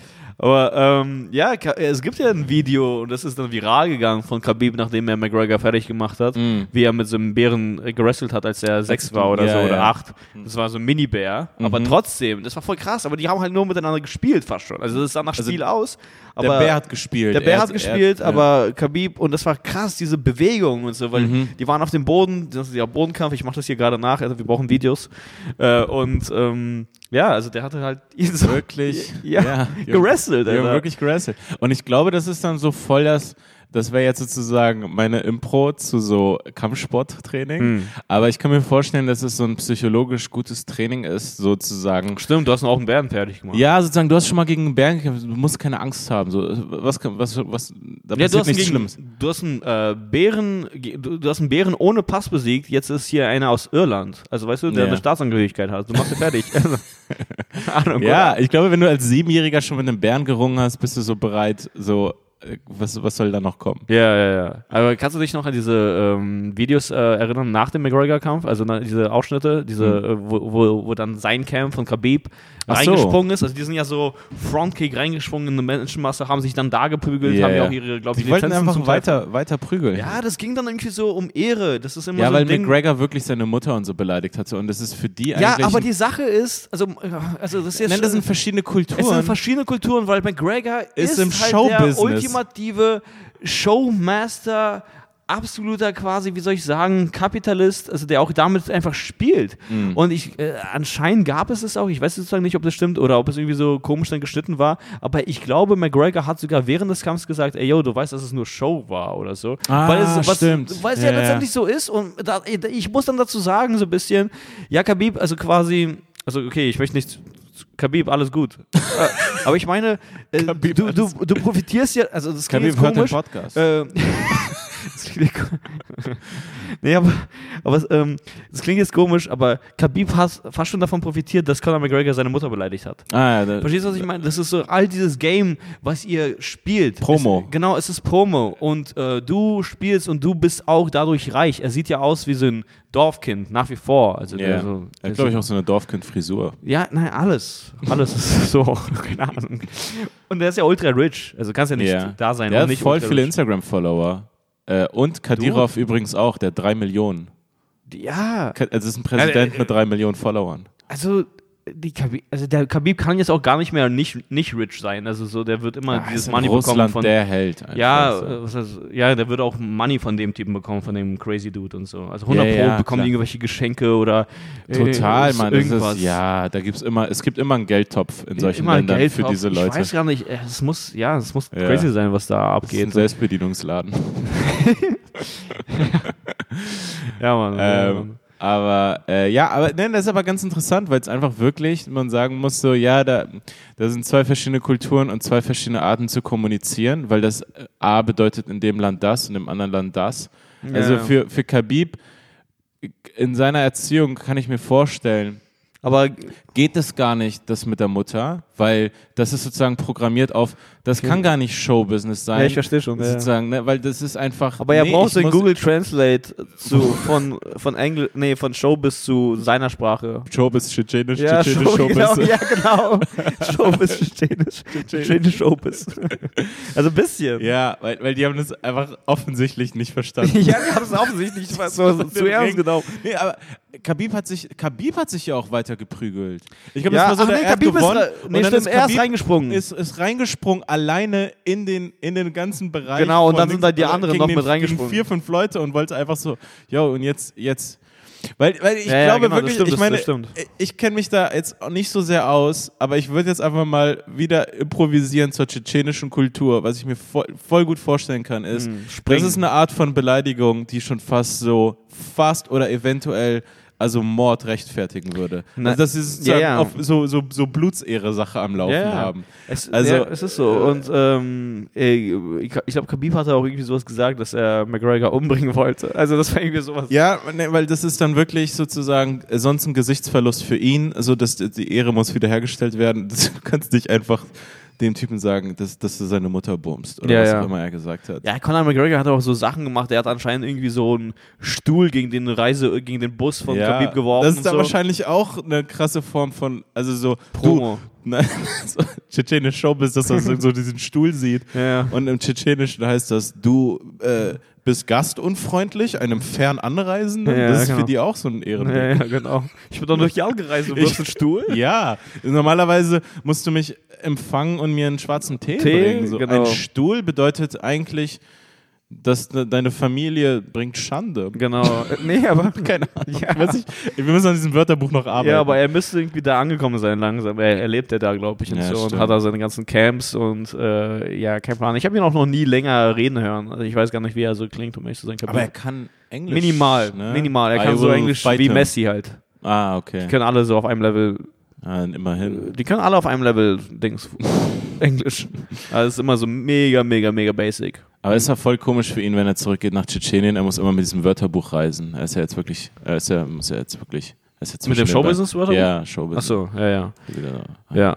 Speaker 2: Aber ähm, ja, Ka- es gibt ja ein Video und das ist dann viral gegangen von Khabib, nachdem er McGregor fertig gemacht hat, wie er mit so einem Bären äh, gerasselt hat, als er sechs war oder
Speaker 1: Mhm. Ja,
Speaker 2: so oder
Speaker 1: ja. Mhm.
Speaker 2: acht. Das war so ein Mini-Bär, aber trotzdem, das war voll krass. Aber die haben halt nur miteinander gespielt fast schon. Also das sah nach Spiel aus.
Speaker 1: Der
Speaker 2: aber-
Speaker 1: Bär hat gespielt.
Speaker 2: der Bär
Speaker 1: Er
Speaker 2: hat gespielt,
Speaker 1: er-
Speaker 2: aber Khabib, und das war krass, diese Bewegung und so, weil die waren auf dem Boden, das ist ja Bodenkampf, ich mache das hier gerade nach, also wir brauchen Videos. Äh, und ähm, ja, also der hatte halt <laughs> ihn so
Speaker 1: wirklich
Speaker 2: ja, <laughs> gerasselt.
Speaker 1: Wir haben
Speaker 2: Alter.
Speaker 1: wirklich gerasselt. Und ich glaube, das ist dann so voll das, das wäre jetzt sozusagen meine Impro zu so Kampfsporttraining.
Speaker 2: Hm.
Speaker 1: Aber ich kann mir vorstellen, dass es so ein psychologisch gutes Training ist, sozusagen.
Speaker 2: Stimmt, du hast auch einen Bären fertig gemacht.
Speaker 1: Ja, sozusagen, du hast schon mal gegen einen Bären gekämpft, du musst keine Angst haben. So, was, kann- was, was, da
Speaker 2: Ja,
Speaker 1: passiert
Speaker 2: du hast,
Speaker 1: nichts
Speaker 2: einen gegen,
Speaker 1: Schlimmes.
Speaker 2: du hast einen äh, Bären, ge- du, du hast einen Bären ohne Pass besiegt. Jetzt ist hier einer aus Irland. Also weißt du, der
Speaker 1: Ja.
Speaker 2: eine Staatsangehörigkeit hat. Du machst ihn <laughs> fertig. Also, keine Ahnung.
Speaker 1: Ja,
Speaker 2: oder?
Speaker 1: ich glaube, wenn du als Siebenjähriger schon mit einem Bären gerungen hast, bist du so bereit, so, äh, was, was soll da noch kommen?
Speaker 2: Ja, ja, ja. Aber kannst du dich noch an diese ähm, Videos äh, erinnern nach dem McGregor-Kampf? Also na, diese Ausschnitte, diese, äh, wo, wo, wo dann sein Camp von Khabib
Speaker 1: Hm. Ach so.
Speaker 2: reingesprungen ist. Also die sind ja so Frontkick reingesprungen in eine Menschenmasse, haben sich dann da geprügelt,
Speaker 1: Ja,
Speaker 2: haben ja
Speaker 1: ja.
Speaker 2: auch ihre, glaube ich,
Speaker 1: Die wollten
Speaker 2: Lizenzen zum
Speaker 1: einfach
Speaker 2: Teil-
Speaker 1: weiter, weiter prügeln.
Speaker 2: Ja, das ging dann irgendwie so um Ehre. Das ist immer
Speaker 1: Ja,
Speaker 2: so
Speaker 1: weil
Speaker 2: ein Ding.
Speaker 1: McGregor wirklich seine Mutter und so beleidigt hatte und das ist für die
Speaker 2: ja,
Speaker 1: eigentlich.
Speaker 2: aber die Sache ist, also, äh, also das ist jetzt
Speaker 1: Nein, das
Speaker 2: schon-
Speaker 1: sind verschiedene
Speaker 2: Es
Speaker 1: Kulturen.
Speaker 2: sind verschiedene Kulturen, weil McGregor ist,
Speaker 1: Ist im
Speaker 2: halt
Speaker 1: Showbusiness.
Speaker 2: der ultimative Showmaster, absoluter quasi, wie soll ich sagen, Kapitalist, also der auch damit einfach spielt.
Speaker 1: Mhm.
Speaker 2: Und ich äh, anscheinend gab es es auch, ich weiß sozusagen nicht, ob das stimmt oder ob es irgendwie so komisch dann geschnitten war, aber ich glaube, McGregor hat sogar während des Kampfs gesagt, ey yo, du weißt, dass es nur Show war oder so.
Speaker 1: Ah,
Speaker 2: weil es, was,
Speaker 1: stimmt.
Speaker 2: Weil es ja,
Speaker 1: Ja, ja.
Speaker 2: letztendlich so ist und da, ich muss dann dazu sagen, so ein bisschen, ja, Khabib, also quasi, also okay, ich möchte nicht Khabib, alles gut. Äh, Aber ich meine, äh,
Speaker 1: Khabib,
Speaker 2: du, du,
Speaker 1: alles
Speaker 2: du profitierst ja, also das klingt
Speaker 1: Khabib
Speaker 2: jetzt
Speaker 1: hört den
Speaker 2: komisch.
Speaker 1: Podcast.
Speaker 2: äh, <laughs> das klingt, <laughs> nee, aber, aber es, ähm, das klingt jetzt komisch, aber Khabib hat fast schon davon profitiert, dass Conor McGregor seine Mutter beleidigt hat.
Speaker 1: ah, ja, da,
Speaker 2: Verstehst du, was ich meine? Das ist so all dieses Game, was ihr spielt.
Speaker 1: Promo.
Speaker 2: Es, genau, es ist Promo. Und äh, du spielst und du bist auch dadurch reich. Er sieht ja aus wie so ein Dorfkind, nach wie vor. Also,
Speaker 1: ja.
Speaker 2: der so,
Speaker 1: er
Speaker 2: der
Speaker 1: hat, glaube ich, auch so eine Dorfkind-Frisur.
Speaker 2: ja, nein, alles. Alles ist <laughs> so, keine Ahnung. Und der ist ja ultra rich. Also kannst ja nicht
Speaker 1: Ja.
Speaker 2: da sein.
Speaker 1: Der
Speaker 2: und
Speaker 1: hat
Speaker 2: nicht
Speaker 1: voll
Speaker 2: ultra
Speaker 1: viele
Speaker 2: rich.
Speaker 1: Instagram-Follower. Äh, und Kadirov übrigens auch, der hat drei Millionen.
Speaker 2: Ja,
Speaker 1: Ka- Also es ist ein Präsident
Speaker 2: Äh, äh,
Speaker 1: mit drei Millionen Followern.
Speaker 2: also, die Khabib, also der Khabib kann jetzt auch gar nicht mehr nicht, nicht rich sein. Also so, der wird immer
Speaker 1: Ah, ist
Speaker 2: dieses
Speaker 1: in
Speaker 2: Money bekommen
Speaker 1: Russland
Speaker 2: von.
Speaker 1: der Held. einfach
Speaker 2: ja,
Speaker 1: so.
Speaker 2: äh, was heißt, ja, der wird auch Money von dem Typen bekommen, von dem Crazy Dude und so. Also 100
Speaker 1: Ja,
Speaker 2: Pro
Speaker 1: ja,
Speaker 2: bekommen die
Speaker 1: klar.
Speaker 2: irgendwelche Geschenke oder äh,
Speaker 1: Total, Mann. Das
Speaker 2: irgendwas.
Speaker 1: ist, ja, da gibt's immer, es gibt immer einen Geldtopf in solchen
Speaker 2: Immer
Speaker 1: Ländern
Speaker 2: Geld
Speaker 1: für
Speaker 2: drauf.
Speaker 1: diese Leute.
Speaker 2: Ich weiß gar nicht, äh, es muss, ja, es muss
Speaker 1: Ja.
Speaker 2: crazy sein, was da
Speaker 1: das ist ein <laughs>
Speaker 2: abgeht.
Speaker 1: Selbstbedienungsladen.
Speaker 2: Ja, Mann. ja, Mann.
Speaker 1: Ähm, aber äh, ja, aber nein, das ist aber ganz interessant, weil es einfach wirklich, man sagen muss, so, ja, da, da sind zwei verschiedene Kulturen und zwei verschiedene Arten zu kommunizieren, weil das äh, A bedeutet in dem Land das und im anderen Land das. Also
Speaker 2: ja.
Speaker 1: für, für Khabib, in seiner Erziehung kann ich mir vorstellen,
Speaker 2: Aber
Speaker 1: geht es gar nicht, das mit der Mutter, weil das ist sozusagen programmiert auf, das kann gar nicht Showbusiness sein.
Speaker 2: Ja, ich verstehe schon, ja, ja.
Speaker 1: Sozusagen, ne, weil das ist einfach.
Speaker 2: Aber er
Speaker 1: nee,
Speaker 2: braucht
Speaker 1: ich
Speaker 2: so einen
Speaker 1: muss-
Speaker 2: Google Translate zu, von, von Engl nee, von Showbiz zu seiner Sprache.
Speaker 1: Showbiz, tschetschenisch, tschetschenisch, <laughs>
Speaker 2: Show- genau,
Speaker 1: Showbiz.
Speaker 2: ja, genau. <laughs> Showbiz, Tschetschenisch. Tschetschenisch Showbiz. Also ein bisschen.
Speaker 1: Ja, <laughs> weil, weil die haben das einfach offensichtlich nicht
Speaker 2: <laughs>
Speaker 1: verstanden.
Speaker 2: Ja, die haben es offensichtlich
Speaker 1: <laughs>
Speaker 2: nicht so, zu ernst genommen.
Speaker 1: Nee, aber Khabib hat sich, Khabib hat sich ja auch weiter geprügelt. Ich glaube,
Speaker 2: Ja,
Speaker 1: das war so der
Speaker 2: ach nee,
Speaker 1: er hat
Speaker 2: Khabib ist
Speaker 1: gewonnen.
Speaker 2: re- nee,
Speaker 1: und dann
Speaker 2: stimmt, er ist
Speaker 1: Khabib-
Speaker 2: reingesprungen.
Speaker 1: Ist, ist reingesprungen, alleine in den, in den ganzen Bereich.
Speaker 2: Genau, und
Speaker 1: von
Speaker 2: dann sind
Speaker 1: links- äh,
Speaker 2: da die anderen
Speaker 1: gegen
Speaker 2: noch
Speaker 1: den,
Speaker 2: mit reingesprungen.
Speaker 1: Gegen vier, fünf Leute und wollte einfach so, ja, und jetzt, jetzt. Weil, weil ich
Speaker 2: Ja, ja,
Speaker 1: glaube
Speaker 2: genau, das
Speaker 1: wirklich,
Speaker 2: stimmt,
Speaker 1: ich
Speaker 2: das-
Speaker 1: meine, äh,
Speaker 2: das stimmt.
Speaker 1: ich kenne mich da jetzt auch nicht so sehr aus, aber ich würde jetzt einfach mal wieder improvisieren zur tschetschenischen Kultur. Was ich mir voll, voll gut vorstellen kann, ist, das
Speaker 2: Hm, springen.
Speaker 1: ist eine Art von Beleidigung, die schon fast so, fast oder eventuell, also Mord rechtfertigen würde.
Speaker 2: Na,
Speaker 1: also, dass sie sozusagen
Speaker 2: ja, ja.
Speaker 1: Auf so, so, so Blutsehre-Sache am Laufen haben.
Speaker 2: Es,
Speaker 1: Also-
Speaker 2: ja, es ist so. Und ähm, ey, ich, ich glaube, Khabib hatte auch irgendwie sowas gesagt, dass er McGregor umbringen wollte. Also das war irgendwie sowas.
Speaker 1: Ja, ne, weil das ist dann wirklich sozusagen äh, sonst ein Gesichtsverlust für ihn, so dass die- die Ehre muss wiederhergestellt werden. <laughs> Das- Du kannst nicht einfach dem Typen sagen, dass, dass du seine Mutter bummst oder
Speaker 2: Ja,
Speaker 1: was
Speaker 2: ja.
Speaker 1: auch immer er gesagt hat.
Speaker 2: Ja, Conor McGregor hat auch so Sachen gemacht. Er hat anscheinend irgendwie so einen Stuhl gegen den Reise, gegen den Bus von Khabib geworfen.
Speaker 1: Das ist
Speaker 2: und
Speaker 1: dann
Speaker 2: so.
Speaker 1: wahrscheinlich auch eine krasse Form von, also so,
Speaker 2: Promo.
Speaker 1: du, Nein, <laughs> so, tschetschenisch Showbiz, dass er so, so diesen Stuhl sieht.
Speaker 2: Ja, <laughs> ja.
Speaker 1: Und im Tschetschenischen heißt das, du äh, bist gastunfreundlich einem fern Anreisenden.
Speaker 2: Ja,
Speaker 1: das ist
Speaker 2: genau.
Speaker 1: für die auch so ein Ehrending.
Speaker 2: <laughs> Ja, ja, genau. Ich bin doch durch die Algen gereist und wirfst einen Stuhl.
Speaker 1: Ja, normalerweise musst du mich empfangen und mir einen schwarzen Tee,
Speaker 2: Tee,
Speaker 1: bringen. So
Speaker 2: genau.
Speaker 1: Ein Stuhl bedeutet eigentlich, dass de deine Familie bringt Schande. <laughs>
Speaker 2: Genau. Äh, Nee, aber.
Speaker 1: Keine Ahnung.
Speaker 2: Ja.
Speaker 1: Weiß ich, wir müssen an diesem Wörterbuch noch arbeiten.
Speaker 2: Ja, aber er müsste irgendwie da angekommen sein langsam. Er, er lebt ja da, glaube ich, und
Speaker 1: Ja,
Speaker 2: so. Und
Speaker 1: stimmt.
Speaker 2: hat da seine ganzen Camps und äh, ja, kein Plan. Ich habe ihn auch noch nie länger reden hören. Also ich weiß gar nicht, wie er so klingt, um ehrlich zu sein. Ich glaub,
Speaker 1: Aber
Speaker 2: er-
Speaker 1: er kann Englisch.
Speaker 2: minimal,
Speaker 1: ne?
Speaker 2: minimal. Er
Speaker 1: I
Speaker 2: kann so
Speaker 1: will
Speaker 2: Englisch
Speaker 1: fight
Speaker 2: wie
Speaker 1: him.
Speaker 2: Messi halt.
Speaker 1: Ah, okay.
Speaker 2: Die können alle so auf einem Level.
Speaker 1: Ah, immerhin.
Speaker 2: Die können alle auf einem Level Dings. <laughs> Englisch. Also es ist immer so mega, mega, mega basic.
Speaker 1: Aber es ist ja voll komisch für ihn, wenn er zurückgeht nach Tschetschenien. Er muss immer mit diesem Wörterbuch reisen. Er ist ja jetzt wirklich. Er ist ja, muss ja jetzt wirklich. Er ist jetzt
Speaker 2: Mit
Speaker 1: zwischen
Speaker 2: dem
Speaker 1: den beiden-
Speaker 2: Showbusiness-Wörterbuch?
Speaker 1: Ja, Showbusiness.
Speaker 2: Achso, ja, ja.
Speaker 1: Wieder-
Speaker 2: Ja.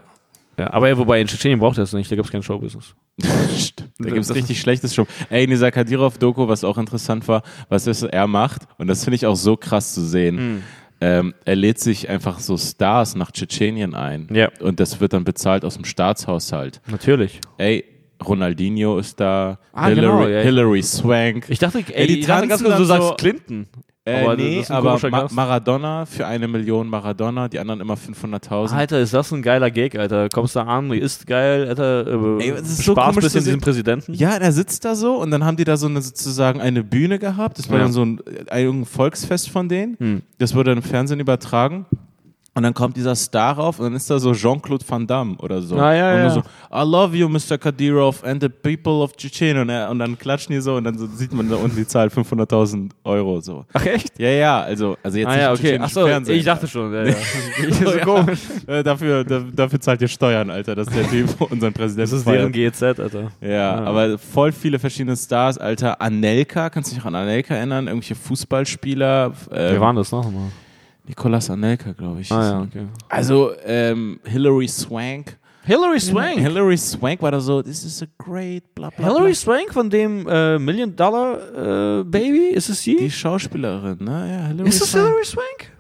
Speaker 2: ja. Aber ja, wobei in Tschetschenien braucht er es nicht, da gibt es kein Showbusiness. <laughs>
Speaker 1: Stimmt. Da gibt es richtig schlechtes Show. Ey, in dieser Kadirov-Doku, was auch interessant war, was es- er macht, und das finde ich auch so krass zu sehen,
Speaker 2: Hm.
Speaker 1: ähm, er lädt sich einfach so Stars nach Tschetschenien ein.
Speaker 2: Ja.
Speaker 1: Und das wird dann bezahlt aus dem Staatshaushalt.
Speaker 2: Natürlich.
Speaker 1: Ey, Ronaldinho ist da,
Speaker 2: Ah,
Speaker 1: Hillary,
Speaker 2: genau, ja, ja.
Speaker 1: Hillary Swank.
Speaker 2: Ich dachte, ey,
Speaker 1: Ey, die
Speaker 2: ich dachte ganz
Speaker 1: tanzen
Speaker 2: kurz, du
Speaker 1: dann
Speaker 2: sagst
Speaker 1: so-
Speaker 2: Clinton.
Speaker 1: äh,
Speaker 2: aber das
Speaker 1: nee,
Speaker 2: ist ein
Speaker 1: aber
Speaker 2: komischer
Speaker 1: Ma
Speaker 2: Gast.
Speaker 1: Maradona für eine Million Maradona, die anderen immer 500.000.
Speaker 2: Alter, ist das ein geiler Gag, Alter. Kommst da an, ist geil, Alter. Äh,
Speaker 1: Ey, das ist so
Speaker 2: Spaß
Speaker 1: komisch zu
Speaker 2: bisschen
Speaker 1: sehen.
Speaker 2: diesem Präsidenten.
Speaker 1: Ja, er sitzt da so und dann haben die da so eine, sozusagen eine Bühne gehabt. Das war
Speaker 2: Ja. Hm.
Speaker 1: dann so ein, ein irgendein Volksfest von denen. Das wurde im Fernsehen übertragen. Und dann kommt dieser Star rauf und dann ist da so Jean-Claude Van Damme oder so.
Speaker 2: Ah, ja,
Speaker 1: und
Speaker 2: ja.
Speaker 1: so, I love you, Mr. Kadyrov and the people of Tschetschenien. Und, er- und dann klatschen die so und dann so sieht man da unten die Zahl 500.000 Euro.
Speaker 2: <laughs>
Speaker 1: So.
Speaker 2: Ach, echt?
Speaker 1: Ja, ja, also, also jetzt
Speaker 2: Ah,
Speaker 1: nicht
Speaker 2: ja,
Speaker 1: im
Speaker 2: okay.
Speaker 1: tschetschenischen
Speaker 2: Achso,
Speaker 1: Fernsehen.
Speaker 2: ich dachte schon. <laughs> Ja, ja. so
Speaker 1: so, <laughs> ja.
Speaker 2: komisch.
Speaker 1: Äh, dafür, da, dafür zahlt ihr Steuern, Alter, dass der Typ <laughs> unseren Präsidenten
Speaker 2: Das ist
Speaker 1: feiert.
Speaker 2: deren GEZ, Alter.
Speaker 1: Ja,
Speaker 2: Ja.
Speaker 1: aber voll viele verschiedene Stars, Alter. Anelka, kannst du dich noch an Anelka erinnern? Irgendwelche Fußballspieler.
Speaker 2: Wer
Speaker 1: Ähm,
Speaker 2: waren das nochmal?
Speaker 1: Nicolas Anelka, glaube ich.
Speaker 2: Ah, ja, okay.
Speaker 1: Also ähm, Hillary Swank.
Speaker 2: Hillary Swank.
Speaker 1: Hillary Swank war da so, this is a great bla bla.
Speaker 2: Hillary
Speaker 1: bla.
Speaker 2: Swank von dem äh, Million Dollar äh, Baby? Ist es sie?
Speaker 1: Die Schauspielerin, ne? Ja, Hillary
Speaker 2: ist es
Speaker 1: Swank.
Speaker 2: Hillary Swank?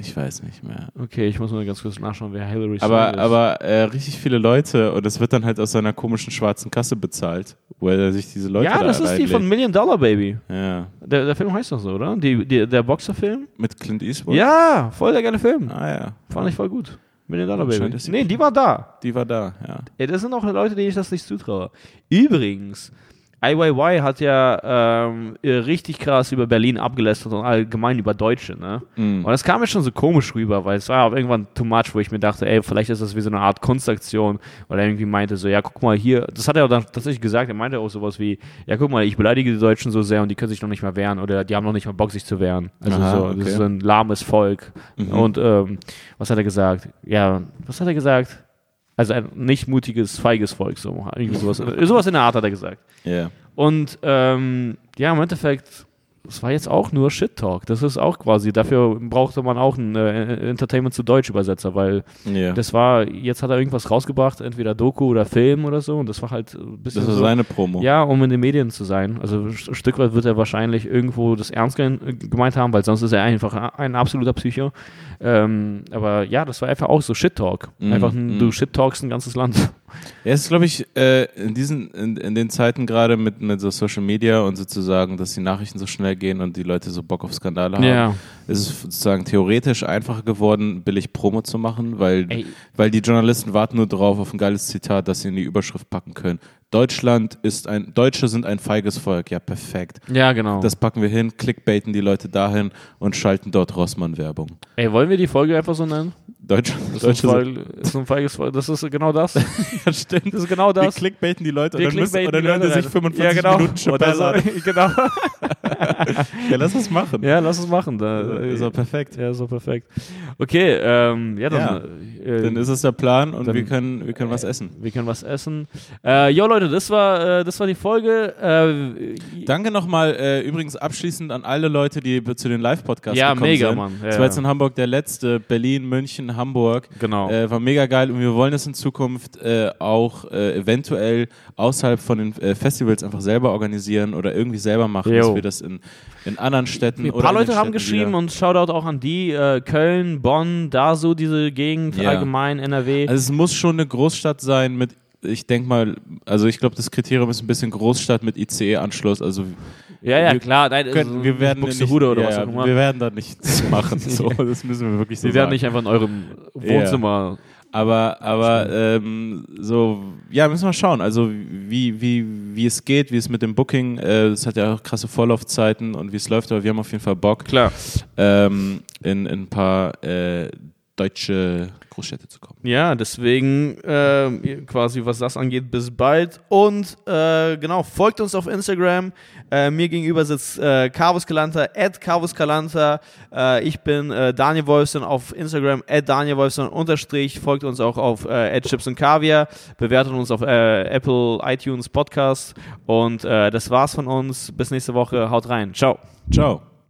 Speaker 1: Ich weiß nicht mehr.
Speaker 2: Okay, ich muss mal ganz kurz nachschauen, wer Hillary Swank
Speaker 1: Aber,
Speaker 2: ist.
Speaker 1: aber äh, richtig viele Leute und es wird dann halt aus seiner komischen schwarzen Kasse bezahlt, wo er sich diese Leute
Speaker 2: ja,
Speaker 1: da
Speaker 2: das ist die von
Speaker 1: reinlegt.
Speaker 2: Million Dollar Baby.
Speaker 1: Ja,
Speaker 2: Der, der Film heißt doch so, oder? Die, die, der Boxerfilm?
Speaker 1: mit Clint Eastwood.
Speaker 2: Ja, voll der geile Film.
Speaker 1: Ah ja,
Speaker 2: Fand ich voll gut. Million Dollar
Speaker 1: Scheint
Speaker 2: Baby.
Speaker 1: es-
Speaker 2: Nee, die war da.
Speaker 1: die war da, ja.
Speaker 2: Ey, das sind auch Leute, denen ich das nicht zutraue. Übrigens, IYY hat ja ähm, äh, richtig krass über Berlin abgelästert und allgemein über Deutsche, ne? Und das kam mir schon so komisch rüber, weil es war auch irgendwann too much, wo ich mir dachte, ey, vielleicht ist das wie so eine Art Kunstaktion, weil er irgendwie meinte so, ja, guck mal hier, das hat er auch dann tatsächlich gesagt, er meinte auch sowas wie, ja, guck mal, ich beleidige die Deutschen so sehr und die können sich noch nicht mal wehren oder die haben noch nicht mal Bock, sich zu wehren. Also
Speaker 1: Aha,
Speaker 2: so,
Speaker 1: okay. Mhm.
Speaker 2: das ist so ein lahmes Volk. Und ähm, was hat er gesagt? Ja, was hat er gesagt? Also ein nicht mutiges, feiges Volk, so irgendwie sowas. sowas in der Art hat er gesagt.
Speaker 1: Ja.
Speaker 2: Und ähm, ja, im Endeffekt, es war jetzt auch nur Shit Talk. Das ist auch quasi, dafür brauchte man auch einen äh, Entertainment zu Deutsch Übersetzer, weil
Speaker 1: Ja.
Speaker 2: das war, jetzt hat er irgendwas rausgebracht, entweder Doku oder Film oder so, und das war halt ein bisschen.
Speaker 1: Das war
Speaker 2: so,
Speaker 1: seine Promo.
Speaker 2: ja, um in den Medien zu sein. Also ein Stück weit wird er wahrscheinlich irgendwo das ernst gen- äh, gemeint haben, weil sonst ist er einfach ein absoluter Psycho. Ähm, aber ja, das war einfach auch so Shit Talk.
Speaker 1: Mhm,
Speaker 2: Einfach, ein,
Speaker 1: mhm.
Speaker 2: du Shit Talkst ein ganzes Land.
Speaker 1: Er ist, glaube ich, äh, in, diesen, in, in den Zeiten gerade mit, mit so Social Media und sozusagen, dass die Nachrichten so schnell gehen und die Leute so Bock auf Skandale haben, ist es sozusagen theoretisch einfacher geworden, billig Promo zu machen, weil,
Speaker 2: Ey.
Speaker 1: weil die Journalisten warten nur drauf auf ein geiles Zitat, das sie in die Überschrift packen können. Deutschland ist ein, Deutsche sind ein feiges Volk. Ja, perfekt.
Speaker 2: Ja, genau.
Speaker 1: Das packen wir hin, clickbaiten die Leute dahin und schalten dort Rossmann-Werbung.
Speaker 2: Ey, wollen wir die Folge einfach so nennen?
Speaker 1: Deutschland,
Speaker 2: Das
Speaker 1: Deutsche
Speaker 2: ist, ein
Speaker 1: sind,
Speaker 2: Fall, ist ein feiges Fall. Das ist genau <laughs> das. Das
Speaker 1: <laughs> ja, stimmt.
Speaker 2: ist genau das.
Speaker 1: Wir clickbaiten die Leute
Speaker 2: Wir
Speaker 1: und dann, müssen, und
Speaker 2: clickbaiten
Speaker 1: dann
Speaker 2: die
Speaker 1: hören die
Speaker 2: Leute
Speaker 1: sich
Speaker 2: rein.
Speaker 1: 45
Speaker 2: ja, genau.
Speaker 1: Minuten
Speaker 2: Oder so.
Speaker 1: Chappelle <laughs> an.
Speaker 2: <laughs> genau.
Speaker 1: Ja, lass uns machen.
Speaker 2: Ja, lass es machen.
Speaker 1: Also,
Speaker 2: Da,
Speaker 1: ist doch perfekt.
Speaker 2: ja, so perfekt. Okay, ähm, ja, dann, äh,
Speaker 1: Dann Äh, ist es der Plan und
Speaker 2: Dann-
Speaker 1: wir können, wir können was essen.
Speaker 2: wir können was essen. Äh, jo, Leute, das war, äh, das war die Folge. Äh,
Speaker 1: Danke nochmal äh, übrigens abschließend an alle Leute, die zu den Live-Podcasts
Speaker 2: Ja,
Speaker 1: gekommen
Speaker 2: mega,
Speaker 1: sind.
Speaker 2: Mann. Ja,
Speaker 1: das war jetzt
Speaker 2: ja.
Speaker 1: in Hamburg der letzte. Berlin, München, Hamburg.
Speaker 2: Genau.
Speaker 1: Äh, war mega geil und wir wollen das in Zukunft äh, auch äh, eventuell außerhalb von den äh, Festivals einfach selber organisieren oder irgendwie selber machen,
Speaker 2: Jo.
Speaker 1: dass wir das in, in anderen Städten
Speaker 2: Ein
Speaker 1: oder
Speaker 2: paar
Speaker 1: in den
Speaker 2: Leute haben
Speaker 1: Städten
Speaker 2: geschrieben
Speaker 1: wieder-
Speaker 2: und Shoutout auch an die, äh, Köln, Bonn, da so diese Gegend,
Speaker 1: Ja.
Speaker 2: allgemein, NRW.
Speaker 1: Also es muss schon eine Großstadt sein mit, ich denke mal, also ich glaube, das Kriterium ist ein bisschen Großstadt mit ICE-Anschluss. Also
Speaker 2: ja, ja,
Speaker 1: wir
Speaker 2: klar. Nein,
Speaker 1: können, wir werden
Speaker 2: Also Buxtehude oder
Speaker 1: ja,
Speaker 2: was
Speaker 1: ja,
Speaker 2: auch immer.
Speaker 1: Wir werden da
Speaker 2: <laughs>
Speaker 1: nichts machen. So, das müssen wir wirklich so
Speaker 2: Sie
Speaker 1: sagen.
Speaker 2: werden nicht einfach in eurem Wohnzimmer.
Speaker 1: Aber, aber ähm, so, ja, müssen wir schauen. Also wie, wie, wie es geht, wie es mit dem Booking, äh, es hat ja auch krasse Vorlaufzeiten und wie es läuft, aber wir haben auf jeden Fall Bock,
Speaker 2: Klar.
Speaker 1: ähm, in, in ein paar äh, deutsche Großstädte zu kommen.
Speaker 2: Ja, deswegen ähm, quasi, was das angeht, bis bald. Und äh, genau, folgt uns auf Instagram. Äh, mir gegenüber sitzt äh, Carvus Calanta, at Carvus Calanta. Äh, ich bin äh, Daniel Wolfson auf Instagram, at Daniel Wolfson unterstrich. Folgt uns auch auf äh, at Chips und Kaviar. Bewertet uns auf äh, Apple, iTunes, Podcast. Und äh, das war's von uns. Bis nächste Woche. Haut rein. Ciao.
Speaker 1: Ciao.